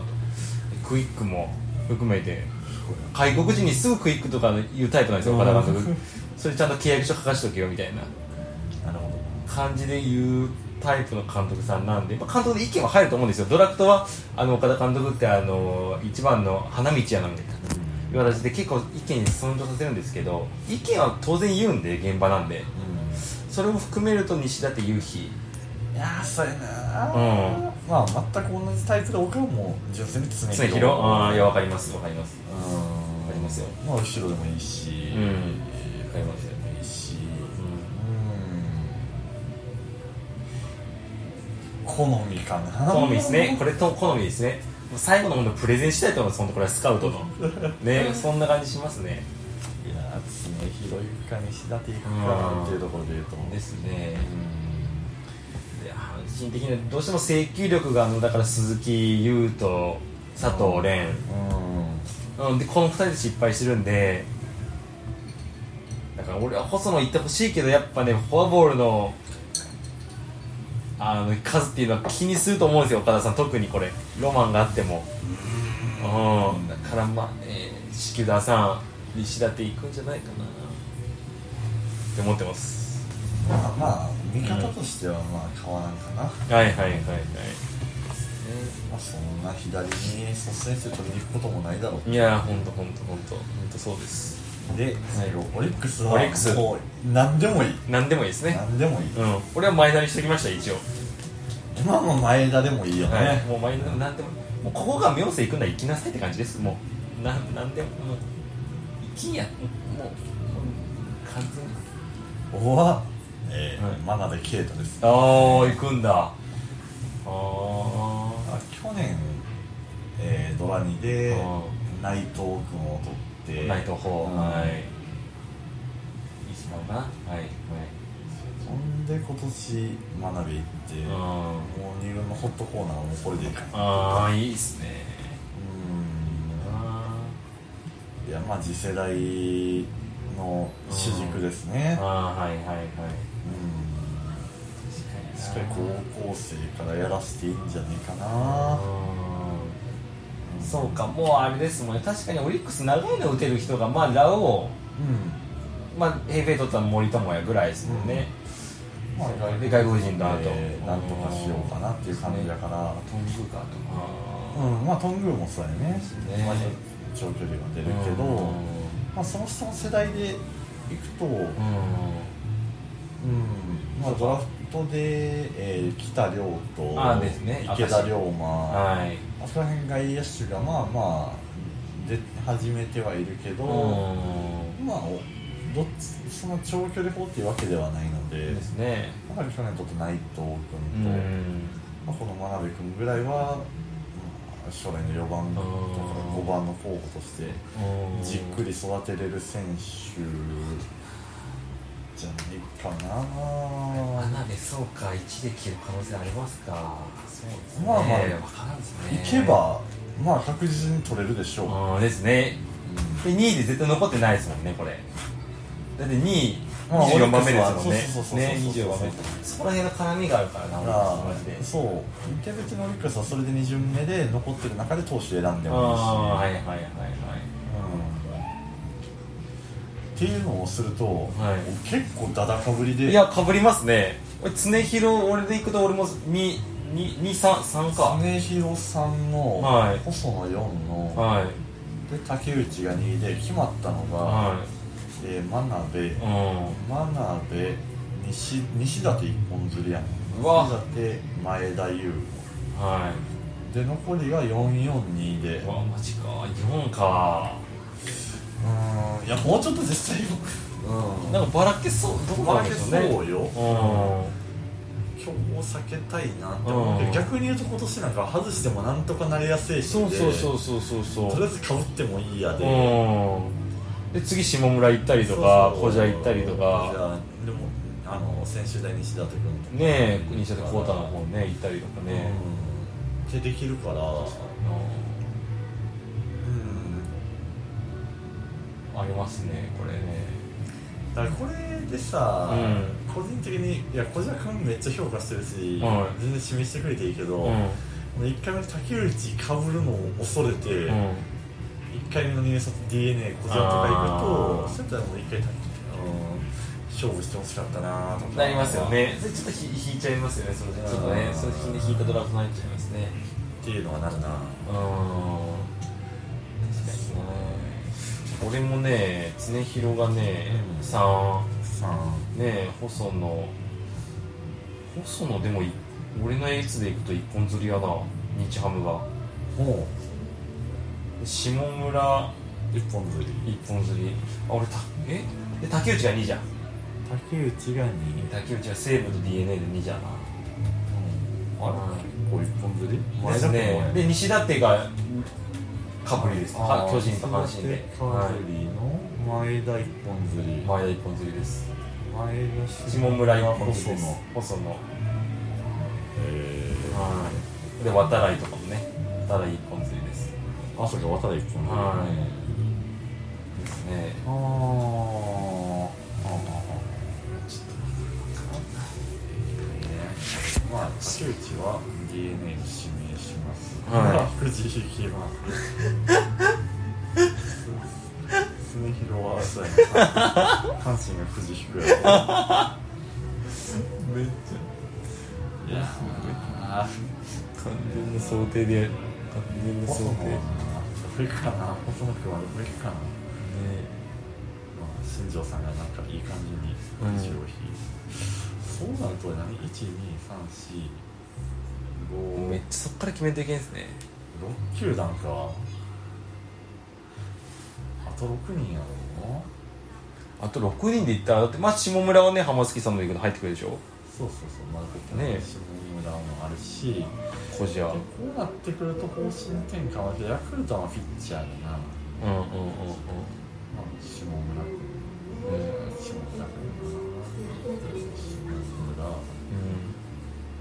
クイックも含めて外国人にすぐクイックとかいうタイプなんですよ岡田監督それちゃんと契約書書かしとけよみたいななるほど、感じで言うタイプの監督さんなんで、まあ、監督の意見は入ると思うんですよドラフトはあの岡田監督ってあの一番の花道やなみたいな言われて結構意見に尊重させるんですけど意見は当然言うんで現場なんでうん、それも含めると西舘勇輝いやー、そうやなうんまあ、全く同じタイプで、僕はもう、純粋に常常広ああいやわかりますわかりますうん、わかりますよまあ、後ろでもいいし、うんわかりますよいいし、うん、好みかな。好みですねこれと好みですねもう最後のものプレゼンしたいと思います本当これはスカウト のねそんな感じしますねいやー、常広いくか、西舘いくかっていうところで言うと、ですねで阪神的にはどうしても制球力があのだから鈴木優と佐藤蓮、ううん、でこの2人で失敗してるんでだから俺は細野行ってほしいけどやっぱねフォアボールのあの数っていうのは気にすると思うんですよ岡田さん特にこれロマンがあってもうんだからまあえー四球打さん西舘行くんじゃないかなって思ってますん、まあまあ、見方としては、まあ、変わらんかな。はいはいはいはいまあ、そんな左に率先して取りに行くこともないだろういやーほんとほんとほんとほんとそうですで最後オリックスはオリックスもう何でもいい何でもいいですね何でもいいうん俺は前田にしときました一応今の前田でもいいよね、はいもう前田何でももうここが明星行くんだ行きなさいって感じですもうな何でももう行きんやもうもう完全に僕は、えーはい真鍋圭太ですああ行くんだあああ去年、えードラニであ内藤君を取ってナイトホーうんはいいいっすもんなはいはいほんで今年真鍋行ってもあう二軍のホットコーナーはもうこれでいいかなあーいいっすねうあんいやまあ次世代の主軸ですねーあーはいはいはいうんしっかりう高校生からやらせていいんじゃねえかあなーそうかもうあれですもんね確かにオリックス長いの打てる人がまあラオうんウまあ平平取ったの森友哉ぐらいですもんね、まあで外国人だとえーなんとかしようかなっていう感じだからトングかとかうんまあ頓宮もそうやねねまあ長距離は出るけど、まあ、その人の世代でいくと、うんまあ、ドラフトで、えー、北亮とあーですね池田龍馬あはいそこら辺外野手がまあまあ出始めてはいるけど、まあおどっちその長距離砲っていうわけではないので、ですねやっぱり去年ちょっと内藤君うと、んまあ、この真鍋君ぐらいは、まあ、将来の4番とかうん5番の候補として。じっくり育てれる選手じゃないかな穴でそうか1で切る可能性ありますかそうですねまあまあ分からんですね行けばまあ確実に取れるでしょう、うんですねで2位で絶対残ってないですもんねこれだって2位まあ24番目ですもんねそうそうそうそうね24番目そこら辺の絡みがあるからなだ俺からマジでそう池口のオリックスはそれで2巡目で残ってる中で投手選んでもいいし、ああはいはいはいはいうんっていうのをすると、い結構ダダかぶりでいやかぶりますね俺常広俺で行くと俺も223か金広さんの、はい細野4の、はいで竹内が2で決まったのが、はえー、真鍋、いうん真鍋西西舘一本釣りやんうわ西舘前田優はで残りが442でいうわマジか4かうんいやもうちょっと実際うんなんかばらけそうどこ負なんけでしょうねそうよう今日を避けたいなって思うけうんど逆に言うと今年なんか外してもなんとかなりやすいんしそうそうそううそうそうそとりうあえずかぶってもいいやでうんで次下村行ったりとか小じゃ行ったりとじかゃあでもあの選手代西舘君とかねえ西田浩太の方ね行ったりとかねうんってできるからうんありますねこれねだからこれでさ、う個人的にいや小島君めっちゃ評価してるし、は全然示してくれていいけど、う1回目の竹内かぶるのを恐れて、んうん1回目の入札 d n a 小島とか行あーくとそういったらもう1回竹うん勝負してほしかったなとかなりますよねそれちょっとひ引いちゃいますよねそのちょっとねそれ引いて引いたドラフトになっちゃいますねっていうのはなるなうん確かにね俺もね常広がねうん3さあねえ細野細野でもい俺のやつでいくと一本釣りやな日ハムがもで下村う一本釣り一本釣りあ俺たえで竹内が2じゃん竹内が2竹内が西武と d n a で2じゃなあれこう一本釣りですねで西舘がかぶりですねは巨人と阪神で、カはーズリーの前田一本釣りい、前田一本釣りです前田下村一本釣り細野です細野えはいで渡来とかもね渡来一本釣りですー、あそうか渡辺一本釣りはいですねあーあーまあ竹内は DNA に指名しますは藤井引きます常広はそうやな阪神が藤井引くやろめっちゃいやすごいな完全な想定で完全な想定これかな細野君はこれかなね城さんがなんかいい感じにうん口を引いそうなると何12345めっちゃそっから決めていけんすね6球団かあと6人やろうなあと6人でいったらだってまあ下村はね浜月さんの行くの入ってくるでしょそうそうそうマルコねえ下村もあるし小じゃでこうなってくると方針転換はヤクルトのピッチャーだな、まあ、うんうんうん下村君うんうん下村君下村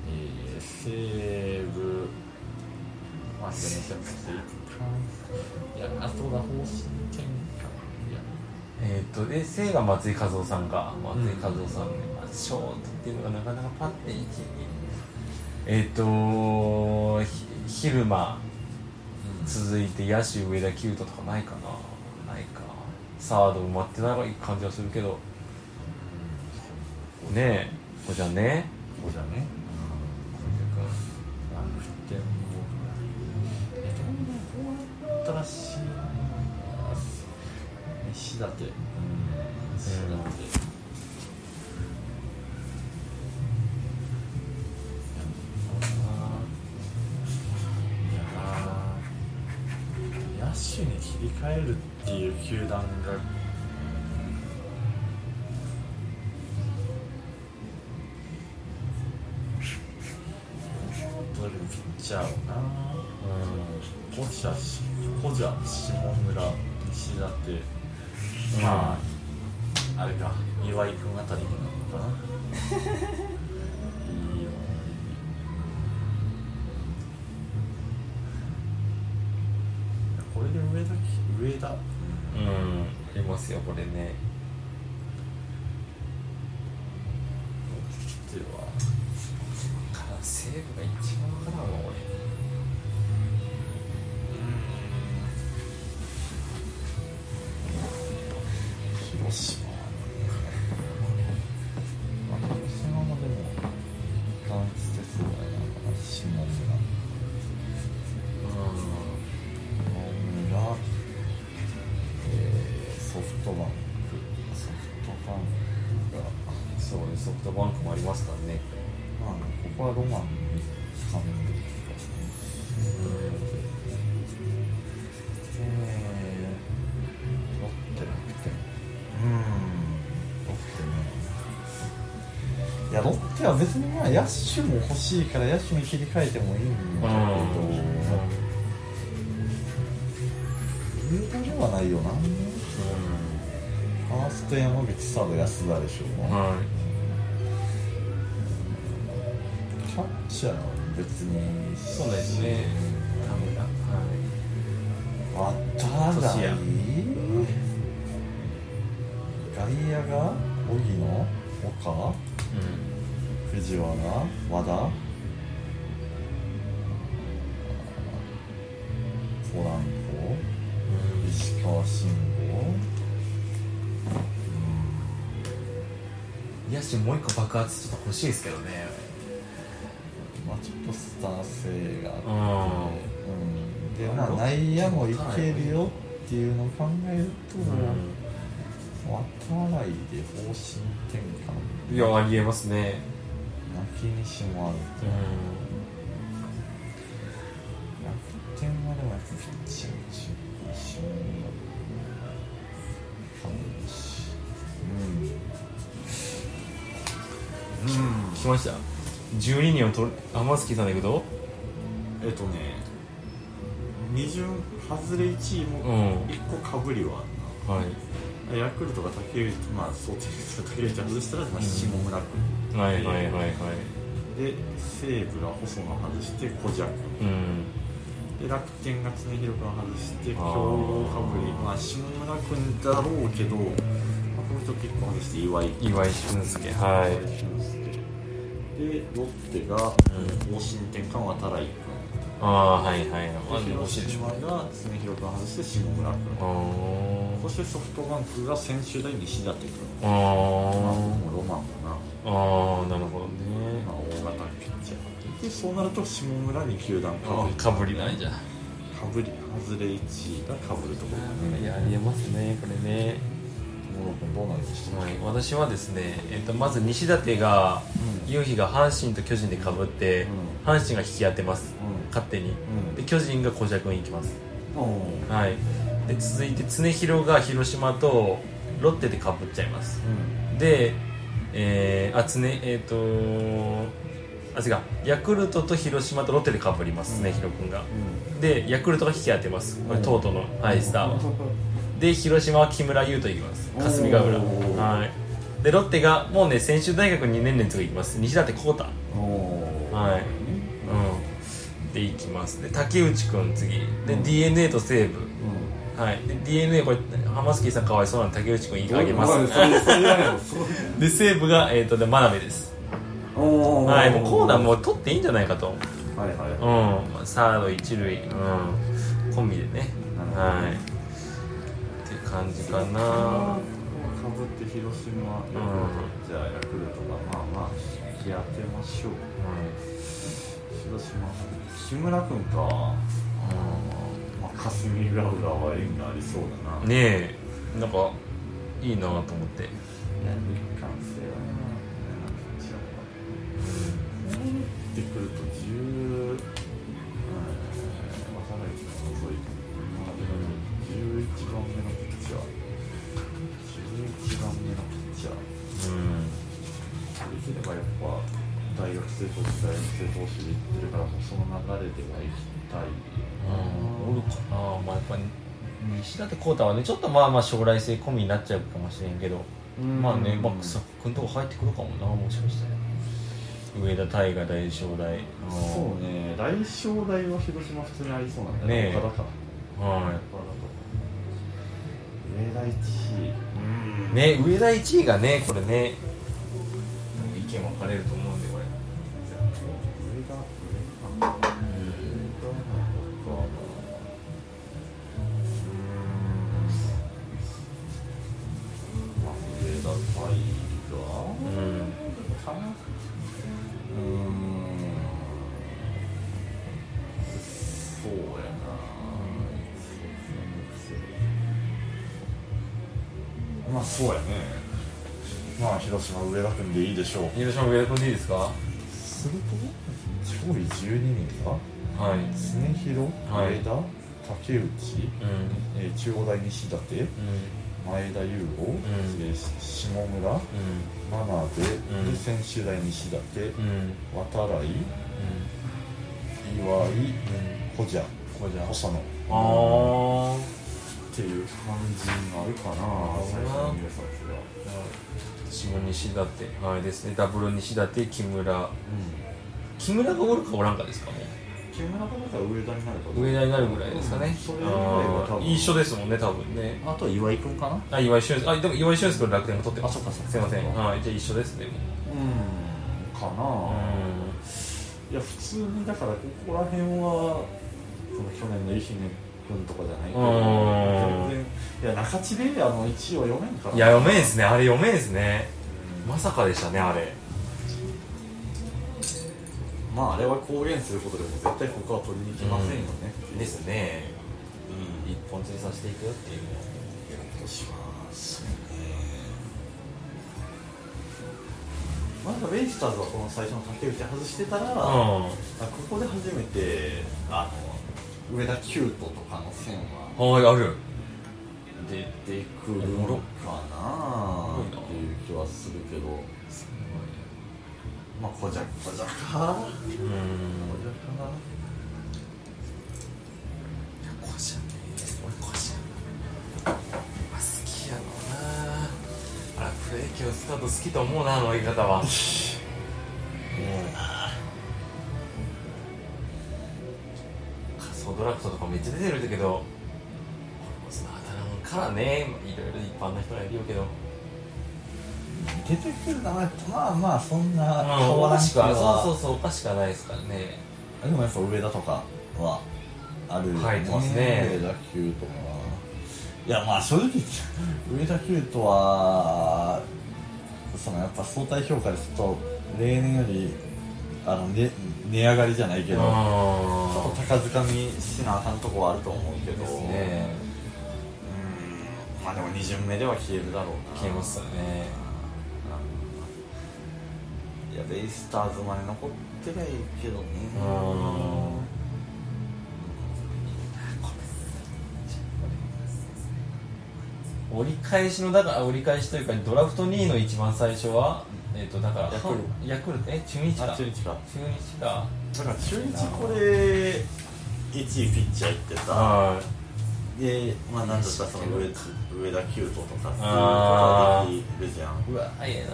えー、西武、まあ、でも先生いや、あとは方針転換。いや、えー、とで生が松井一夫さんか松井一夫さんね、まあ、ショートっていうのがなかなかパッていきにえっ、とひ昼間続いて野手上田清斗とかないかなないかサード埋まってない感じはするけどねえここじゃねこうじゃね。楽天も。え、どんな、こうやったらしいな。石立。うん、石立。いやー野手に切り替えるっていう球団が取るピッチャーをな古謝古謝下村西舘まああれか岩井君あたりになるのかないいよこれで上田き上田うんいますよこれねではから西武が一番わからんわ俺広島まあ広島もでもダンスですよね下村うん野村えー、ソフトバンクソフトバンクがそうねソフトバンクもありますからねまあここはロマンに深めていくかえー、ロッテ楽天うんロッテねいやロッテは別にまあ野手も欲しいから野手に切り替えてもいいんだけど上田ではないよなファースト山口サード安田でしょう、はキャッチャーは別にいそうですねダメだはい渡俊来也外野が荻野岡う藤原和田あーポランコ石川慎ん野手もう一個爆発ちょっと欲しいですけどね吾まあちょっとスター性があってんうんでまあ内野もいけるよっていうのを考えると、渡来で方針転換いやありえますね泣きにしもあるうん楽天はでもやっぱピッチャーの中心一緒に感じし来ました12人を取る天月さんだけどえっとね二巡外れ1位うもん1個かぶりはあるなはいヤクルトが竹内、まあ、想定した竹内外したら、まあ、下村君、はいはいはいはいで西武が細野外して小ジャ君うんで楽天が常広君外して強あー豪かぶりまあ下村君だろうけど、まあ、この人結構外して岩井君岩井俊介岩は井俊介でロッテが方針転換渡来ああはいはい君で欲しいで広し島ょが常広君外して下村君あーそしてソフトバンクが専修大西舘君あまあーもうロマンだなあーなるほどねまあ、大型ピッチャーでそうなると下村に球団かぶりかぶりないじゃんかぶり外れ1位がかぶるところだねいやありえますねこれねモロコにどうなりましたはい、私はですね、えっと、まず西舘が、夕日が阪神と巨人でかぶって、阪神が引き当てます、うん勝手に、うんで巨人が小尺に行きます、うんはい、で続いて常広が広島とロッテでかぶっちゃいますで、えー、あ常えっ、とあ違うヤクルトと広島とロッテでかぶります常広君が、でヤクルトが引き当てますこれトートの、はい、スターはで広島は木村優斗行きます霞ヶ浦おーはいでロッテがもうね専修大学2年連続行きます西舘浩太うんおーはいうんで行きますで竹内君次で、d n a と西武うはいで d n a これ浜月さんかわいそうなんで竹内君んあげますおいそれそれやれよそれで西武がえっ、とで真鍋ですおーはいもうコーナーもう取っていいんじゃないかとはいはいうんまあサード一塁うんコンビでねはいっていう感じかなかぶって広島、んじゃあヤクルトがまあまあ引き当てましょう広島木村君か、まあ、霞ヶ浦は縁がありそうだな、うんねえなんかいいなと思って日韓性はななんか違うかってくると10うん渡辺君の遅いまあでも11番目のピッチャー11番目のピッチャーうんできればやっぱ大学生と大学生同士で行ってるからもうその流れでは行きたいうんああまあやっぱ西舘浩太はねちょっとまあまあ将来性込みになっちゃうかもしれんけどまあねまあそこんとこ入ってくるかもなもしかしたら上田大河大正大そうね来正大は広島普通にありそうなんだねえ岡田かは岡田と上田一うん位いね上田1位がねこれね意見分かれると思うんでこれじゃあもう上田上田上田なんかまあ上田大河うんかなうーんそうやなまあそうやねまあ広島上田君でいいでしょう広島上田君でいいですかはすると上位12人がい常広はい上田、竹内、うんえー中央大西舘前田優吾、えー下村う真鍋、うんで専修大西舘、んうんうん渡来岩井小じゃ細野っああていう感じになるかなるほどな最初の入札が下西舘はいですねダブル西舘木村木村がおるかおらんかですかね木村がだから上田になるか上田になるぐらいですかね、うんそれ以外は多分あー一緒ですもんね多分ねあとは岩井君かなあ岩井俊介あでも岩井俊介の楽天が取ってまあすそっかそっかすいませんはいじゃあ一緒ですねもううんかうな、んいや普通にだからここら辺はその去年の愛媛君とかじゃないけうんど全然いや中地であの1位は読めんからいや読めんですねあれ読めんですねまさかでしたねあれまああれは公言することでも絶対他は取りに来ませんよね、ですね一本釣りさせていくよっていうしますねまだベイスターズはこの最初の竹内外してたら、あうここで初めてあの上田キュートとかの線はんはいある出てくるのかなすごいなっていう気はするけどまあこじゃこじゃかうんこじゃかこしゃね俺こしゃ好きやろうなあプロ野球スタート好きと思うなあの言い方は仮想ドラフトとかめっちゃ出てるんだけど俺もその当たらんからねいろいろ一般の人がいるよけど出てくる名前ってまあまあそんな変おわらかんしけくどはそうそうそうおかしくはないですからねでもやっぱ上田とかはあるよ入ってますね上田キュートはいやまあ正直 上田キュートはそのやっぱ相対評価ですと例年よりあの、ね、値上がりじゃないけどちょっとあ高づかみしなあかんとこはあると思うけどですねうーんまあでも2巡目では消えるだろうな消えますよねうんいやベイスターズまで残ってりゃいいけどねうーん折り返しのだから折り返しというかドラフト2位の一番最初はえっ、とだからヤクルトヤクルトえ中日あか中日か中日かだから中日これ1位ピッチャー行ってさはでまあなんだったらその上上田清人とかそういうことあーができるじゃんいうわえ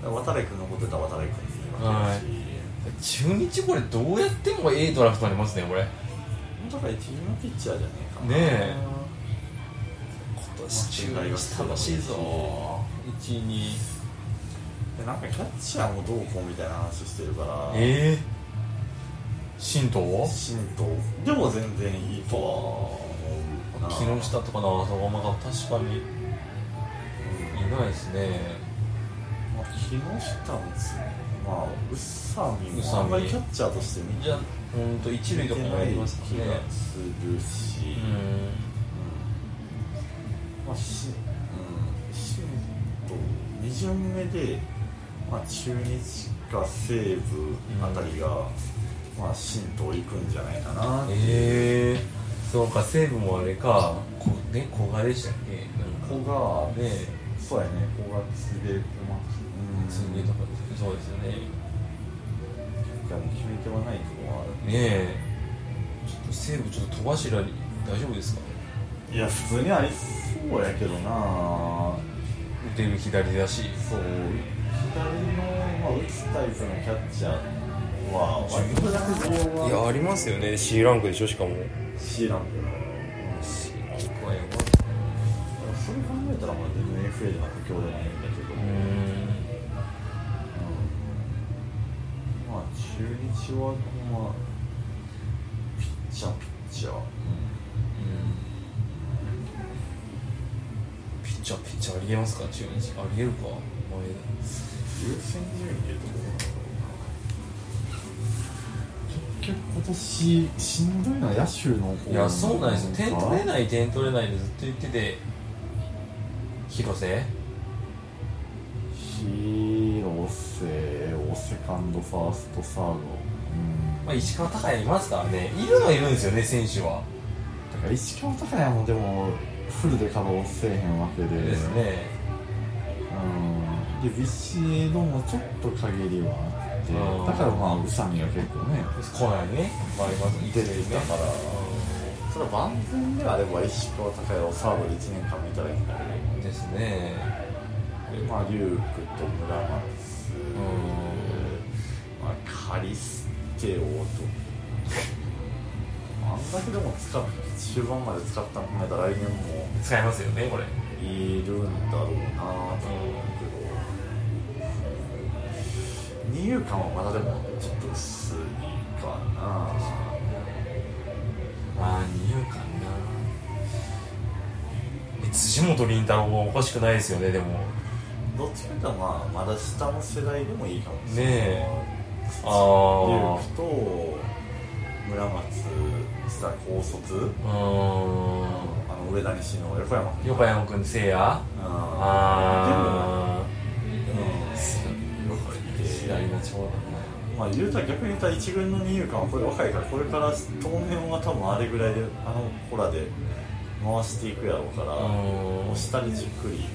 えな渡部君のこと言ったら渡部君に言わけだし、中日これどうやってもええドラフトありますねこれだから一流のピッチャーじゃねえかなねえ今中日楽しいぞ12でなんかキャッチャーもどうこうみたいな話してるからええ神道神道でも全然いいとは木思うな下とか長澤まが確かにいないですねまあ木下もそうまあ宇佐美宇佐美もあんまりキャッチャーとして見じゃあうんと一塁とてかもなあいり気がますすかねるし、ううんんまあしうん神道2巡目で、まあ、中日か西武あたりが、まあ神道行くんじゃないかなっていうええそうか西武もあれかこね小賀でしたっけこなんかこが、ねそうやね、ここが次で、まあ、うん、次とかですそうですよねいやもう決め手はないとこはあねえちょっと西武ちょっと戸柱に大丈夫ですかる。いや、普通にありそうやけどな打てる左だしそう、左の、まあ、打つタイプのキャッチャーは、割とだけボールいはやありますよね C ランクでしょしかも C なんだよな。し怖いよそれ考えたら、まあ、全然 FA でも補強でもないんだけど、うーんまあ、中日は、まあ、ピッチャー、ピッチャー。ピッチャーピッチャーありえますか中日ありえるか優先順位でどうなんだろうな結局今年しんどいのは野手の方いやそうなんですよ点取れいない点取れないでずっと言ってて広瀬広瀬をセカンドファーストサードうんまあ、石川昂弥いますからねいるのはいるんですよね選手はだから石川昂弥もでもフルで稼働せえへんわけでですねうんでビシエドもちょっと限りはあってうんだからまあ宇佐美は結構ね来ないねまああります出てきたからそれは万全であれば石川昂弥をサードで1年間見たらいいんだけどうんですねまあ、リュークと村松、まあ、カリステオと、 あんだけでも使っ終盤まで使ったん考えたら来年も使いますよねこれいるんだろうなと思うけど、二遊間はまだでもちょっと薄いかな。まあ二遊間なえ辻本凛太郎はおかしくないですよねでもどっちかというとまあまだ下の世代でもいいかもしれない。ねえリあュあークと村松した高卒。うーんあの上田西の横山君横山君せいやああでも、うん、よく左ての長男まあ言うたら逆に言ったら一軍の二遊間はこれ若いからこれから当面は多分あれぐらいであの子らで回していくやろうからうんもう下でじっくり、うん、育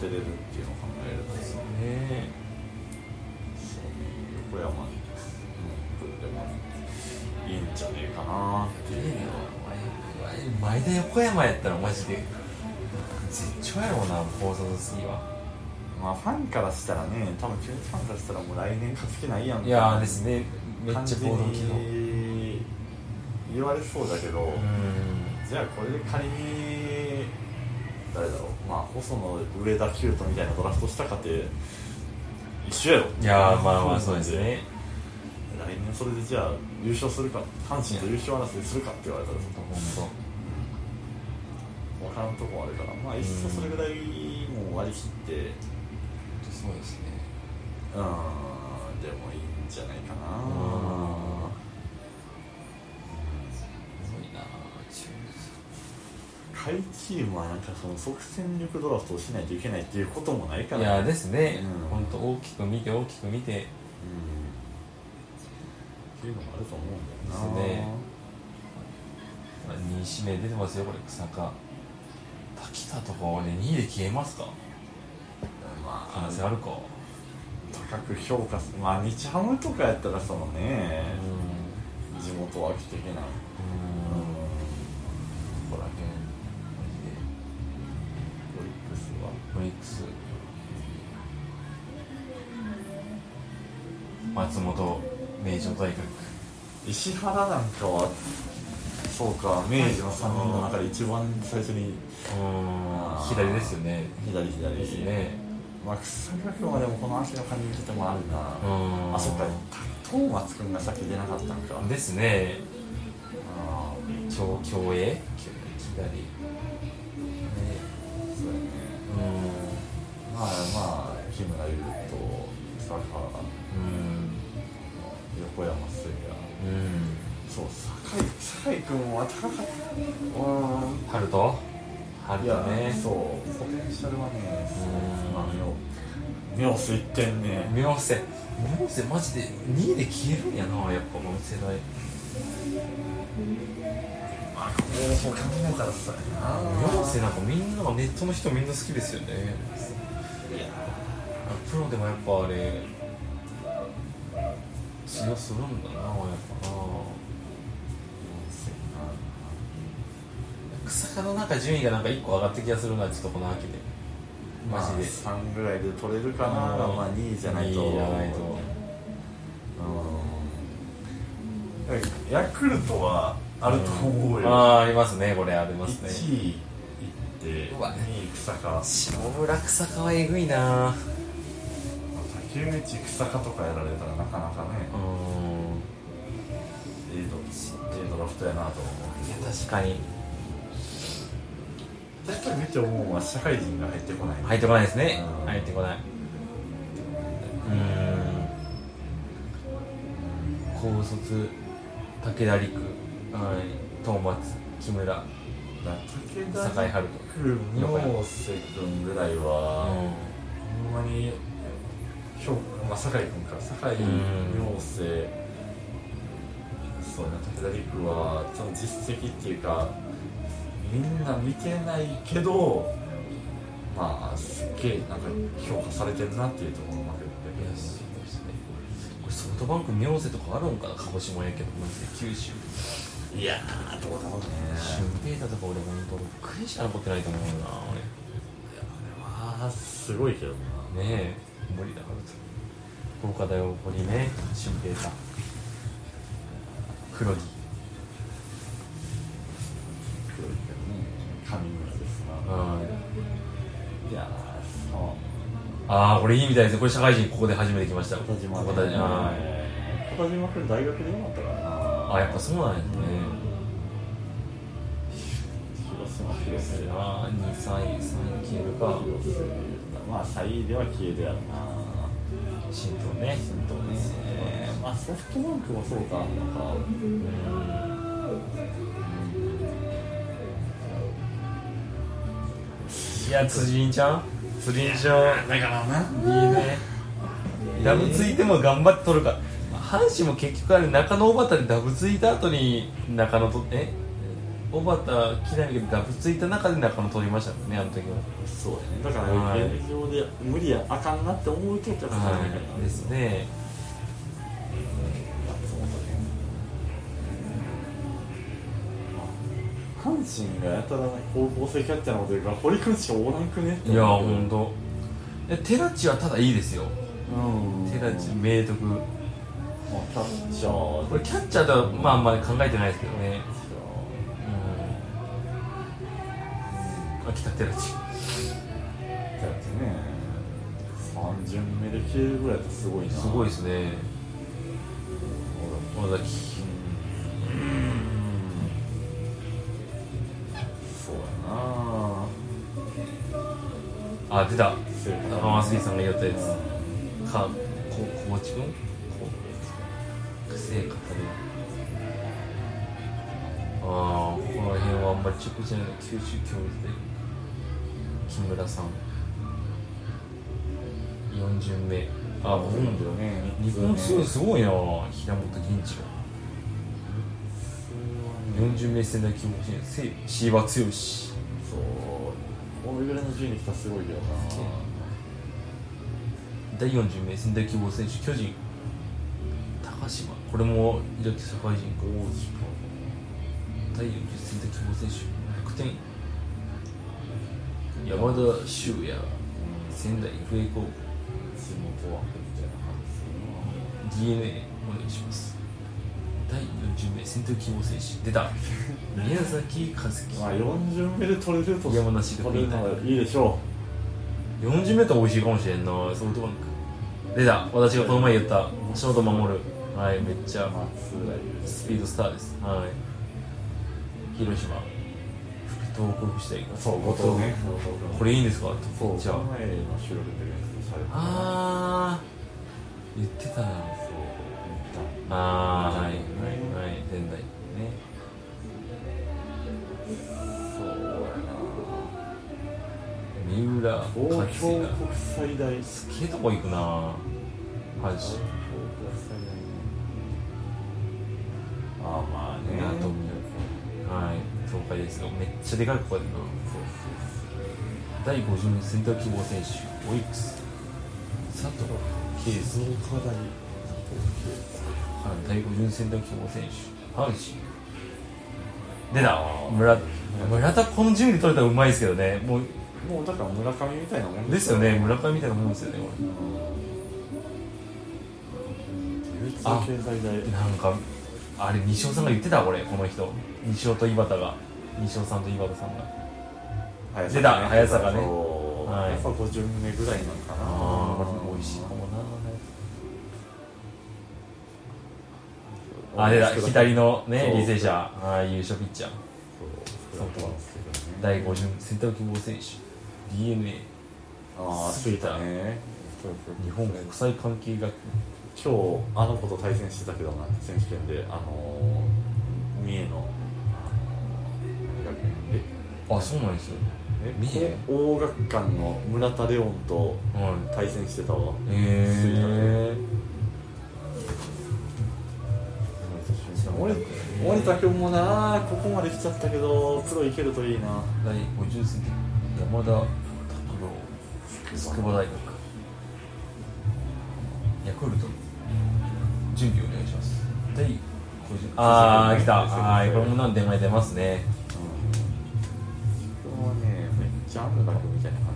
てれるっていうのを考えるとそうねねえ横山君でもいいんじゃねえかなっていうのは。前田横山やったらマジで絶頂やろうな高卒次はまあファンからしたらね、多分中日ファンからしたらもう来年勝つ気ないやんいやーですねめっ感ちゃじ行動機能に言われそうだけど、じゃあこれで仮に誰だろうまあ細野上田キュートみたいなドラフトしたかって一緒やろいやーまあまあそうですね来年それでじゃあ優勝するか阪神と優勝争いするかって言われたらちょっ本と分からんとこあるからまあいっそそれぐらいもう割り切ってうん当そうですねでもいいんじゃないかうなーんすごいな中日か下位チームはなんかその即戦力ドラフトをしないといけないっていうこともないかいらやですね、うんほん、本当大きく見て大きく見てうんっていうのもあると思うんだよなですねまあ2位指名出てますよこれ草加滝田とかはね2位で消えますかま可あ能性あるか高く評価すまあ日ハムとかやったらそのねうん、地元は来ていけないうんうんここら辺オリックスはオリックス松本名城大学石原なんかはそうか明治の3人の中で一番最初にうん左ですよね左左ですねまあ草加君はでもこの足の感じとてもあるなうんあそっか東松君が先出なかったんかですねあ競競泳左あねそうやねうまあまあ日村優と坂ん横山聖也うんそう酒井酒井君は高かったうん春と春いとやね、ねそう、ポテンシャルはね、すうんごい、目を、目を吸いってんね。妙瀬妙瀬マジで2位で消えるんやなやっぱこの世代まあ、こう考えたらそうやな。妙瀬なんかみんながネットの人みんな好きですよねプロでもやっぱあれ使用するんだなやっぱな草加の中順位がなんか1個上がった気がするなちょっとこの秋でマジでまあ、3ぐらいで取れるかな、まあ2位じゃないと。 2位じゃないとうん。ヤクルトはあると思うあよ。あありますねこれありますね1位いって、うわ2位草か。下村草加はえぐいな竹内草かとかやられたらなかなかね。うんいいドいいドラフトやなと思ういや確かにやっぱり見て思うのは社会人が入ってこない、入ってこないですねうん入ってこないうん高卒武田陸はい東松木村だから酒井武田春君能瀬君ぐらい人は、ほんまに評価、まあ、酒井君か酒井うん能瀬そうやな武田陸はその実績っていうかみんな見てないけどまあすっげえなんか評価されてるなっていうところもあるんだけどこれソフトバンク妙瀬とかあるんかな鹿児島やけどマジで九州いやーどうだろうね俊平太とか俺本当6回しか残ってないと思うなあーすごいけどな俺ねえ無理だから福岡大大堀ね俊平太黒木黒いけどね上村ですがうんいやーそうああ、これいいみたいですね。これ社会人ここで初めて来ました。小田島ここではい小田島君大学でよかったからなあ、やっぱそうなんやね。広島広瀬なああ、2、3位、3位消えるか。広瀬まあ最位では消えるやろな浸透ね。浸透ね。まあソフトバンクもそうかなんかいや、辻井ちゃん辻井ちゃん。だからな。いいね。ダブついても頑張って取るか。まあ阪神も結局あれ、中野小畑でダブついた後に中野と、え小畑、木浪がダブついた中で中野取りましたもんね、あの時は。そうやねだからはい現状で無理やあかんなって思うけどはい。ですね。阪神がやたら高校生キャッチャーのこと言うから堀君しかおらんくねっていや思う本当。え寺地はただいいですようん寺地明徳こまあキャッチャーれキャッチャーとはまああんまり考えてないですけどねうん秋田寺地だってね3巡目で消えるぐらいってすごいなすごいですねう小崎んそうやなあ出たそうやな高松杉さんが言ったやつうんかこ高知君こう癖方でああこの辺はあんまりチェックしてない九州教授で木村さん4巡目あもうなんだよね日本すごいすごいな平本銀次郎4巡目仙台気持ちいいせ椎葉剛そう俺ぐらいの順位に来たらすごいけどな第40名仙台希望選手巨人高島これもだって社会人か第40仙台希望選手楽天山田修也仙台育英高校地元枠みたいな感じするな d n a お願いします第40名仙台希望選手出た宮崎和樹まあ4巡目で取れると山梨取れるのはいいでしょ40メートル美味しいかもしれんなソフトバンク出た私がこの前言ったショート守るはいめっちゃう松浦優スピードスターですはい広島副東北したいそう後藤ねこれいいんですかそうじゃこのあ前の収録で練習されてたあー言ってたなそう見あーはいはいはい仙台ねたそうやな三浦東京勝也国際大すげえとこ行くな阪東京国神際大ねああまあねあとはい東海ですよめっちゃでかい子やな第50名選択希望選手オイックス佐藤圭静佑岡大第50名選択希望選手阪神でな村村田この準備で取れたらうまいですけどねもうもうだから村上みたいなもんですよね村上みたいなもんですよねこ流通経済大れなんかあれ西尾さんが言ってたこれこの人西尾と井端が西尾さんと井端さんが早出た早坂ねそうはいやっぱ5巡目ぐらいなのかな美味しいかもななあ出た左のね履正社はい優勝ピッチャーそうそうなんですけどね第5巡選択希望選手 d n a ああ過ぎたね日本国際関係学今日あの子と対戦してたけどな選手権であのー、三重のあのー学園であそうなんですよえ三重大学館の村田レオンとはい対戦してたわえ森森田君もなここまで来ちゃったけどプロいけるといいな第50選山田拓郎筑波大学ヤクルト準備お願いします第50ああ来たはいこれも何点前出ますねここはねめっちゃ雨だくみたいな感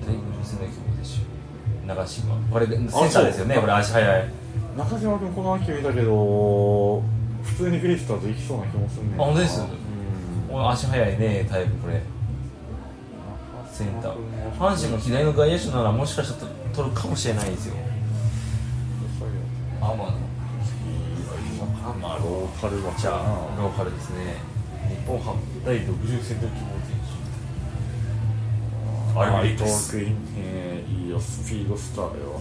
じだ第ね50選択希望でしょ長島これセンタそうーですよねこれ足速い中島君この秋見たけど普通にグリフターズいきそうな気もするねんなあ本当ですうんこれ足速いねタイプこれセンター阪神の左の外野手ならもしかしたら取るかもしれないですよ天野まあローカルはじゃあローカルですね日本ハム第60戦闘希望選手ああれれ伊びっ藤くりす君いいよスピードスターだよ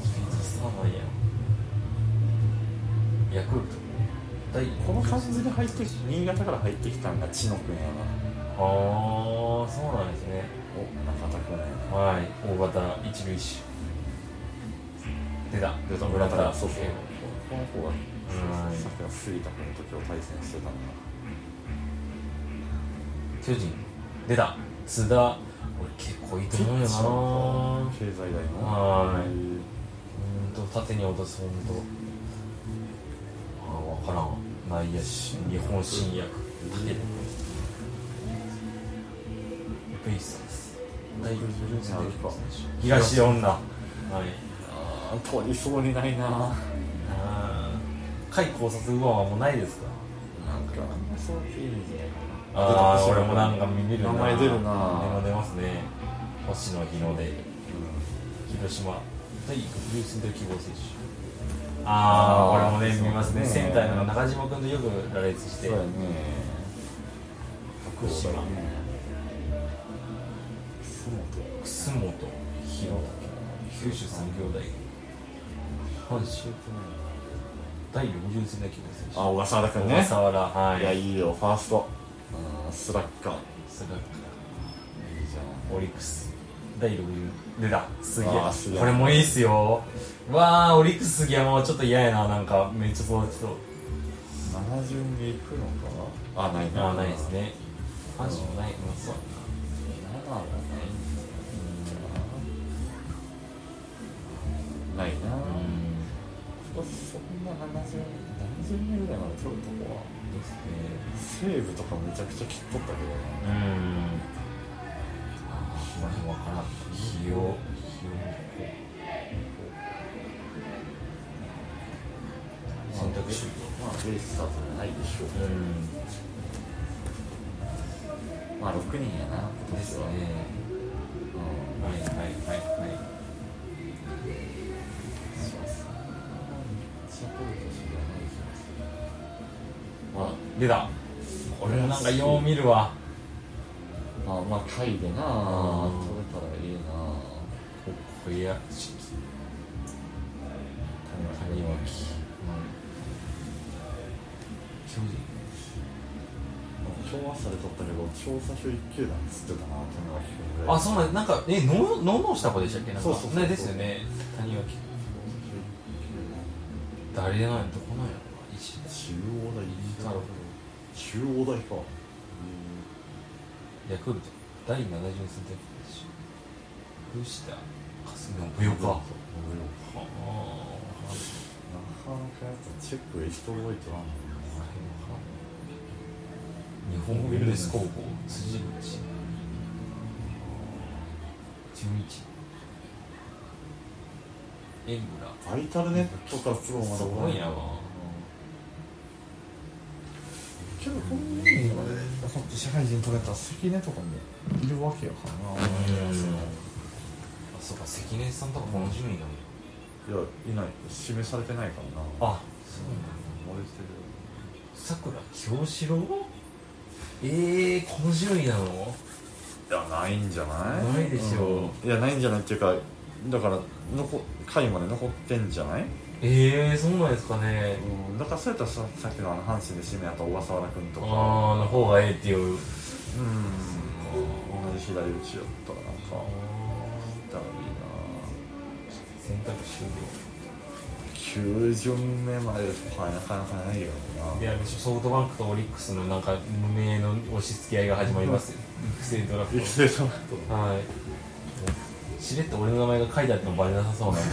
ヤクルト第この感じで入ってき新潟から入ってきたんが知野君やなああそうなんですねお中田君やなはい大型一塁手出たで村田そうそうこの子がうんさっきの杉田君と今日対戦してたんだ巨人出た津田俺結構いいと思うよなの経済大のはういんほんと縦に落とすほんとあ分からん内野手日本新薬武田ベイスターズ第56戦で東女はいあー取りそうにないななんかあー甲斐考察右腕はもうないですかそういうイメージああ俺もなんか見るな名前出るでもな出ますね星野日の出広島第60戦で希望選手あああー俺もねそうね見ますねセンターの中島君とよく羅列してそうやね福島そうだね楠本楠本広九州産業大学阪神第60戦で希望選手あ小笠原君小ね笠原はいやいいよファーストスラッガーすごいいいじゃオリックス第6出だ杉あー谷杉谷これもいいっすよわあオリックス杉山はちょっと嫌やななんかめっちゃ育ちそうん7巡目いくのかなあないなあーないですねファンシーもないもうそう7はないんだなないな、うんそんな70何十名ぐらいまで取るとこはですね西武とかめちゃくちゃ切っとったけどうーんあーこの辺わからん費用費用もこう選択肢なまあベイスターズじゃないでしょう、うんまあ6人やな今で年すは、ねうんはいはいはいはいそうですねシンプル年ではない気がするまあ出たこれなんかよう見るわまあまあ下位でな取うんれたらいいなここいやし谷脇正直今日朝で取ったけど調査票1球団つってたな谷脇君ぐらいあそうなんなんかえノーノーノーした子でしたっけなんかそうそうそうそうねですよね谷脇誰なんやどこなんやろな石田中央大中央なるほど大かヤクルト第70戦で藤田霞のなかかなかやっぱチェックが行き届いてない日本ウェルネス高校辻口純一エンブラバイタルネットからプロまだすおらごんいなけどこんなにまでだって社会人取れたら関根とかもいるわけやからなあそうか関根さんとかこの順位だもんいやいない示されてないからなあそうなんだ漏れてるさくら京志郎ええー、この順位なのいやないんじゃないないでしょうんいやないんじゃないっていうかだから残回まで残ってんじゃないええー、そうなんですかねうんだからそうやったらささっきのあの阪神で指名やった小笠原君とかああの方がええっていううん同じ左打ちやったらなんかだからいいな選択終9巡目までとかなかなかないよ了いなやでしょソフトバンクとオリックスのなんか無名の押し付け合いが始まりますよ育成ドラフ育成さんとトはいしれっと俺の名前が書いてあってもバレなさ そうなうん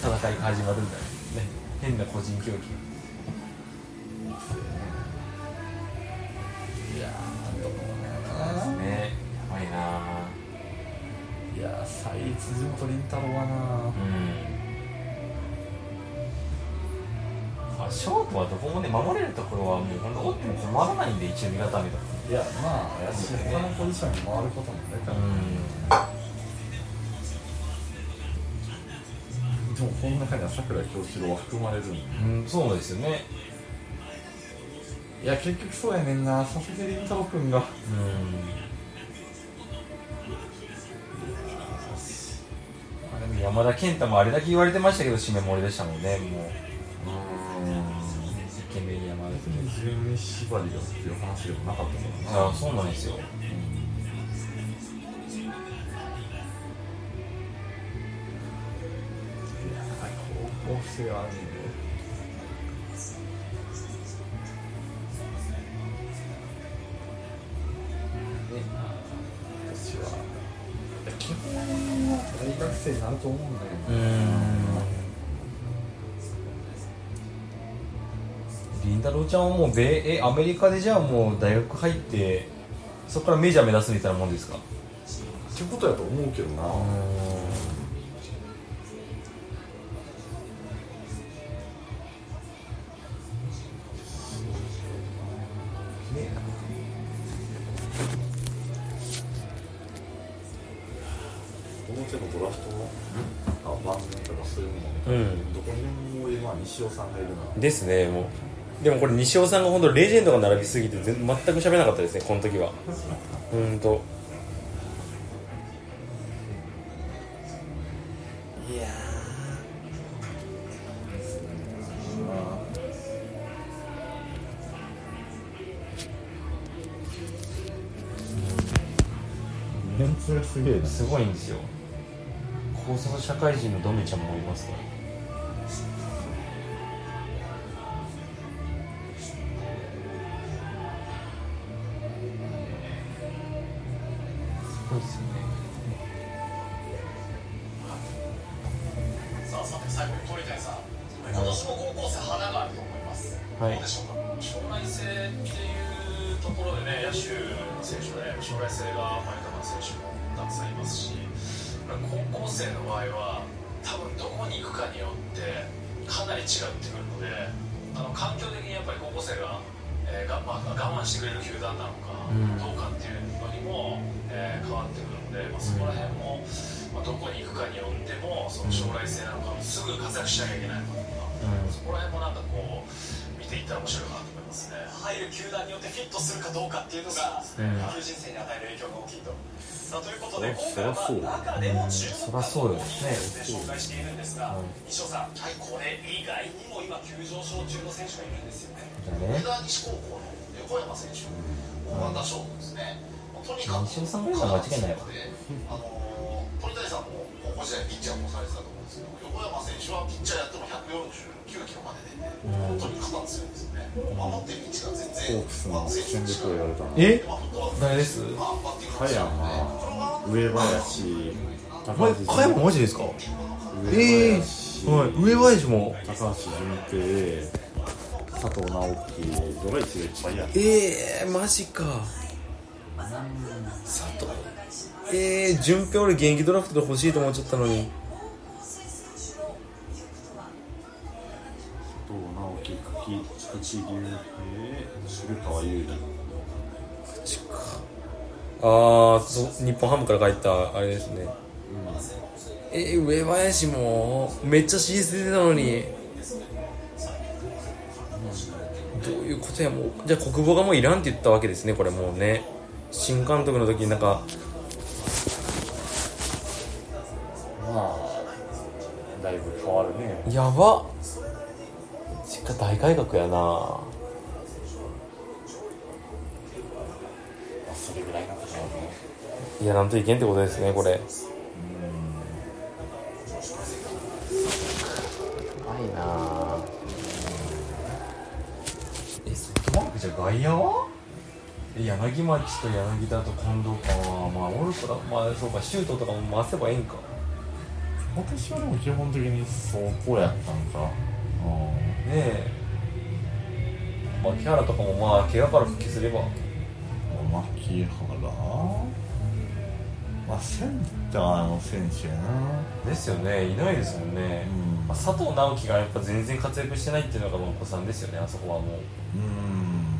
戦いが始まるんだよね変な個人競技いやーどうですもねねやばいなあいやー最辻元凛太郎はまあ、ショートはどこもね守れるところはもう本当折っても困らないんで一応味固めとかないやまあやし他のポジションに回ることもねから、でもこの中には桜井京志郎は含まれるんだうん、そうですよねいや結局そうやねんな佐々木麟太郎君がうんまあでも山田健太もあれだけ言われてましたけど締め盛りでしたもんねもうイケメン山田健太住民縛りがっていう話でもなかったからなああそうなんですよ高校生はね私はいや基本は大学生になると思うんだけどうーんりんたろーちゃんはもう米えアメリカでじゃあもう大学入ってそこからメジャー目指すみたいなもんですかってことやと思うけどなこの手のドラフトのあ番組とかそういうのも、うんどこにも今西尾さんがいるなですねもうでもこれ西尾さんが本当レジェンドが並びすぎて全全く喋れなかったですねこの時はうんといやーメンツがすげえなすごいんですよ高卒社会人のドメちゃんもいますからすごいですよねさあさて最後に鳥谷さん今年も高校生花があると思います、はいどうでしょうか将来性っていうところでね野手の選手で将来性が前田選手もたくさんいますし高校生の場合は多分どこに行くかによってかなり違ってくるのであの環境的にやっぱり高校生が、えーがまあ、我慢してくれる球団なのかうんどうかっていうのにも、えー変わってくるので、まあ、そこら辺も、まあ、どこに行くかによってもその将来性なのかすぐ活躍しなきゃいけないのかとか、うんそこら辺もなんかこう見ていったら面白いかなと思いますね入る球団によってフィットするかどうかっていうのがね野球人生に与える影響が大きいと。さあということで今そ回りゃそうは中でも注目そりゃそうよをね紹介しているんですが、西尾さん、これ以外にも今急上昇中の選手がいるんですよね。誰上田西高校の横山選手、大和田翔吾ですね。とにかく西尾さんぐらいのは間違いないわあのー鳥谷さんも高校時代ピッチャーもされてたと思うんですけど、横山選手はピッチャーやっても149キロまでで、本当に肩強いんですよね。守ってる位置がホ全ー然クスの戦力を言われたなえまあ本当は誰ですまあバッティング加山上林高橋加山マジですかえ上林、上林も高橋純平佐藤直樹ドライチがいっぱいやええマジか佐藤ええー、順平俺現役ドラフトで欲しいと思っちゃったのに佐藤直樹久喜口竜平古川優里ああ日本ハムから帰ったあれですね、えー、上林もめっちゃ CS 出てたのに、どういうことやもうじゃあ国語がもういらんって言ったわけですねこれもうね新監督の時になんかまあだいぶ変わるねやばっ実家大改革やなそれぐらいなことだねいやなんといけんってことですねこれないなあえソフトバンクじゃ外野はえ柳町と柳田と近藤かはまあおるからまあそうかシュートとかも回せばええんか私はでも基本的にそこやったんかうんねえまあ木原とかもまあ怪我から復帰すれば牧原まあセンターの選手やなですよねいないですもんね、うんまあ、佐藤直樹がやっぱ全然活躍してないっていうのがまあお子さんですよねあそこはもううん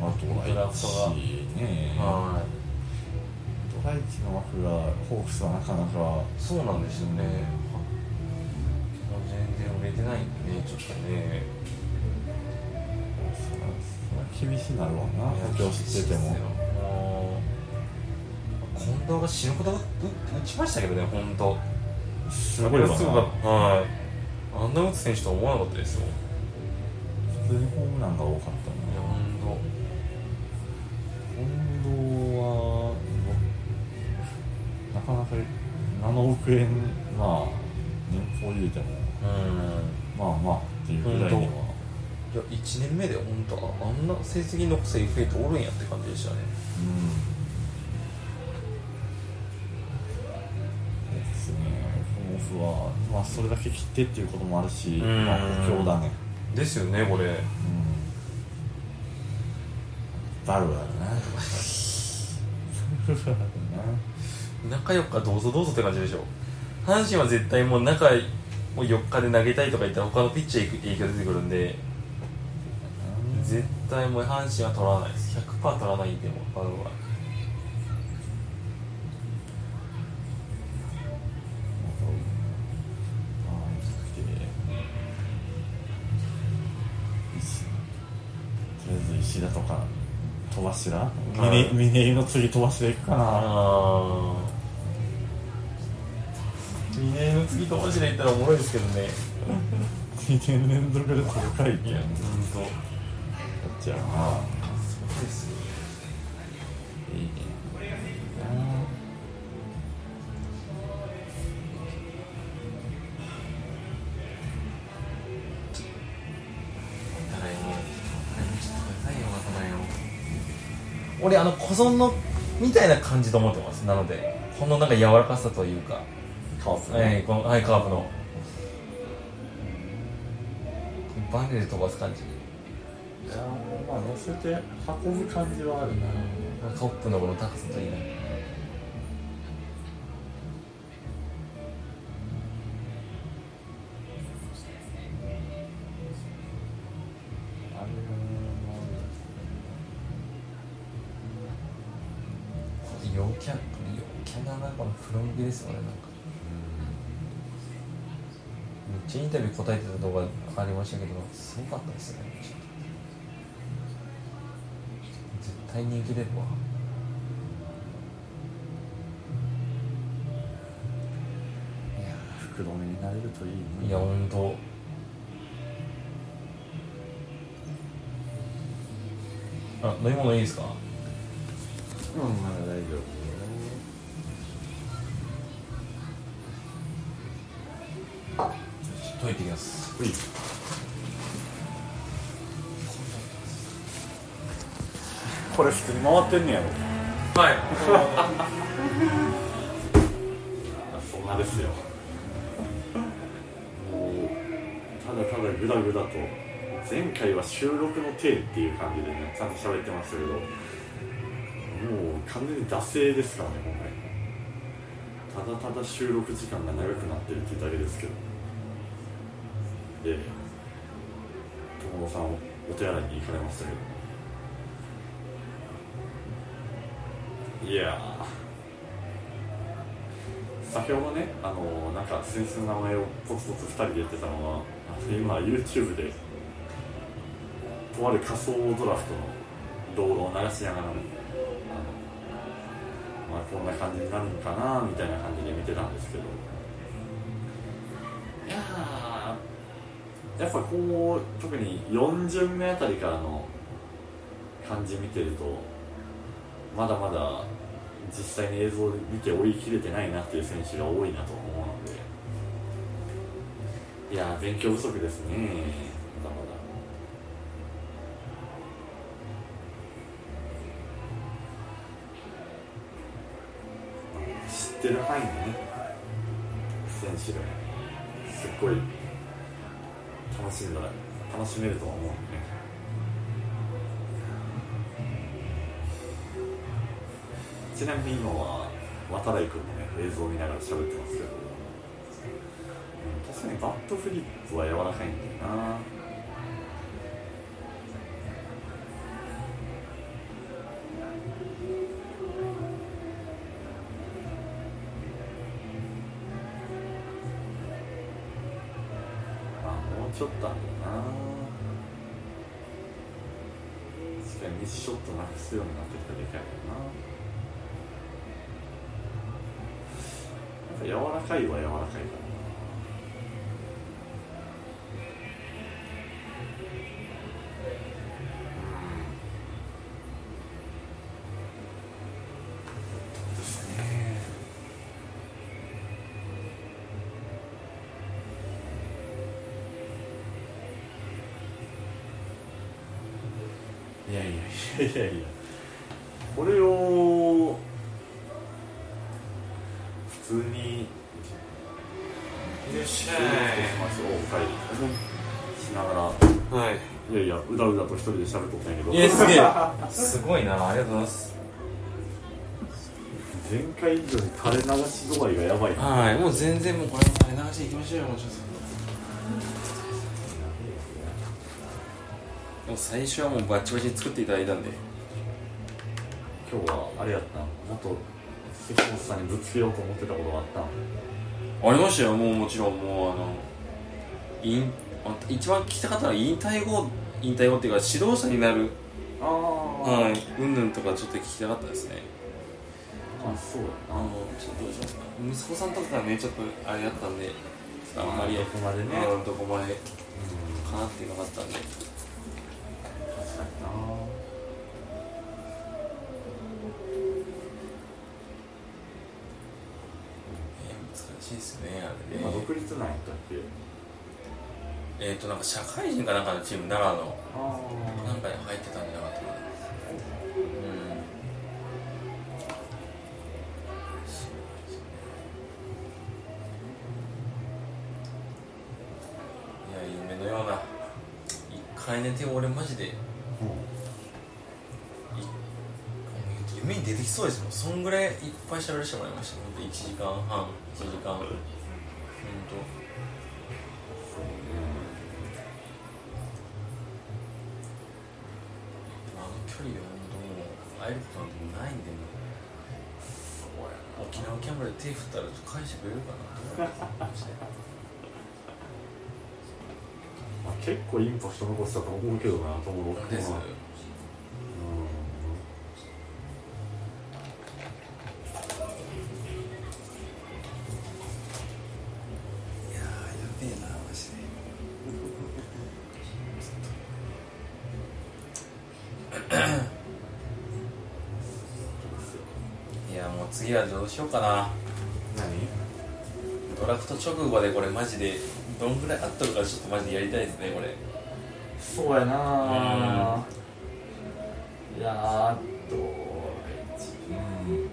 まあドライドラフトがチねはドライチの枠がホークスはなかなかいそうなんですよねもう全然売れてないんでねちょっとねそれは厳しいなるわな補強しててももう近藤が死ぬこと打打ちましたけどね本当すすごいわなすごかったはいあんな打つ選手とは思わなかったですよい普通にホームランが多かったもやん本近藤はなかなか7億円まあ年俸入れても当うんまあまあっていうぐらいにはいや1年目で本当ああんな成績残せ FA 通るんやって感じでしたねうんですねこのオフはまあそれだけ切ってっていうこともあるしうんまあ補強だねですよねこれうんだるだる なだるだるな中4日どうぞどうぞって感じでしょ阪神は絶対もう中もう4日で投げたいとか言ったら他のピッチャー行く影響出てくるんで絶対もう阪神は取らないです100%取らないんでもうバウアーはとりあえず石田とか戸柱い峰峰井の次戸柱行くかなああ2年の次ともしれ言ったらおもろいですけど ね2年連続で届かいいけややっ本当ちゃうなそうですよいいねこ俺あの小園のみたいな感じと思ってますなのでこのなんか柔らかさというか、カープねえーこのはい、カーブのバネで飛ばす感じいやまあ乗せて運ぶ感じはあるなトップのこの高さといいなあれ陽キャ陽キャだなこのフロンゲですよねなんかめっちゃインタビュー答えてた動画ありましたけどすごかったですねちょっと絶対人気出るわ福留になれるといいねいや本当あ飲み物いいですかうんまだ大丈夫ちょっといてきますういこれ普通に回ってんねやろはいそんなですよもうただただグダグダと前回は収録の体っていう感じでねちゃんと喋ってましたけどもう完全に惰性ですからね今回ただただ収録時間が長くなってるっていうだけですけどで友野さんお手洗いに行かれましたけどいやー先ほどねあのなんか先生の名前をポツポツ2人で言ってたのはあの今 YouTube でとある仮想ドラフトの動画を流しながらねあのまあこんな感じになるのかなみたいな感じで見てたんですけどいやーやっぱこう特に4巡目あたりからの感じ見てるとまだまだ実際に映像を見て追い切れてないなっていう選手が多いなと思うのでいやー勉強不足ですねまだまだ知ってる範囲のね選手がすっごい楽しんだら楽しめるとは思うんでねちなみに今は渡来君のね映像を見ながら喋ってますけど、うん、確かにバットフリップは柔らかいんだよなあもうちょっとあるよな確かにミスショットなくすようになってきたらでかいよな柔らかいは柔らかいからなうんですねいやいやいやいやいやこれを普通にいらっし収録してますよ、おかえりしながゃいはいらいやいやうだうだと一人で喋っとったんやけどいやすげえすごいなありがとうございます前回以上に垂れ流し度合いがやばいなはいもう全然もうこれも垂れ流していきましょうよもうちょっともう最初はもうバッチバチに作っていただいたんで今日はあれやったなもっと関本さんにぶつけようと思ってたことがあったなありましたよもうもちろんもうあの引あ一番聞きたかったのは引退後引退後っていうか指導者になるあはいうんぬんとかちょっと聞きたかったですねあそうあのちょっとどうしようか息子さんとかがねちょっとあれだったんでちょっとあんまりあーどこまでねうんどこまでかなっていうのがあったんでだ確かにな難しいですねあれね今独立なんやったっけえっ、となんか社会人かなんかのチーム奈良のああなんかに入ってたんじゃなかったかなうん変えねて俺マジで、い夢に出てきそうですもんそんぐらいいっぱい喋らせてもらいました本当1時間半1時間本当あの距離で本当もう会えることなんてないんでもう沖縄キャンプで手振ったら返してくれるかなと思ってまあ、結構インパクト残したと思うけどなと思うでうすんいやーやべえなマジでいやもう次はどうしようかな何ドラフト直後でこれマジでどんぐらいあっとるかちょっとマジでやりたいですねこれそうやなあいやーどううん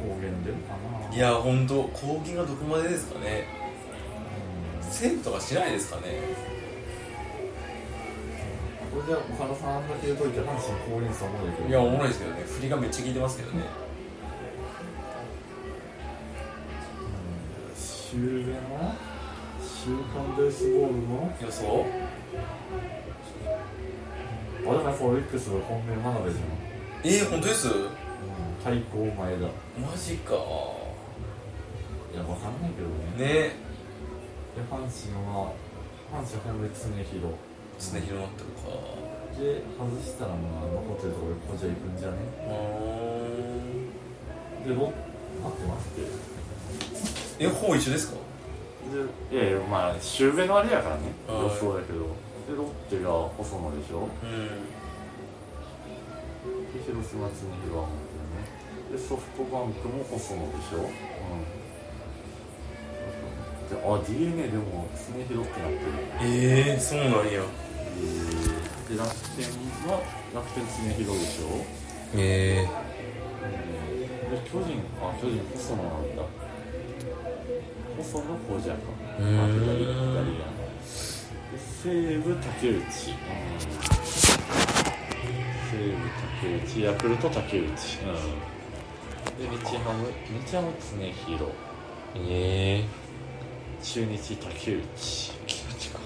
方言出るかないや本当攻撃がどこまでですかねセーブとかしないですかねこれじゃ岡田さんだけ言うといて阪神降臨さんもだけどいやおもろいですけどね振りがめっちゃ効いてますけどね終電は週刊ベースボールの予想あでもやっぱオリックスの本命真鍋じゃえー、本当ですん、うん、対抗前だいマジかやわかんないけどねねで阪神は阪神本命常広常広なってるかで外したらまあ残ってるところでこじゃ行くんじゃねえ、でロッ待ってますってほう一緒ですかでいやいやまあ終盤のあれやからねはい予想だけどでロッテが細野でしょうん。で広島常広は本当ねでソフトバンクも細野でしょうんであ d n a でも常広ってなってるええそうなんや。で楽天は楽天常広でしょえで巨人あ巨人細野なんだ細野こうじゃかあうーん左左やで西武竹内うん西武竹内ヤクルト竹内うんで日ハム日ハム常広ええ中日竹内気持ちか。っ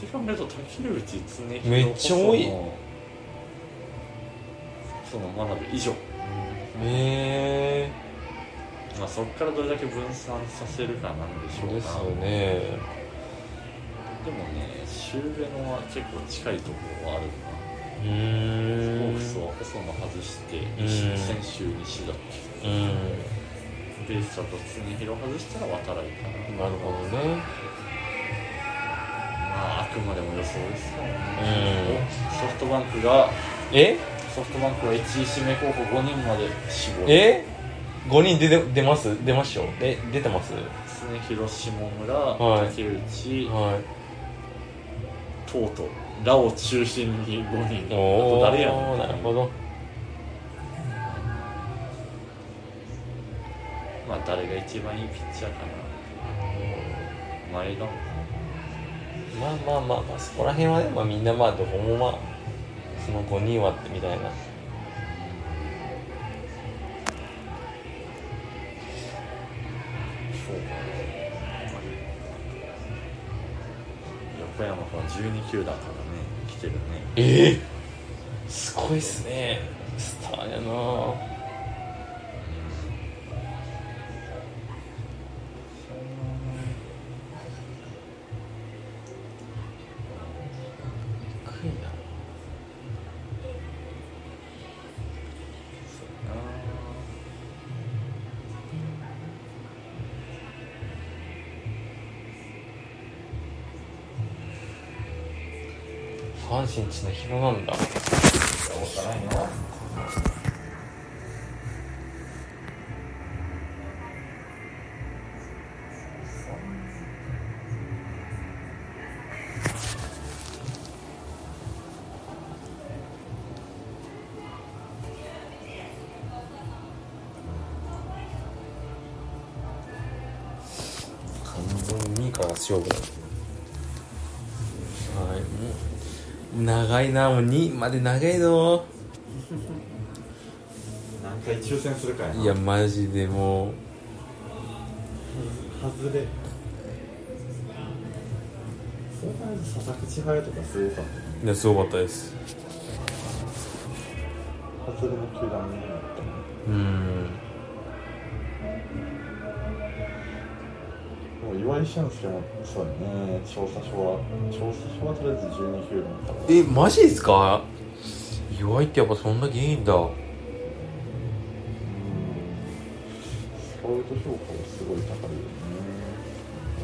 て考えると竹内常広めっちゃ多いその真鍋以上ええまあ、そこからどれだけ分散させるかなんでしょうなね。でもね周辺のは結構近いところはあるなうホーークスん。は細野外してん西先週西だうん。ベースだと常広外したら渡来かななるほどね。まああくまでも予想ですよねうん。ソフトバンクがえソフトバンクは1位指名候補5人まで絞るえ五人出て出ます出ましょう。え出てます。常広下村、はい竹内はとうとうラを中心に5い。人あと誰やおねーんなるほど。まあ誰が一番いいピッチャーかな前田まあまあまあまあそこら辺はねまあみんなまあどこもまあその五人はってみたいな。そうか横山から12球団からね来てるねええすごいっすねスターやなぁ低いな阪神地の広なんだ勝負だはいもう長いなもう2まで長いの何回抽選するかやないやマジでもう外れその前の佐々木千春とかすごかったいやすごかったです外れの球団になったうんもう岩井俊介もそうやね調査書は調査書はとりあえず12球団だからえマジですか弱いってやっぱそんだけいいんスだカウト評価もすごい高いよね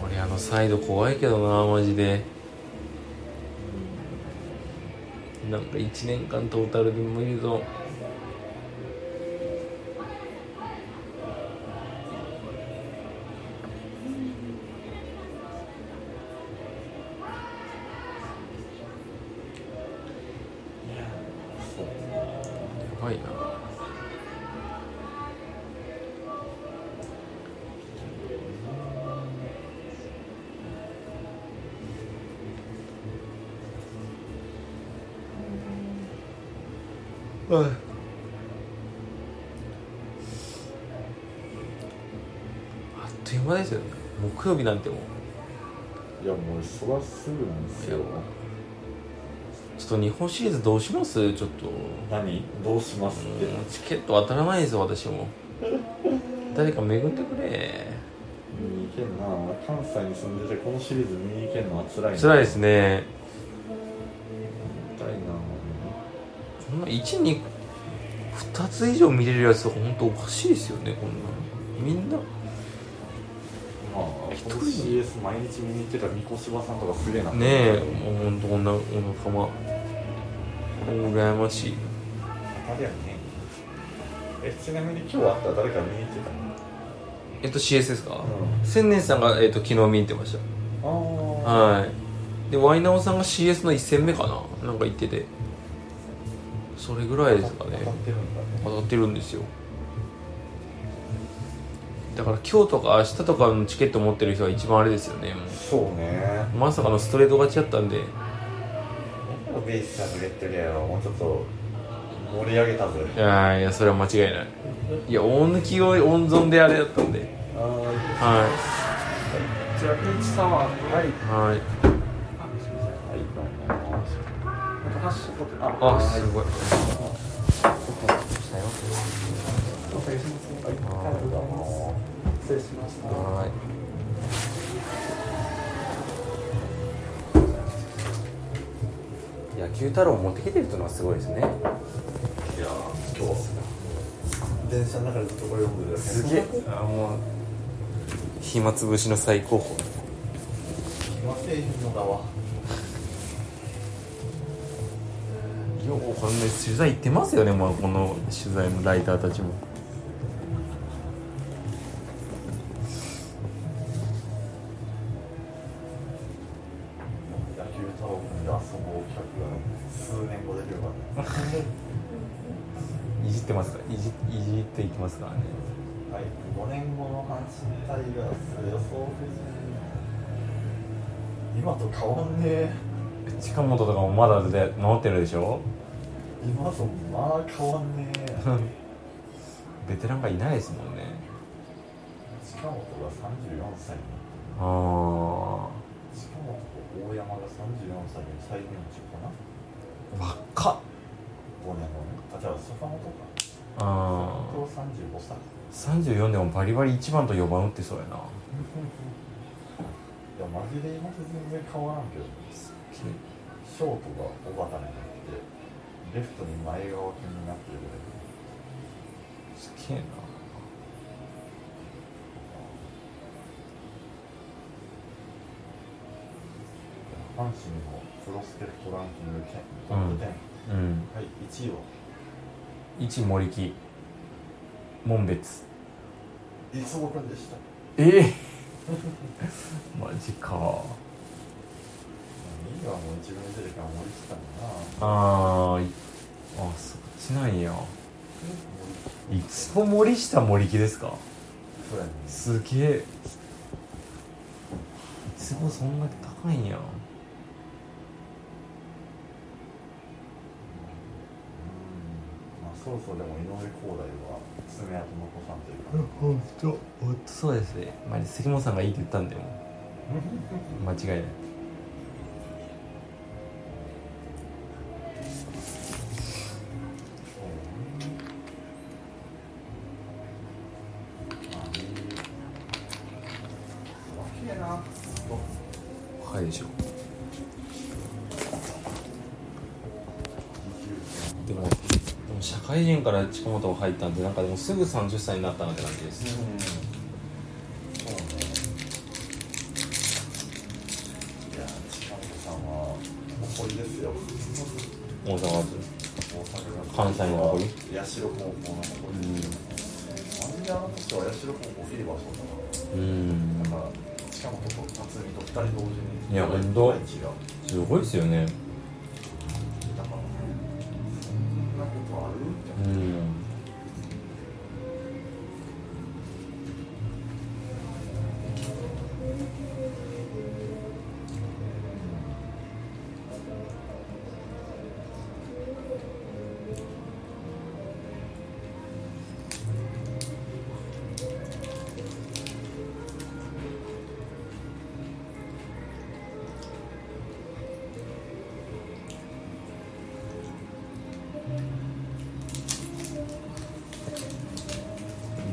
俺あのサイド怖いけどなマジでなんか1年間トータルで無理ぞやばいなあっという間ですよね木曜日なんてもういやもうそれはすぐなんですよちょっと日本シリーズどうしますちょっと何どうしますってうんチケット当たらないですよ私も誰か恵んでくれ見に行けんな関西に住んでてこのシリーズ見に行けんのは辛いな辛いですね辛いなこんな1に2つ以上見れるやつとか本当おかしいですよねこんなのみんなまあこの CS 毎日見に行ってた三越柴さんとかすげえなねえもう本当こんなお仲間羨ましいあれやねえちなみに今日会ったら誰か見に行ってたえっと CS ですか、う千年さんが、えっと、昨日見に行ってましたのああはいでワイナオさんが CS の1戦目かななんか言っててそれぐらいですかね当たってるんだね当たってるんですよだから今日とか明日とかのチケット持ってる人が一番あれですよねもそうねうまさかのストレート勝ちだったんでベイスさんのレッドレアはもうちょっと盛り上げたぜいやいやそれは間違いないいや大抜きを温存であれだったんであはじゃあピーチサワーはいいはあいいいかなハッシュポテトああすごいお疲れ様ですありがとうございます失礼しましたはい野球太郎持ってきてるっていうのはすごいですねいや今日電車の中でずっとこれ読んでたすげえあもう暇つぶしの最高峰今せえへんのだわようこれ、ね、取材行ってますよねもうこの取材のライターたちも野球タオルで遊ぼう客が数年後出てるからねいじってますからいじいじっていきますからねはい5年後の阪神タイガース予想不尽今と変わんねえ近本とかもまだで治ってるでしょ今とまあ変わんねえベテランがいないですもんね近本が34歳にあ近本と大山が34歳で最年長かなあ若っ5年後ねあじゃあ坂本かあ本当35歳あ34でもバリバリ1番と4番打ってそうやないやマジで今と全然変わらんけどショートが小畑になってレフトに前川君になってるぐらいすげえな阪神のプロスペクトランキングトップ10、うんはい1位は1森木門別いつ僕でしたええマジか2位はもう自分で出てから森下だなあーいあそっちなんやいつも森下森木ですかそうやねすげえいつ鉄棒そんな高いんやまあ、そろそろでも井上光大は爪痕残さんというか、ほんとほんとそうですね前に関本さんがいいって言ったんだよ間違いないまあ、いい綺麗な高いでしょでもでも社会人から近本が入ったんでなんかでもすぐ30歳になったなって感じですうんそうねいや近本さんは誇りですよ大阪は大阪が関西の誇り社高校の誇りですよなんであの年は社高校フィーバーそううだんななんか近本と辰巳と二人同時にいやほんと大地がすごいですよだねからねそんなことあるってうん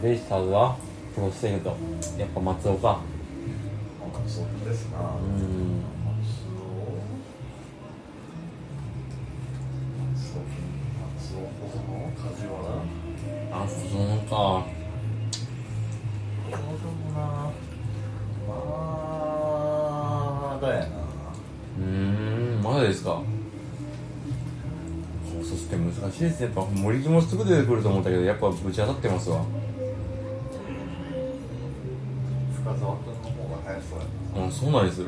ベイスターズはプロステイルとやっぱ松尾かなんかそうですな、うんあそうかうーんまだですか高卒って難しいですねやっぱ森木もすぐ出てくると思ったけどやっぱぶち当たってますわうんそうなんです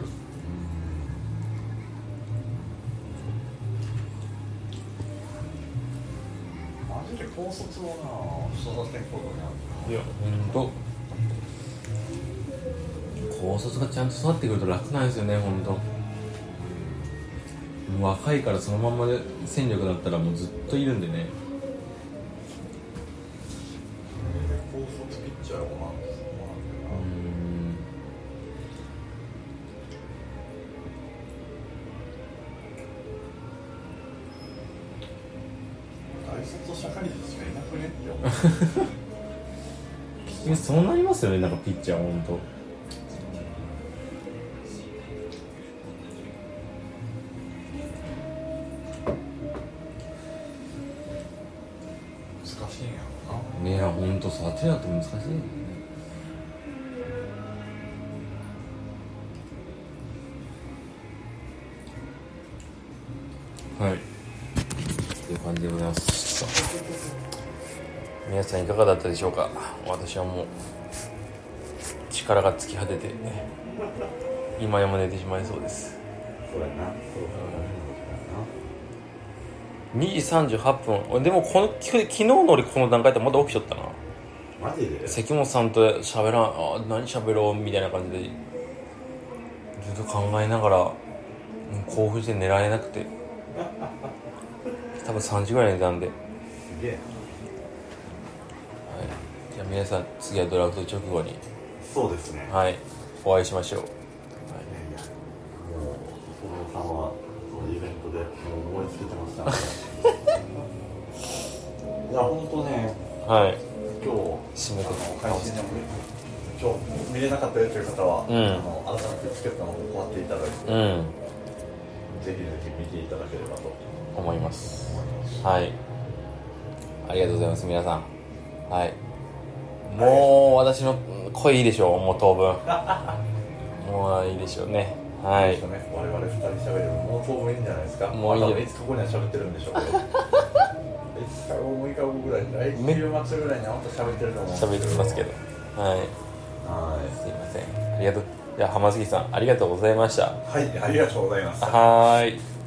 いやほんと高卒がちゃんと育ってくると楽なんですよねほんと若いからそのまんまで戦力だったらもうずっといるんでねうん結局そうなりますよねなんかピッチャーほんとねえほんと育てるのって難しいよねはいっていう感じでございます皆さんいかがだったでしょうか私はもう力が尽き果てて今やも寝てしまいそうです2時38分でもこのき昨日の俺この段階でまだ起きちゃったなマジで関本さんと喋らんあ何喋ろうみたいな感じでずっと考えながらもう興奮して寝られなくて多分3時ぐらい寝たんで、はい、すげえじゃあ皆さん次はドラフト直後にそうですねはいお会いしましょういやいやもう小室さんはそのイベントでもう思いつけてましたねいや本当ねはい今日締めてあの配信でも今日見れなかったよという方は、うんあの改めてチケットの方を買っていただいて、うんぜひぜひ見ていただければと思います思いますはいありがとうございます皆さんはいもう私の声いいでしょうもう当分 もういいでしょうねはいちょっとね我々二人喋れるもう当分いいんじゃないですかもういいまよあ多分5日後には喋ってるんでし ょうけど5日後6日後ぐらいに来め週末ぐらいにあんた喋ってると思うん喋でってますけどはいはいすいませんありがとうじゃあ浜杉さんありがとうございましたはい、ありがとうございます。はーい